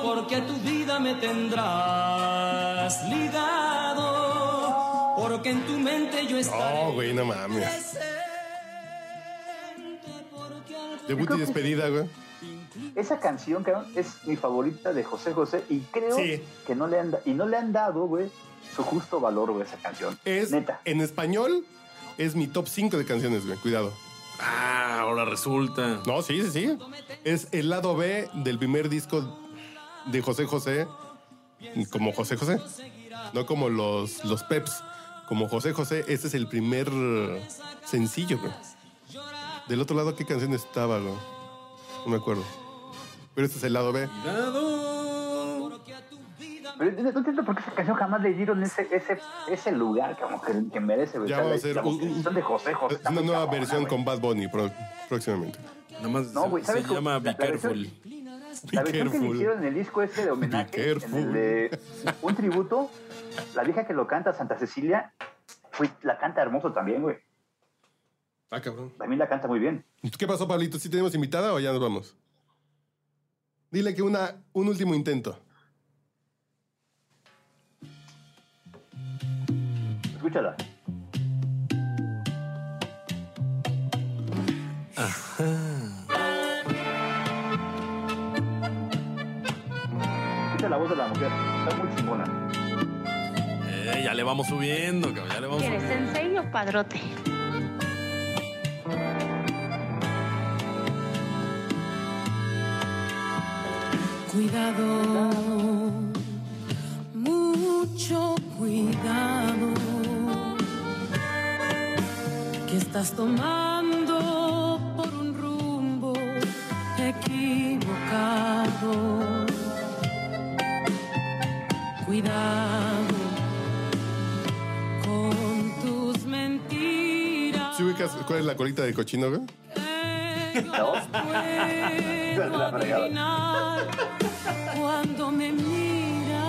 [SPEAKER 13] porque tu vida me tendrás ligado. Porque en tu mente yo estaré.
[SPEAKER 4] No, Oh, güey, no mames. Debut y despedida, güey.
[SPEAKER 10] Esa canción, cabrón, es mi favorita de José José y creo
[SPEAKER 4] Sí.
[SPEAKER 10] que no le han, da- y no le han dado, güey, su justo valor, güey, esa canción.
[SPEAKER 4] Es, en español, es mi top 5 de canciones, güey. Cuidado.
[SPEAKER 1] Ah, ahora resulta.
[SPEAKER 4] No, sí, sí, sí. Es el lado B del primer disco de José José, como José José. No como los, los Peps. Como José José, este es el primer eh, sencillo, güey. Del otro lado, ¿qué canción estaba, güey? No me acuerdo. Pero este es el lado B.
[SPEAKER 10] Pero no entiendo por qué esa canción jamás le dieron ese, ese, ese lugar como que, que merece, güey.
[SPEAKER 4] Ya
[SPEAKER 10] Está
[SPEAKER 4] vamos a
[SPEAKER 10] la-
[SPEAKER 4] hacer
[SPEAKER 10] la-
[SPEAKER 4] un- un-
[SPEAKER 10] son de José José. está
[SPEAKER 4] Una
[SPEAKER 10] muy
[SPEAKER 4] nueva
[SPEAKER 10] cabrona,
[SPEAKER 4] versión
[SPEAKER 10] güey.
[SPEAKER 4] con Bad Bunny pro- próximamente.
[SPEAKER 1] Nada más
[SPEAKER 10] No, güey, ¿sabes
[SPEAKER 1] se
[SPEAKER 10] cómo?
[SPEAKER 1] llama
[SPEAKER 10] La-
[SPEAKER 1] Be
[SPEAKER 10] la versión-
[SPEAKER 1] Careful.
[SPEAKER 10] La versión que le hicieron en el disco este de homenaje, en el de un tributo, la vieja que lo canta, Santa Cecilia, fue, la canta hermoso también, güey.
[SPEAKER 1] Ah, cabrón.
[SPEAKER 10] También la canta muy bien.
[SPEAKER 4] ¿Qué pasó, Pablito? ¿Sí tenemos invitada o ya nos vamos? Dile que una, un último intento.
[SPEAKER 10] Escúchala. Escucha la voz de la mujer. Está muy chingona.
[SPEAKER 1] Eh, ya le vamos subiendo, cabrón. Ya le vamos
[SPEAKER 8] ¿Quieres
[SPEAKER 1] subiendo.
[SPEAKER 8] sensei o padrote?
[SPEAKER 13] Cuidado, mucho cuidado, que estás tomando por un rumbo equivocado. Cuidado con tus mentiras.
[SPEAKER 4] ¿Sí ubicas cuál es la colita de cochino, güey?
[SPEAKER 13] Puedo
[SPEAKER 4] La fregada.
[SPEAKER 13] adivinar cuando me miras.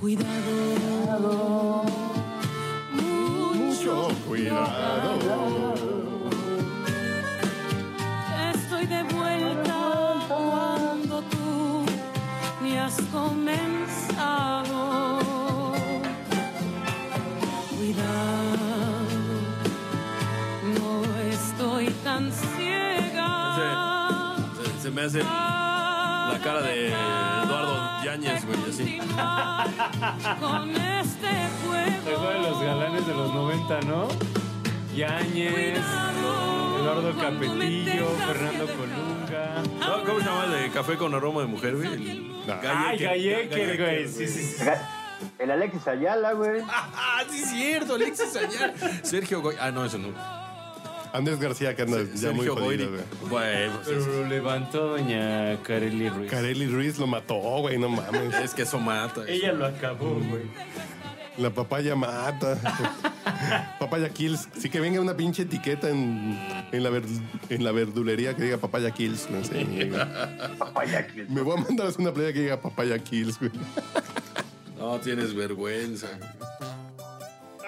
[SPEAKER 13] Cuidado, mucho
[SPEAKER 4] cuidado.
[SPEAKER 13] Estoy de vuelta cuando tú ni has comenzado. Cuidado, no estoy tan ciega.
[SPEAKER 1] Se, se me hace la cara de Eduardo Yáñez, güey, así.
[SPEAKER 13] Con este
[SPEAKER 5] ¿Te acuerdas de los galanes de los 90, no? Yañez, Eduardo Capetillo, Fernando Colunga.
[SPEAKER 1] No, ¿Cómo se llama el de café con aroma de mujer, güey? El
[SPEAKER 5] Ah, Ay, Gallecker, güey. Sí, sí, sí.
[SPEAKER 10] El Alexis Ayala, güey.
[SPEAKER 1] <laughs> Ah, sí, es cierto, Alexis Ayala. Sergio Goy. Ah, no, eso no.
[SPEAKER 4] Andrés García, que anda ya muy
[SPEAKER 1] Sergio Goyri.
[SPEAKER 4] jodido, güey.
[SPEAKER 1] Güey, pues,
[SPEAKER 5] Pero lo levantó doña Carely Ruiz.
[SPEAKER 4] Carely Ruiz lo mató, güey, no mames.
[SPEAKER 1] es que eso mata.
[SPEAKER 5] Ella lo acabó, güey.
[SPEAKER 4] La papaya mata. <laughs> papaya Kills. Sí que venga una pinche etiqueta en, en, la, ver- en la verdulería que diga papaya Kills. güey, sí, güey.
[SPEAKER 10] Papaya Kills.
[SPEAKER 4] Me voy a mandar una playa que diga papaya Kills, güey.
[SPEAKER 1] <laughs> No tienes vergüenza.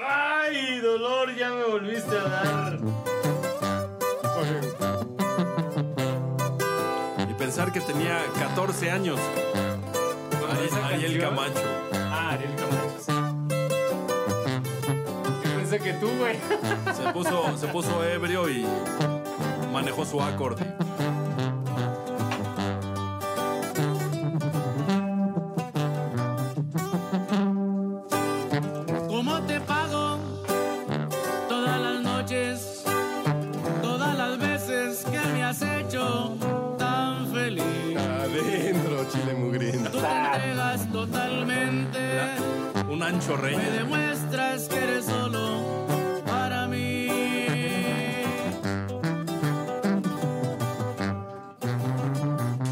[SPEAKER 5] Ay, dolor, ya me volviste a dar.
[SPEAKER 1] Y pensar que tenía 14 años. Ari-
[SPEAKER 5] esa
[SPEAKER 1] Ariel
[SPEAKER 5] canción?
[SPEAKER 1] Camacho.
[SPEAKER 5] Ah, Ariel Camacho. sí. Yo Pensé que tú, güey.
[SPEAKER 1] Se puso, se puso ebrio y manejó su acorde.
[SPEAKER 11] ¿Cómo te pago? Todas las noches, todas las veces que me has hecho tan feliz.
[SPEAKER 4] Adentro, chile mugriento.
[SPEAKER 11] Tú te entregas totalmente,
[SPEAKER 1] Un ancho rey.
[SPEAKER 11] me demuestras que eres solo para mí.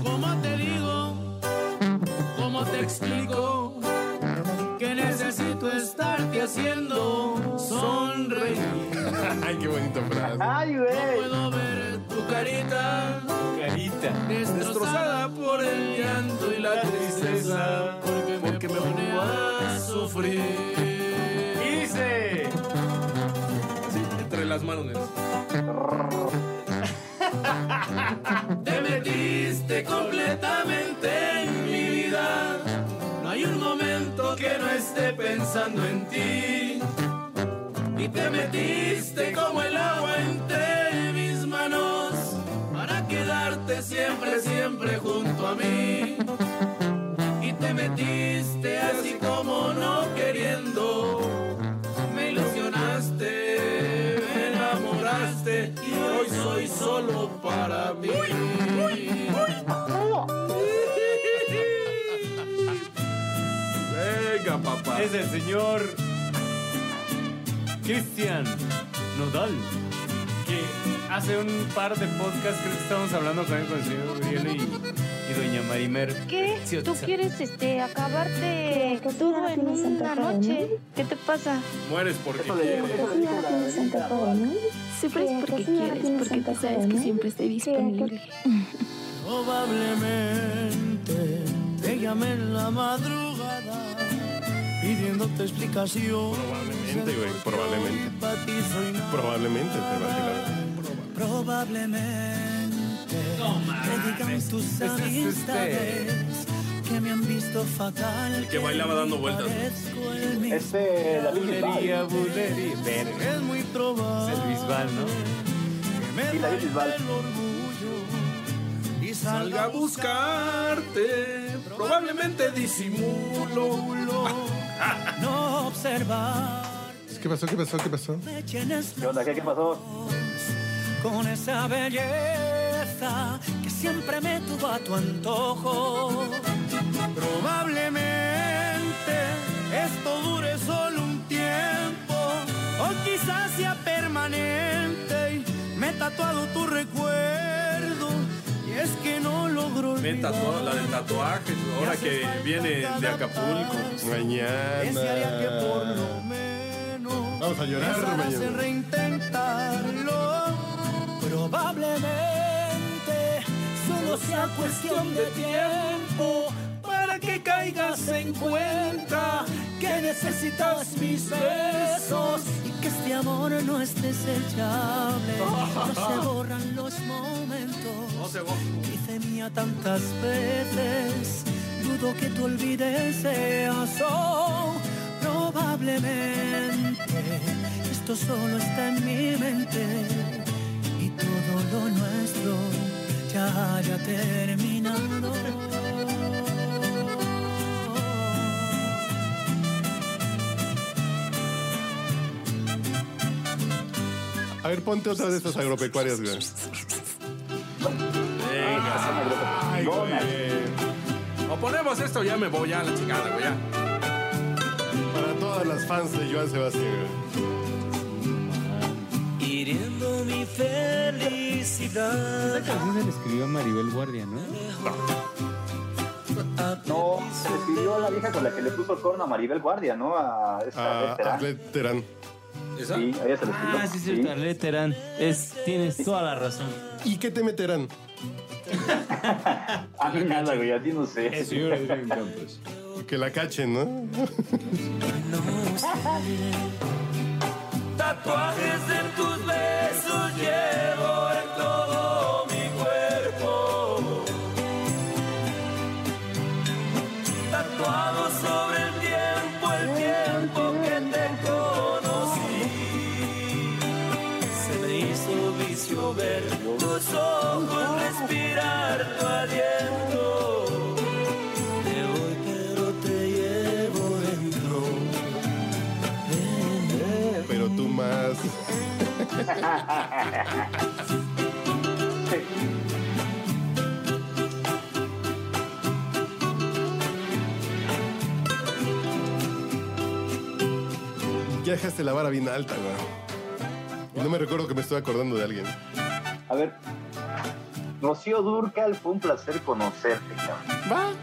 [SPEAKER 11] ¿Cómo te digo? ¿Cómo te explico? Que necesito estarte <laughs> haciendo sonreír.
[SPEAKER 4] <laughs> Ay, qué bonita frase.
[SPEAKER 11] Ay, güey. No puedo ver tu carita
[SPEAKER 5] Carita.
[SPEAKER 11] destrozada por el llanto y la tristeza. Porque, me, pone a sufrir.
[SPEAKER 5] Dice.
[SPEAKER 1] Sí, entre las manos.
[SPEAKER 11] Te metiste completamente en mi vida. No hay un momento que no esté pensando en ti. Y te metiste como el agua entre mis manos para quedarte siempre, siempre junto a mí. Y te metiste así como no queriendo. Me ilusionaste, me enamoraste este y hoy soy solo para mí.
[SPEAKER 1] Venga, papá.
[SPEAKER 5] Es el señor Cristian Nodal. Que hace un par de podcasts, creo que estábamos hablando también con el señor Uriel y, y doña Marimer.
[SPEAKER 8] ¿Qué?
[SPEAKER 5] Sí,
[SPEAKER 8] ¿Tú
[SPEAKER 5] sí.
[SPEAKER 8] quieres este, acabarte todo en una noche? ¿Qué te pasa?
[SPEAKER 1] Mueres porque
[SPEAKER 3] Sufres porque quieres, porque tú sabes que siempre estoy disponible.
[SPEAKER 11] Probablemente te llamé en la madrugada pidiéndote explicación.
[SPEAKER 4] Probablemente, güey, probablemente. Probablemente te imaginas.
[SPEAKER 11] Probablemente te digan
[SPEAKER 1] este.
[SPEAKER 11] tus amistades que me han visto fatal.
[SPEAKER 1] El que bailaba dando vueltas.
[SPEAKER 5] Eh,
[SPEAKER 11] Este, la
[SPEAKER 5] Bulería, bulería. Ver,
[SPEAKER 11] Es muy probable.
[SPEAKER 5] Es el Bisbal, ¿no?
[SPEAKER 11] me falta el orgullo y
[SPEAKER 1] Salga a
[SPEAKER 11] salga
[SPEAKER 1] buscarte, probablemente disimulo.
[SPEAKER 11] no observar
[SPEAKER 4] ¿Qué pasó? ¿Qué pasó? ¿Qué pasó?
[SPEAKER 10] ¿Qué onda? ¿Qué, qué pasó?
[SPEAKER 11] con esa belleza que siempre me tuvo a tu antojo. Probablemente esto dure solo un tiempo o quizás sea permanente y me he tatuado tu recuerdo y es que no logro
[SPEAKER 1] Me tatuó, la del tatuaje, ahora que viene de Acapulco.
[SPEAKER 4] Mañana. Vamos a llorar
[SPEAKER 11] Pensarás en
[SPEAKER 4] mañana.
[SPEAKER 11] reintentarlo. Probablemente solo sea cuestión de tiempo para que caigas en cuenta que necesitas mis besos y que este amor no es desechable. No se borran los momentos. que Hice mía tantas veces. Dudo que tú olvides eso. Probablemente esto solo está en mi mente y todo lo nuestro ya haya terminado.
[SPEAKER 4] A ver, ponte otra de estas agropecuarias, güey. Ah,
[SPEAKER 1] Venga,
[SPEAKER 4] Ay, güey.
[SPEAKER 1] O ponemos esto, ya me voy, ya la chingada, güey. ya.
[SPEAKER 4] Para todas las fans de Joan Sebastián.
[SPEAKER 3] hiriendo mi felicidad.
[SPEAKER 5] canción se la escribió Maribel Guardia, ¿no?
[SPEAKER 10] Ah, No, se le pidió a la vieja con la que le puso el corno a Maribel Guardia, ¿no? A esta
[SPEAKER 4] A
[SPEAKER 10] Terán.
[SPEAKER 4] Arlet Terán.
[SPEAKER 10] Sí, a ella se le pidió.
[SPEAKER 5] Ah, sí, sí, Arlet Terán. Es, tienes toda la razón.
[SPEAKER 4] ¿Y qué te meterán?
[SPEAKER 10] A mí nada, Ah, güey, a ti no sé.
[SPEAKER 4] Que la cachen, ¿no?
[SPEAKER 13] Tatuajes en tus besos llevo en todo mi cuerpo. Tatuado sobre el tiempo, el tiempo que te conocí. Se me hizo vicio ver tus ojos, respirar tu aliento. Te voy, pero te llevo dentro.
[SPEAKER 4] Pero tú más. Ya dejaste la vara bien alta, güey. Y no me recuerdo que me estoy acordando de alguien.
[SPEAKER 10] A ver. Rocío Durcal, fue un placer conocerte, cabrón.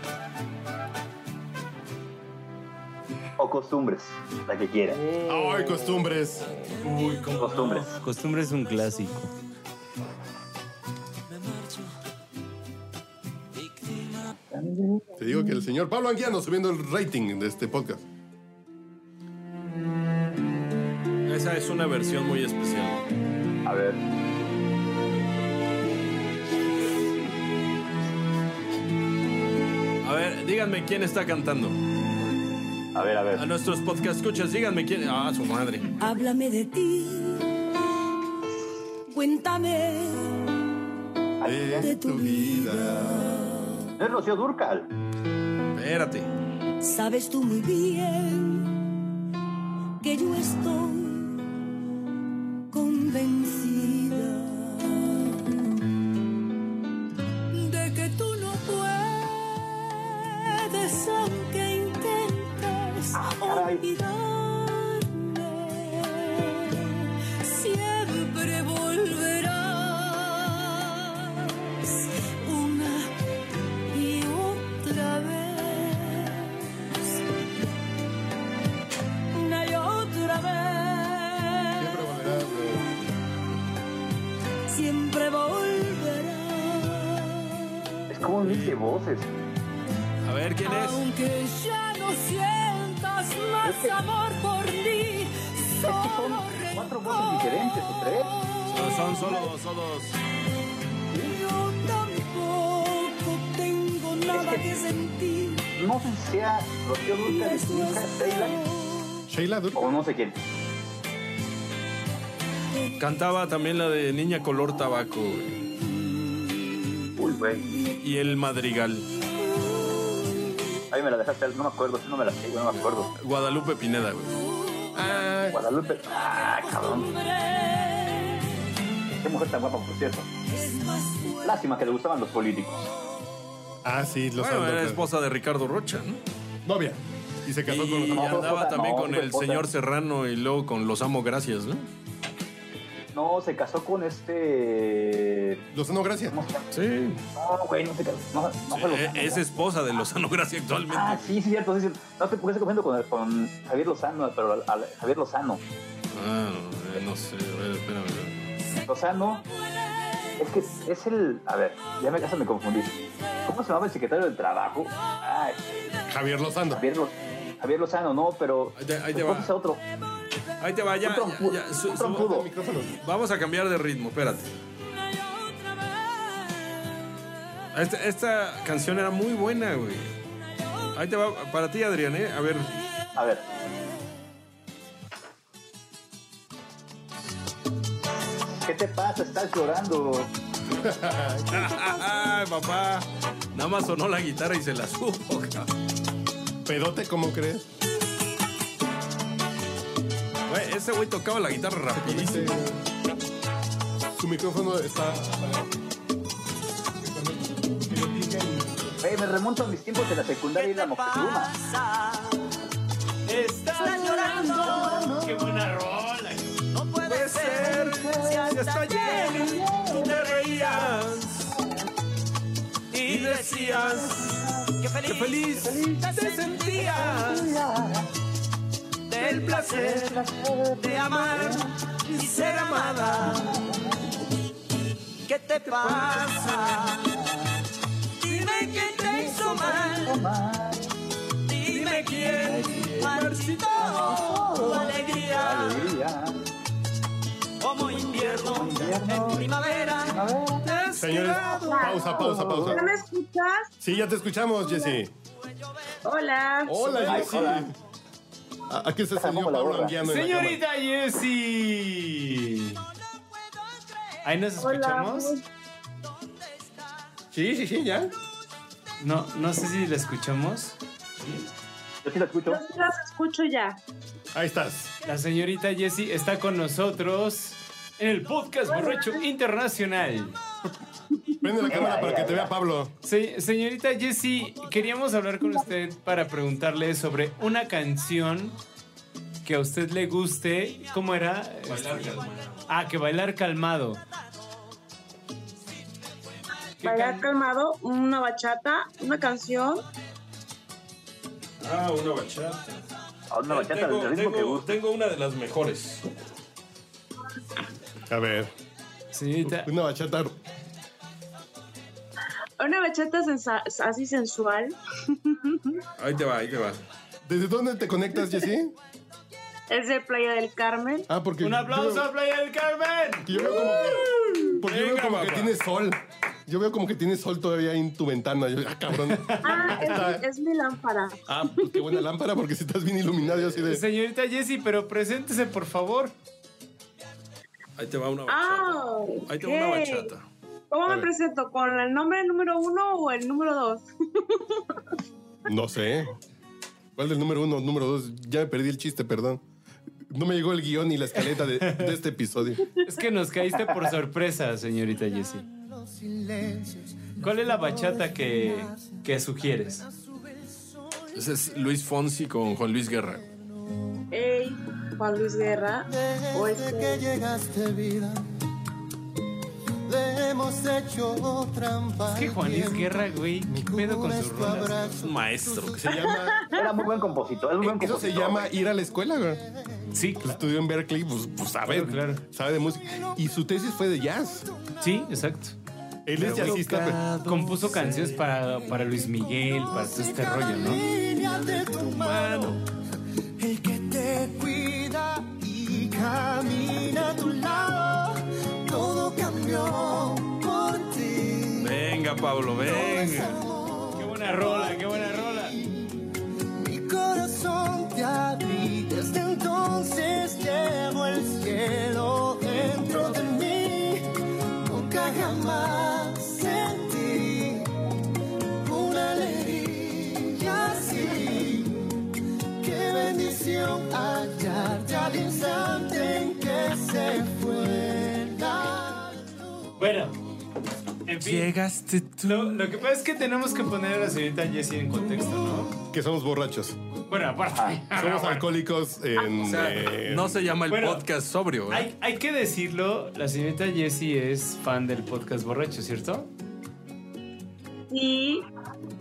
[SPEAKER 10] O costumbres, la que quiera.
[SPEAKER 4] Ay, costumbres.
[SPEAKER 10] Uy, costumbres.
[SPEAKER 5] Costumbre es un clásico.
[SPEAKER 4] Te digo que el señor Pablo Anguiano subiendo el rating de este podcast.
[SPEAKER 1] Esa es una versión muy especial.
[SPEAKER 10] A ver.
[SPEAKER 1] A ver, díganme quién está cantando.
[SPEAKER 10] A ver, a ver.
[SPEAKER 1] A nuestros podcast escuchas, díganme quién. Ah, su madre.
[SPEAKER 20] Háblame de ti. Cuéntame de tu vida.
[SPEAKER 10] No es Rocío Durcal.
[SPEAKER 1] Espérate.
[SPEAKER 20] Sabes tú muy bien que yo estoy convencida de que tú no puedes, aunque intentes olvidarme, siempre volverás una y otra vez. Una y otra vez. Siempre volverá.
[SPEAKER 10] Es como un mix de voces.
[SPEAKER 1] A ver, ¿quién es?
[SPEAKER 20] Aunque ya no sientas sientas más amor por mí. Solo
[SPEAKER 10] Cuatro voces diferentes o tres.
[SPEAKER 5] No, son solo, solo dos.
[SPEAKER 20] yo tampoco tengo nada que sentir.
[SPEAKER 10] No sé si sea Rocío Dúrcal, su hija Sheila. O
[SPEAKER 4] Sheila
[SPEAKER 10] no sé quién.
[SPEAKER 1] Cantaba también la de Niña Color Tabaco, güey. Y el Madrigal.
[SPEAKER 10] Ahí me la dejaste, no me acuerdo, si no me la sé, güey, no me acuerdo.
[SPEAKER 1] Guadalupe Pineda, güey.
[SPEAKER 10] Guadalupe. Ah, cabrón. Qué mujer tan guapa, por cierto. Lástima que le gustaban los políticos.
[SPEAKER 4] Ah, sí, los
[SPEAKER 1] Bueno, era
[SPEAKER 4] Underground.
[SPEAKER 1] esposa de Ricardo Rocha, ¿no?
[SPEAKER 4] Novia. Y se casó con los
[SPEAKER 1] Y andaba también
[SPEAKER 10] No,
[SPEAKER 1] con
[SPEAKER 10] fue
[SPEAKER 1] el
[SPEAKER 10] esposa.
[SPEAKER 1] señor Serrano y luego con Los Amo Gracias, ¿no?
[SPEAKER 10] No, se casó con este.
[SPEAKER 4] Lozano Gracia.
[SPEAKER 1] Sí.
[SPEAKER 10] No, Ah, güey, no se casó. No, no fue
[SPEAKER 1] Eh,
[SPEAKER 10] Lozano.
[SPEAKER 1] es esposa de Lozano Gracia actualmente.
[SPEAKER 10] Ah, sí, sí, cierto. Sí, sí. No te puedes confundiendo con, con Javier Lozano, pero al- al- Javier Lozano.
[SPEAKER 1] Ah, eh, no sé, a ver, espérame.
[SPEAKER 10] Lozano. Es que es el. A ver, ya me, ya me confundí. ¿Cómo se llamaba el secretario del trabajo? Ah,
[SPEAKER 4] Javier Lozano.
[SPEAKER 10] Javier, Lo- Javier Lozano, no, pero.
[SPEAKER 1] Ahí te, ahí te
[SPEAKER 10] ¿cómo
[SPEAKER 1] va.
[SPEAKER 10] es otro?
[SPEAKER 1] Ahí te va, ya. ya, ya, su- su-
[SPEAKER 10] trompudo.
[SPEAKER 1] Vamos a cambiar de ritmo, espérate. Esta, Este, esta canción era muy buena, güey. Ahí te va, para ti, Adrián, ¿eh? A ver.
[SPEAKER 10] A ver. ¿Qué te pasa? Estás llorando.
[SPEAKER 1] Ay, <laughs> papá. Nada más sonó la guitarra y se la supo, cabrón.
[SPEAKER 4] Pedote, ¿cómo crees?
[SPEAKER 1] Güey, ese güey tocaba la guitarra rapidísimo.
[SPEAKER 4] Su micrófono está.
[SPEAKER 10] Güey, me remonto a mis tiempos de la secundaria y la Moctezuma.
[SPEAKER 9] Estás llorando. Qué buena rola. No puede ser. Si hasta ayer tú te reías y decías que feliz, te sentías del placer de amar y ser amada. ¿Qué te pasa? Dime quién te hizo mal. Dime quién marchitó tu alegría. Como invierno, en primavera.
[SPEAKER 4] Señores, pausa, pausa, pausa.
[SPEAKER 19] ¿No me escuchas?
[SPEAKER 4] Sí, ya te escuchamos, Jessy.
[SPEAKER 19] Hola.
[SPEAKER 4] Hola, Jessy. ¿A a qué se salió Pablo Anguiano en la
[SPEAKER 5] Señorita Jessie. ¿Ahí nos escuchamos?
[SPEAKER 4] Sí, sí, sí, ya.
[SPEAKER 5] No, no sé si la escuchamos.
[SPEAKER 10] Yo sí la escucho.
[SPEAKER 19] pues, Yo sí las escucho ya.
[SPEAKER 4] Ahí estás.
[SPEAKER 5] La señorita Jessie está con nosotros en el podcast Borracho Internacional.
[SPEAKER 4] Prende la cámara para que te vea Pablo.
[SPEAKER 5] Se- señorita Jessie, queríamos hablar con usted para preguntarle sobre una canción que a usted le guste. ¿Cómo era? Ah, que bailar calmado.
[SPEAKER 19] Bailar calmado, una bachata, una canción.
[SPEAKER 1] Ah, una bachata.
[SPEAKER 10] Ah, una
[SPEAKER 1] bachata tengo, tengo- tengo una de las mejores.
[SPEAKER 4] A ver.
[SPEAKER 5] Señorita.
[SPEAKER 4] Una bachata.
[SPEAKER 19] Una bachata sensa- así sensual.
[SPEAKER 1] Ahí te va, ahí te va.
[SPEAKER 4] ¿Desde dónde te conectas, Jessy?
[SPEAKER 19] Es de Playa del Carmen.
[SPEAKER 4] Ah, porque.
[SPEAKER 19] Un aplauso
[SPEAKER 4] yo
[SPEAKER 19] a Playa del Carmen.
[SPEAKER 4] Yo veo como veo- Porque yo veo como que tiene sol. Yo veo como que tiene sol todavía ahí en tu ventana. Yo, ah, cabrón.
[SPEAKER 19] <laughs> Ah, es, es mi lámpara.
[SPEAKER 4] Ah, pues qué buena lámpara, porque si estás bien iluminado, yo así de.
[SPEAKER 5] Señorita Jessie, pero preséntese, por favor.
[SPEAKER 1] Ahí te va una
[SPEAKER 19] Ah,
[SPEAKER 1] Ahí te va una
[SPEAKER 19] ok.
[SPEAKER 1] bachata.
[SPEAKER 19] ¿Cómo
[SPEAKER 1] A
[SPEAKER 19] me
[SPEAKER 1] ver.
[SPEAKER 19] presento? ¿Con el nombre número uno o el número dos?
[SPEAKER 4] No sé. ¿Cuál del número uno, número dos? Ya me perdí el chiste, perdón. No me llegó el guión ni la escaleta de, de este episodio.
[SPEAKER 5] Es que nos caíste por sorpresa, señorita Jessie. ¿Cuál es la bachata que, que sugieres?
[SPEAKER 1] Ese es Luis Fonsi con Juan Luis Guerra.
[SPEAKER 19] Ey, Juan Luis Guerra. O
[SPEAKER 15] Desde que
[SPEAKER 19] este.
[SPEAKER 15] llegaste vida, le hemos hecho trampa.
[SPEAKER 5] Es que Juan Luis Guerra, güey, ¿qué pedo con sus rolas?
[SPEAKER 1] Es un
[SPEAKER 4] <laughs>
[SPEAKER 1] maestro.
[SPEAKER 4] Se llama-
[SPEAKER 10] Era muy buen compositor, es un buen
[SPEAKER 4] Eh, Eso
[SPEAKER 10] compositor.
[SPEAKER 4] se llama ir a la escuela, güey.
[SPEAKER 5] Sí,
[SPEAKER 4] Estudió en Berkeley, pues, pues sabe, sabe de música. Y su tesis fue de jazz.
[SPEAKER 5] Sí, exacto.
[SPEAKER 4] Él es
[SPEAKER 5] Pero
[SPEAKER 4] jazzista.
[SPEAKER 5] co- Compuso canciones este para, para Luis Miguel, para todo este rollo, ¿no?
[SPEAKER 15] Línea de tu mano,
[SPEAKER 13] Camino a tu lado, todo cambió por ti.
[SPEAKER 1] Venga, Pablo, venga.
[SPEAKER 5] Qué buena rola, qué buena rola.
[SPEAKER 13] Mi corazón te abrí, desde entonces llevo el cielo dentro de mí. Nunca jamás sentí una alegría así. Qué bendición hallarte al instante en que se fue la
[SPEAKER 5] Bueno, en fin.
[SPEAKER 1] Llegaste tú.
[SPEAKER 5] Lo, lo que pasa es que tenemos que poner a la señorita Jessie en contexto, ¿no?
[SPEAKER 4] Que somos borrachos.
[SPEAKER 5] Bueno, aparte. <laughs>
[SPEAKER 4] Somos alcohólicos en.
[SPEAKER 5] O sea,
[SPEAKER 4] eh,
[SPEAKER 1] No se llama el
[SPEAKER 5] Bueno,
[SPEAKER 1] podcast sobrio. ¿eh?
[SPEAKER 5] Hay, hay que decirlo, la señorita Jessie es fan del podcast borracho, ¿cierto?
[SPEAKER 19] Sí,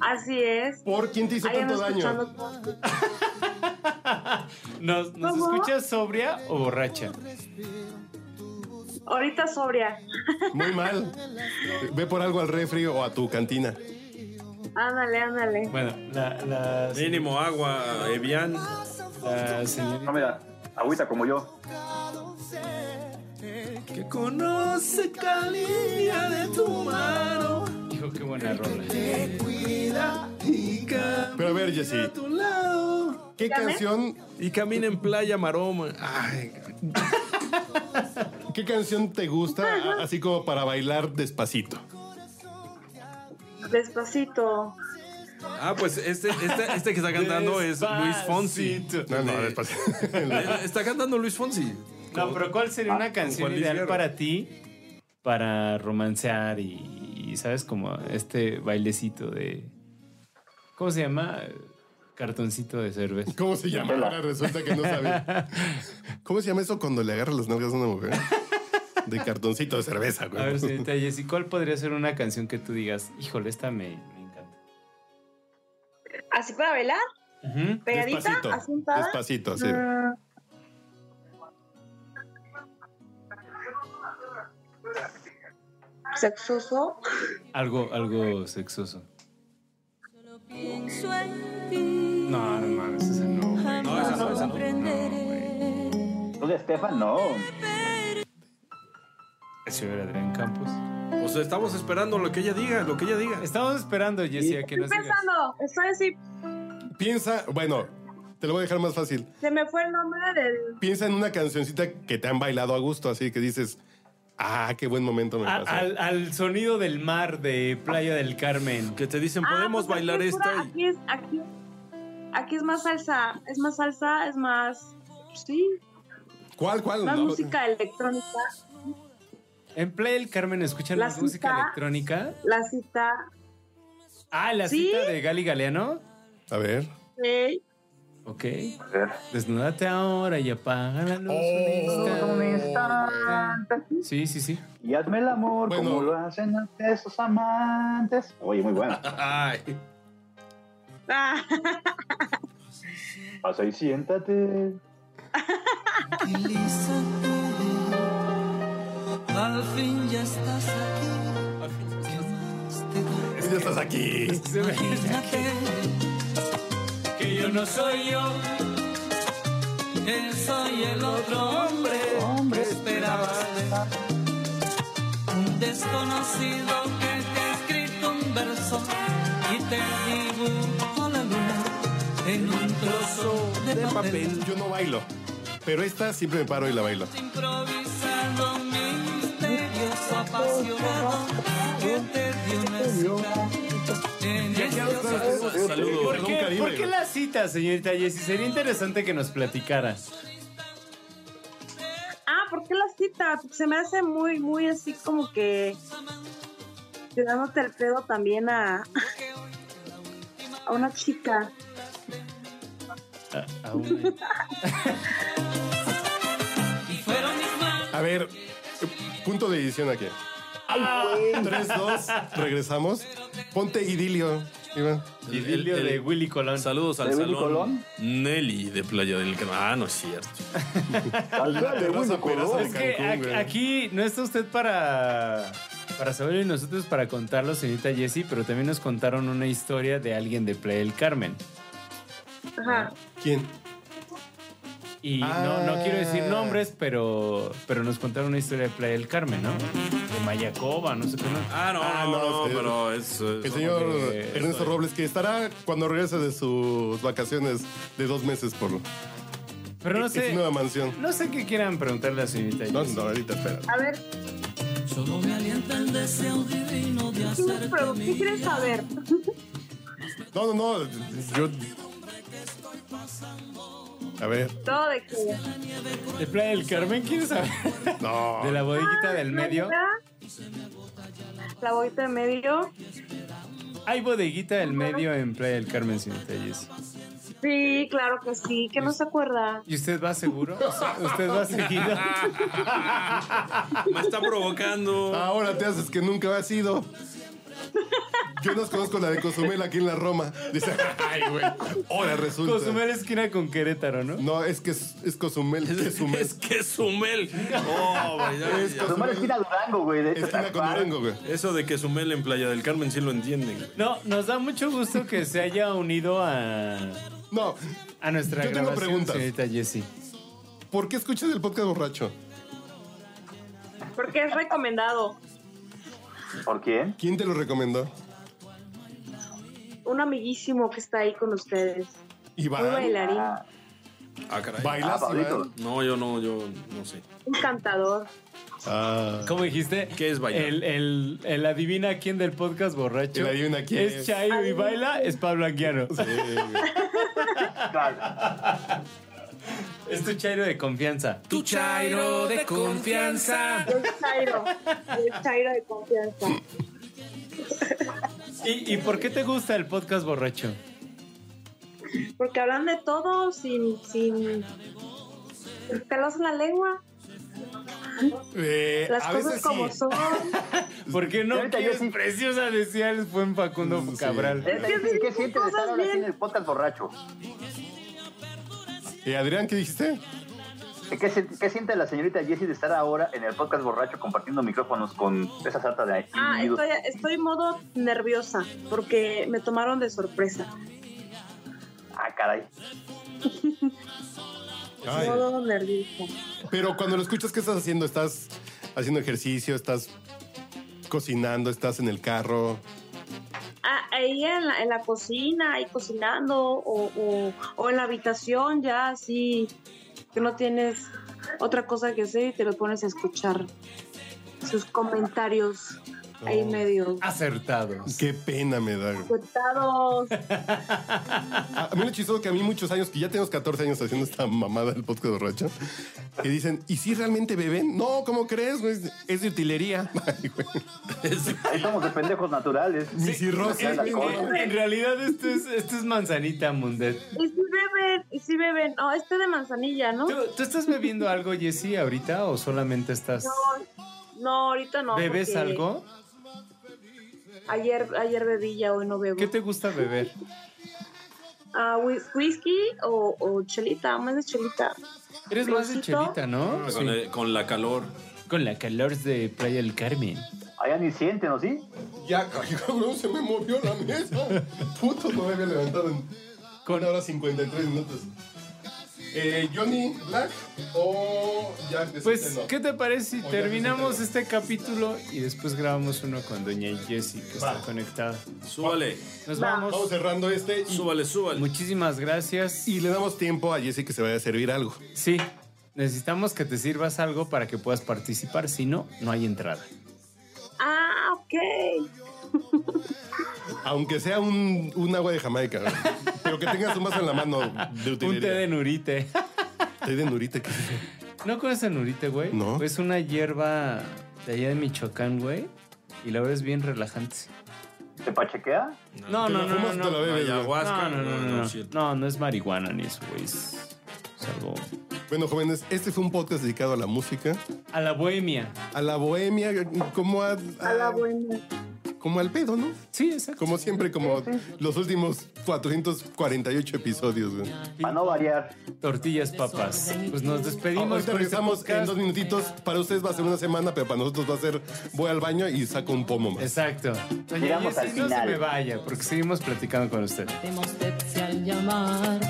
[SPEAKER 19] así es.
[SPEAKER 4] ¿Por quién te hizo
[SPEAKER 19] Ahí ando
[SPEAKER 4] tanto daño?
[SPEAKER 19] escuchando todo.
[SPEAKER 5] ¿Nos, nos
[SPEAKER 19] ¿Cómo?
[SPEAKER 5] escuchas sobria o borracha?
[SPEAKER 19] Ahorita sobria.
[SPEAKER 4] Muy mal. Ve por algo al refri o a tu cantina.
[SPEAKER 19] Ándale, ándale.
[SPEAKER 5] Bueno, la. la
[SPEAKER 1] Mínimo agua, Evian.
[SPEAKER 5] Ah,
[SPEAKER 10] No, mira, agüita como yo.
[SPEAKER 13] que conoce cada línea de tu mano.
[SPEAKER 5] Dijo qué buena rola.
[SPEAKER 13] Te cuida y camina
[SPEAKER 4] Pero a ver, Jessy,
[SPEAKER 13] a tu lado.
[SPEAKER 4] ¿qué canción,
[SPEAKER 1] Y camina en playa maroma. Ah, Ay,
[SPEAKER 4] qué canción te gusta a- así como para bailar despacito?
[SPEAKER 19] Despacito.
[SPEAKER 1] Ah, pues este, este,
[SPEAKER 4] <laughs>
[SPEAKER 1] este que está cantando es Luis Fonsi.
[SPEAKER 4] No, no,
[SPEAKER 1] De-
[SPEAKER 4] despacito.
[SPEAKER 1] de- Está cantando Luis Fonsi.
[SPEAKER 5] No, pero ¿cuál sería una canción
[SPEAKER 1] Ah, Juan Luis
[SPEAKER 5] ideal
[SPEAKER 1] Guerra.
[SPEAKER 5] para ti para romancear y, y, sabes como este bailecito de ¿cómo se llama? Cartoncito de cerveza.
[SPEAKER 4] ¿Cómo se llama? Ahora resulta que
[SPEAKER 5] <laughs>
[SPEAKER 4] no sabía. ¿Cómo se llama eso cuando le agarras las nalgas a una mujer? De cartoncito de cerveza,
[SPEAKER 5] A ver,
[SPEAKER 4] güey.
[SPEAKER 5] señorita Jessy, ¿cuál podría ser una canción que tú digas, híjole, esta me, me encanta?
[SPEAKER 19] Así para bailar,
[SPEAKER 5] Ujú.
[SPEAKER 19] pegadita,
[SPEAKER 4] Despacito,
[SPEAKER 19] así untada.
[SPEAKER 4] despacito, sí.
[SPEAKER 19] Mm, Sexoso.
[SPEAKER 5] Algo, algo sexoso.
[SPEAKER 21] Pienso en ti.
[SPEAKER 5] No, no mames, esa no.
[SPEAKER 21] Jamás
[SPEAKER 10] No, esa no, esa no.
[SPEAKER 21] comprenderé.
[SPEAKER 10] ¿Tú de Estefan? No.
[SPEAKER 5] Ese era Adrián Campos.
[SPEAKER 1] O sea, Pues estamos esperando lo que ella diga, lo que ella diga.
[SPEAKER 5] Estamos esperando, Jessy, a que
[SPEAKER 19] Estoy
[SPEAKER 5] nos digas.
[SPEAKER 19] pensando, estoy así.
[SPEAKER 4] Piensa, bueno, te lo voy a dejar más fácil.
[SPEAKER 19] Se me fue el nombre del.
[SPEAKER 4] Piensa en una cancioncita que te han bailado a gusto, así que dices, ah, qué buen momento me
[SPEAKER 5] A-
[SPEAKER 4] pasó.
[SPEAKER 5] al, al sonido del mar de Playa del Carmen.
[SPEAKER 1] Que te dicen,
[SPEAKER 19] Ah,
[SPEAKER 1] podemos
[SPEAKER 19] pues aquí
[SPEAKER 1] bailar
[SPEAKER 19] es pura-
[SPEAKER 1] esta. y-
[SPEAKER 19] Aquí es, aquí, aquí es más salsa. Es más salsa, es más. Sí,
[SPEAKER 4] ¿Cuál, cuál?
[SPEAKER 19] más
[SPEAKER 4] No,
[SPEAKER 19] música electrónica.
[SPEAKER 5] En Playa del Carmen escuchan
[SPEAKER 19] La
[SPEAKER 5] más música
[SPEAKER 19] cita.
[SPEAKER 5] electrónica.
[SPEAKER 19] La cita.
[SPEAKER 5] Ah, la
[SPEAKER 19] ¿Sí?
[SPEAKER 5] cita de Gali Galeano.
[SPEAKER 4] A ver.
[SPEAKER 19] eh,
[SPEAKER 5] Ok. Desnúdate ahora y apaga la luz.
[SPEAKER 10] Oh.
[SPEAKER 5] un
[SPEAKER 4] Eh,
[SPEAKER 5] instante. Sí, sí, sí.
[SPEAKER 10] Y hazme el amor
[SPEAKER 4] Bueno.
[SPEAKER 10] como lo hacen esos amantes. Oye, muy
[SPEAKER 5] <laughs>
[SPEAKER 10] buena.
[SPEAKER 1] Ay.
[SPEAKER 19] ah,
[SPEAKER 10] Pasa y siéntate.
[SPEAKER 2] Tranquilízate. Al fin ya estás aquí. ¿Qué más te da?
[SPEAKER 4] Ya estás aquí.
[SPEAKER 2] Imagínate
[SPEAKER 11] Que yo no soy yo, que soy el otro hombre que esperabas. Un desconocido que te ha escrito un verso y te dibujó la luna en un trozo de papel.
[SPEAKER 4] Yo no bailo, pero esta siempre me paro y la bailo.
[SPEAKER 2] Improvisado, misterioso, apasionado, que te dio una cita en este ocaso.
[SPEAKER 1] Saludos.
[SPEAKER 5] ¿Por
[SPEAKER 4] Nunca
[SPEAKER 5] qué,
[SPEAKER 4] dime.
[SPEAKER 5] ¿Por qué la cita, señorita Jessy? Sería interesante que nos platicaras.
[SPEAKER 19] ah, ¿por qué la cita? Porque se me hace muy, muy así como que. Quedándote el pedo también a. A una chica.
[SPEAKER 5] A- a una-
[SPEAKER 4] A ver, punto de edición aquí. Ah, Tres, dos, regresamos. Ponte idilio, Iván.
[SPEAKER 5] Idilio
[SPEAKER 1] El- el-
[SPEAKER 5] de Willy Colón.
[SPEAKER 1] Saludos al
[SPEAKER 10] ¿De Willy
[SPEAKER 1] salón.
[SPEAKER 10] Colón?
[SPEAKER 1] Nelly de Playa del Carmen. Ah, no es cierto.
[SPEAKER 10] Saldrá de
[SPEAKER 4] Terraza
[SPEAKER 10] Willy
[SPEAKER 4] peraza
[SPEAKER 10] Colón.
[SPEAKER 4] de
[SPEAKER 5] Es que
[SPEAKER 4] Cancún,
[SPEAKER 5] a-
[SPEAKER 4] güey.
[SPEAKER 5] aquí no está usted para, para saberlo y nosotros para contarlo, señorita Jessie, pero también nos contaron una historia de alguien de Playa del Carmen.
[SPEAKER 19] Ajá.
[SPEAKER 4] ¿Quién?
[SPEAKER 5] Y no,
[SPEAKER 4] Ah.
[SPEAKER 5] no quiero decir nombres, pero, pero nos contaron una historia de Playa del Carmen, ¿no? De Mayacoba, no sé qué.
[SPEAKER 1] Ah, no, no, no,
[SPEAKER 4] sí.
[SPEAKER 1] pero es.
[SPEAKER 4] El señor Ernesto Robles, que estará cuando regrese de sus vacaciones de dos meses por.
[SPEAKER 5] Pero no sé.
[SPEAKER 4] Es nueva mansión.
[SPEAKER 5] No sé qué quieran preguntarle a señorita.
[SPEAKER 4] No, no, ahorita espera.
[SPEAKER 19] <laughs> A ver,
[SPEAKER 15] Solo me alienta el deseo divino de
[SPEAKER 19] ¿qué quieres
[SPEAKER 15] hacerte
[SPEAKER 19] pregun- ¿qué quieres saber?
[SPEAKER 4] No, no, no. Yo. A ver.
[SPEAKER 19] Todo de que.
[SPEAKER 5] ¿De Playa del Carmen quieres saber?
[SPEAKER 4] No.
[SPEAKER 5] De la bodeguita del medio.
[SPEAKER 19] Ah, La boquita de medio.
[SPEAKER 5] Hay bodeguita del medio en Playa del Carmen, señorita Jessy.
[SPEAKER 19] Sí, claro que sí, que no se acuerda.
[SPEAKER 5] ¿Y usted va
[SPEAKER 4] <laughs>
[SPEAKER 5] seguro? ¿Usted va seguido?
[SPEAKER 1] <laughs> Me está provocando.
[SPEAKER 4] Ahora te haces que nunca has ido. Yo nos conozco la de Cozumel aquí en la Roma. Dice, ay, güey. Ahora resulta.
[SPEAKER 5] Cozumel esquina con Querétaro, ¿no?
[SPEAKER 4] No, es que es, es Cozumel. Es,
[SPEAKER 1] Es que Sumel. Oh, güey, ya,
[SPEAKER 4] Es
[SPEAKER 1] ya.
[SPEAKER 10] Cozumel esquina Durango, güey. de-
[SPEAKER 4] Esquina con Durango, güey.
[SPEAKER 1] Eso de que Sumel en Playa del Carmen sí lo entienden.
[SPEAKER 5] No, nos da mucho gusto que se haya unido a,
[SPEAKER 4] No,
[SPEAKER 5] a nuestra
[SPEAKER 4] Yo tengo
[SPEAKER 5] grabación,
[SPEAKER 4] preguntas.
[SPEAKER 5] señorita Jessy.
[SPEAKER 4] ¿por qué escuchas el podcast borracho?
[SPEAKER 19] Porque es recomendado.
[SPEAKER 10] ¿Por quién?
[SPEAKER 4] ¿Quién te lo recomendó?
[SPEAKER 19] Un amiguísimo que está ahí con ustedes. Un
[SPEAKER 4] Iván.
[SPEAKER 19] bailarín,
[SPEAKER 1] Ah, caray.
[SPEAKER 4] ¿Bailas,
[SPEAKER 10] Ah, Pablito.
[SPEAKER 4] Iván?
[SPEAKER 1] No, yo no, yo no sé.
[SPEAKER 19] un cantador.
[SPEAKER 4] Ah.
[SPEAKER 5] ¿Cómo dijiste?
[SPEAKER 1] ¿Qué es bailar?
[SPEAKER 5] El, el, el adivina quién del podcast borracho.
[SPEAKER 4] El adivina quién
[SPEAKER 5] Es
[SPEAKER 4] es.
[SPEAKER 5] Chayo y baila, es Pablo Anguiano. Es tu Chairo de confianza.
[SPEAKER 22] Tu chairo de confianza.
[SPEAKER 19] Es Chairo. Es Chairo de confianza.
[SPEAKER 5] ¿Y, y por qué te gusta el podcast borracho?
[SPEAKER 19] Porque hablan de todo sin. sin pelos en la lengua.
[SPEAKER 4] Eh,
[SPEAKER 19] Las
[SPEAKER 4] a
[SPEAKER 19] cosas
[SPEAKER 4] veces
[SPEAKER 19] como
[SPEAKER 4] sí.
[SPEAKER 19] son.
[SPEAKER 5] ¿Por qué no
[SPEAKER 10] Ahorita yo
[SPEAKER 5] quieres
[SPEAKER 10] sí.
[SPEAKER 5] preciosa decía el buen Facundo
[SPEAKER 4] Sí.
[SPEAKER 5] Cabral?
[SPEAKER 10] Es que sí, ¿Qué sientes de estar ahora sí en el podcast borracho?
[SPEAKER 4] Eh, Adrián, ¿qué dijiste?
[SPEAKER 10] ¿Qué, se- qué siente la señorita Jessie de estar ahora en el podcast borracho compartiendo micrófonos con esa sarta de
[SPEAKER 19] Ah,
[SPEAKER 10] individuos?
[SPEAKER 19] estoy, estoy en modo nerviosa porque me tomaron de sorpresa.
[SPEAKER 10] Ah, caray.
[SPEAKER 4] Ay.
[SPEAKER 19] Modo nervioso.
[SPEAKER 4] Pero cuando lo escuchas, ¿qué estás haciendo? ¿Estás haciendo ejercicio? ¿Estás cocinando? ¿Estás en el carro?
[SPEAKER 19] Ah, ahí en la, en la cocina, ahí cocinando, o, o- o en la habitación ya así, que no tienes otra cosa que hacer y te lo pones a escuchar sus comentarios
[SPEAKER 5] Oh.
[SPEAKER 19] ahí medio
[SPEAKER 5] Acertados.
[SPEAKER 4] Qué pena me da. güey.
[SPEAKER 19] cortados.
[SPEAKER 4] A a mí lo chistoso que a mí muchos años, que ya tenemos 14 años haciendo esta mamada del podcast borracho, que dicen, ¿y si realmente beben? No, ¿cómo crees? güey? Es, de utilería. <laughs> Ay, güey.
[SPEAKER 10] Ahí somos de pendejos naturales.
[SPEAKER 4] Mi cirrosis,
[SPEAKER 10] Gracias,
[SPEAKER 4] güey,
[SPEAKER 10] alcohol.
[SPEAKER 5] En realidad esto es, esto es manzanita, Mundet.
[SPEAKER 19] Y si beben, y si beben, no, este de manzanilla, ¿no?
[SPEAKER 5] ¿Tú, tú estás bebiendo algo, Jessy, ahorita o solamente estás...
[SPEAKER 19] No, no, ahorita no.
[SPEAKER 5] ¿Bebes
[SPEAKER 19] porque
[SPEAKER 5] algo?
[SPEAKER 19] Ayer, ayer bebí, ya hoy no bebo.
[SPEAKER 5] ¿Qué te gusta beber?
[SPEAKER 19] Ah, whis- ¿Whisky o, o chelita? Más de chelita.
[SPEAKER 5] Eres más de
[SPEAKER 19] ¿Losito?
[SPEAKER 5] chelita, ¿no?
[SPEAKER 1] Con, el- con la calor.
[SPEAKER 5] Con la calor de Playa del Carmen.
[SPEAKER 10] Allá ni sienten, ¿o sí?
[SPEAKER 4] Ya, cabrón, se me movió la mesa. Puto, no me había levantado en una hora 53 minutos. Eh, Johnny Black o Jack de
[SPEAKER 5] Pues,
[SPEAKER 4] Centeno?
[SPEAKER 5] ¿qué te parece si
[SPEAKER 4] Oye,
[SPEAKER 5] terminamos
[SPEAKER 4] Vicente.
[SPEAKER 5] este capítulo y después grabamos uno con Doña Jessie, que
[SPEAKER 4] Va.
[SPEAKER 5] está conectada?
[SPEAKER 1] Súbale,
[SPEAKER 5] Nos
[SPEAKER 4] Vamos
[SPEAKER 5] vamos.
[SPEAKER 4] cerrando este y
[SPEAKER 1] súbale, súbale.
[SPEAKER 5] Muchísimas gracias.
[SPEAKER 4] Y le damos tiempo a Jesse que se vaya a servir algo.
[SPEAKER 5] Sí, necesitamos que te sirvas algo para que puedas participar, si no, no hay entrada.
[SPEAKER 19] Ah, ok.
[SPEAKER 4] Aunque sea un, un agua de Jamaica. güey. Pero que tengas un vaso en la mano de
[SPEAKER 5] Un té de
[SPEAKER 4] utilería.
[SPEAKER 5] nurite.
[SPEAKER 4] Té de nurita. ¿qué es eso?
[SPEAKER 5] ¿No conoces el nurite, güey?
[SPEAKER 4] No.
[SPEAKER 5] Es una hierba de allá de Michoacán, güey. Y la verdad es bien relajante.
[SPEAKER 10] ¿Se pachequea?
[SPEAKER 5] No,
[SPEAKER 4] ¿Te
[SPEAKER 5] no,
[SPEAKER 4] la
[SPEAKER 5] no, no.
[SPEAKER 4] fumas o
[SPEAKER 5] no.
[SPEAKER 4] te la bebes, güey?
[SPEAKER 5] No,
[SPEAKER 1] Ayahuasca.
[SPEAKER 5] no, no,
[SPEAKER 1] no,
[SPEAKER 5] no, no.
[SPEAKER 1] es cierto.
[SPEAKER 5] No, no es marihuana ni eso, güey. Es, es algo.
[SPEAKER 4] Bueno, jóvenes, este fue un podcast dedicado a la música,
[SPEAKER 5] A la bohemia.
[SPEAKER 4] a la bohemia, como a,
[SPEAKER 19] A la buena.
[SPEAKER 4] como al pedo, ¿no?
[SPEAKER 5] Sí, exacto.
[SPEAKER 4] Como siempre, como los últimos 448 episodios, güey.
[SPEAKER 10] Para no variar.
[SPEAKER 5] Tortillas papas. Pues nos despedimos.
[SPEAKER 4] Ahorita
[SPEAKER 5] con este
[SPEAKER 4] regresamos
[SPEAKER 5] podcast.
[SPEAKER 4] en dos minutitos. Para ustedes va a ser una semana, pero para nosotros va a ser voy al baño y saco un pomo más.
[SPEAKER 5] Exacto. Doña
[SPEAKER 10] Llegamos al
[SPEAKER 5] Jessy, no se
[SPEAKER 10] final.
[SPEAKER 5] me vaya, porque seguimos platicando con usted.
[SPEAKER 14] Hemos al llamar.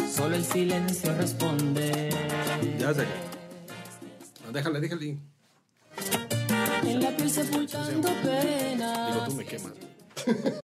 [SPEAKER 14] Soy
[SPEAKER 13] solo el silencio responde.
[SPEAKER 1] Ya saqué. No, déjale, déjale.
[SPEAKER 13] En la piel sepultando penas.
[SPEAKER 1] Digo, tú me quemas.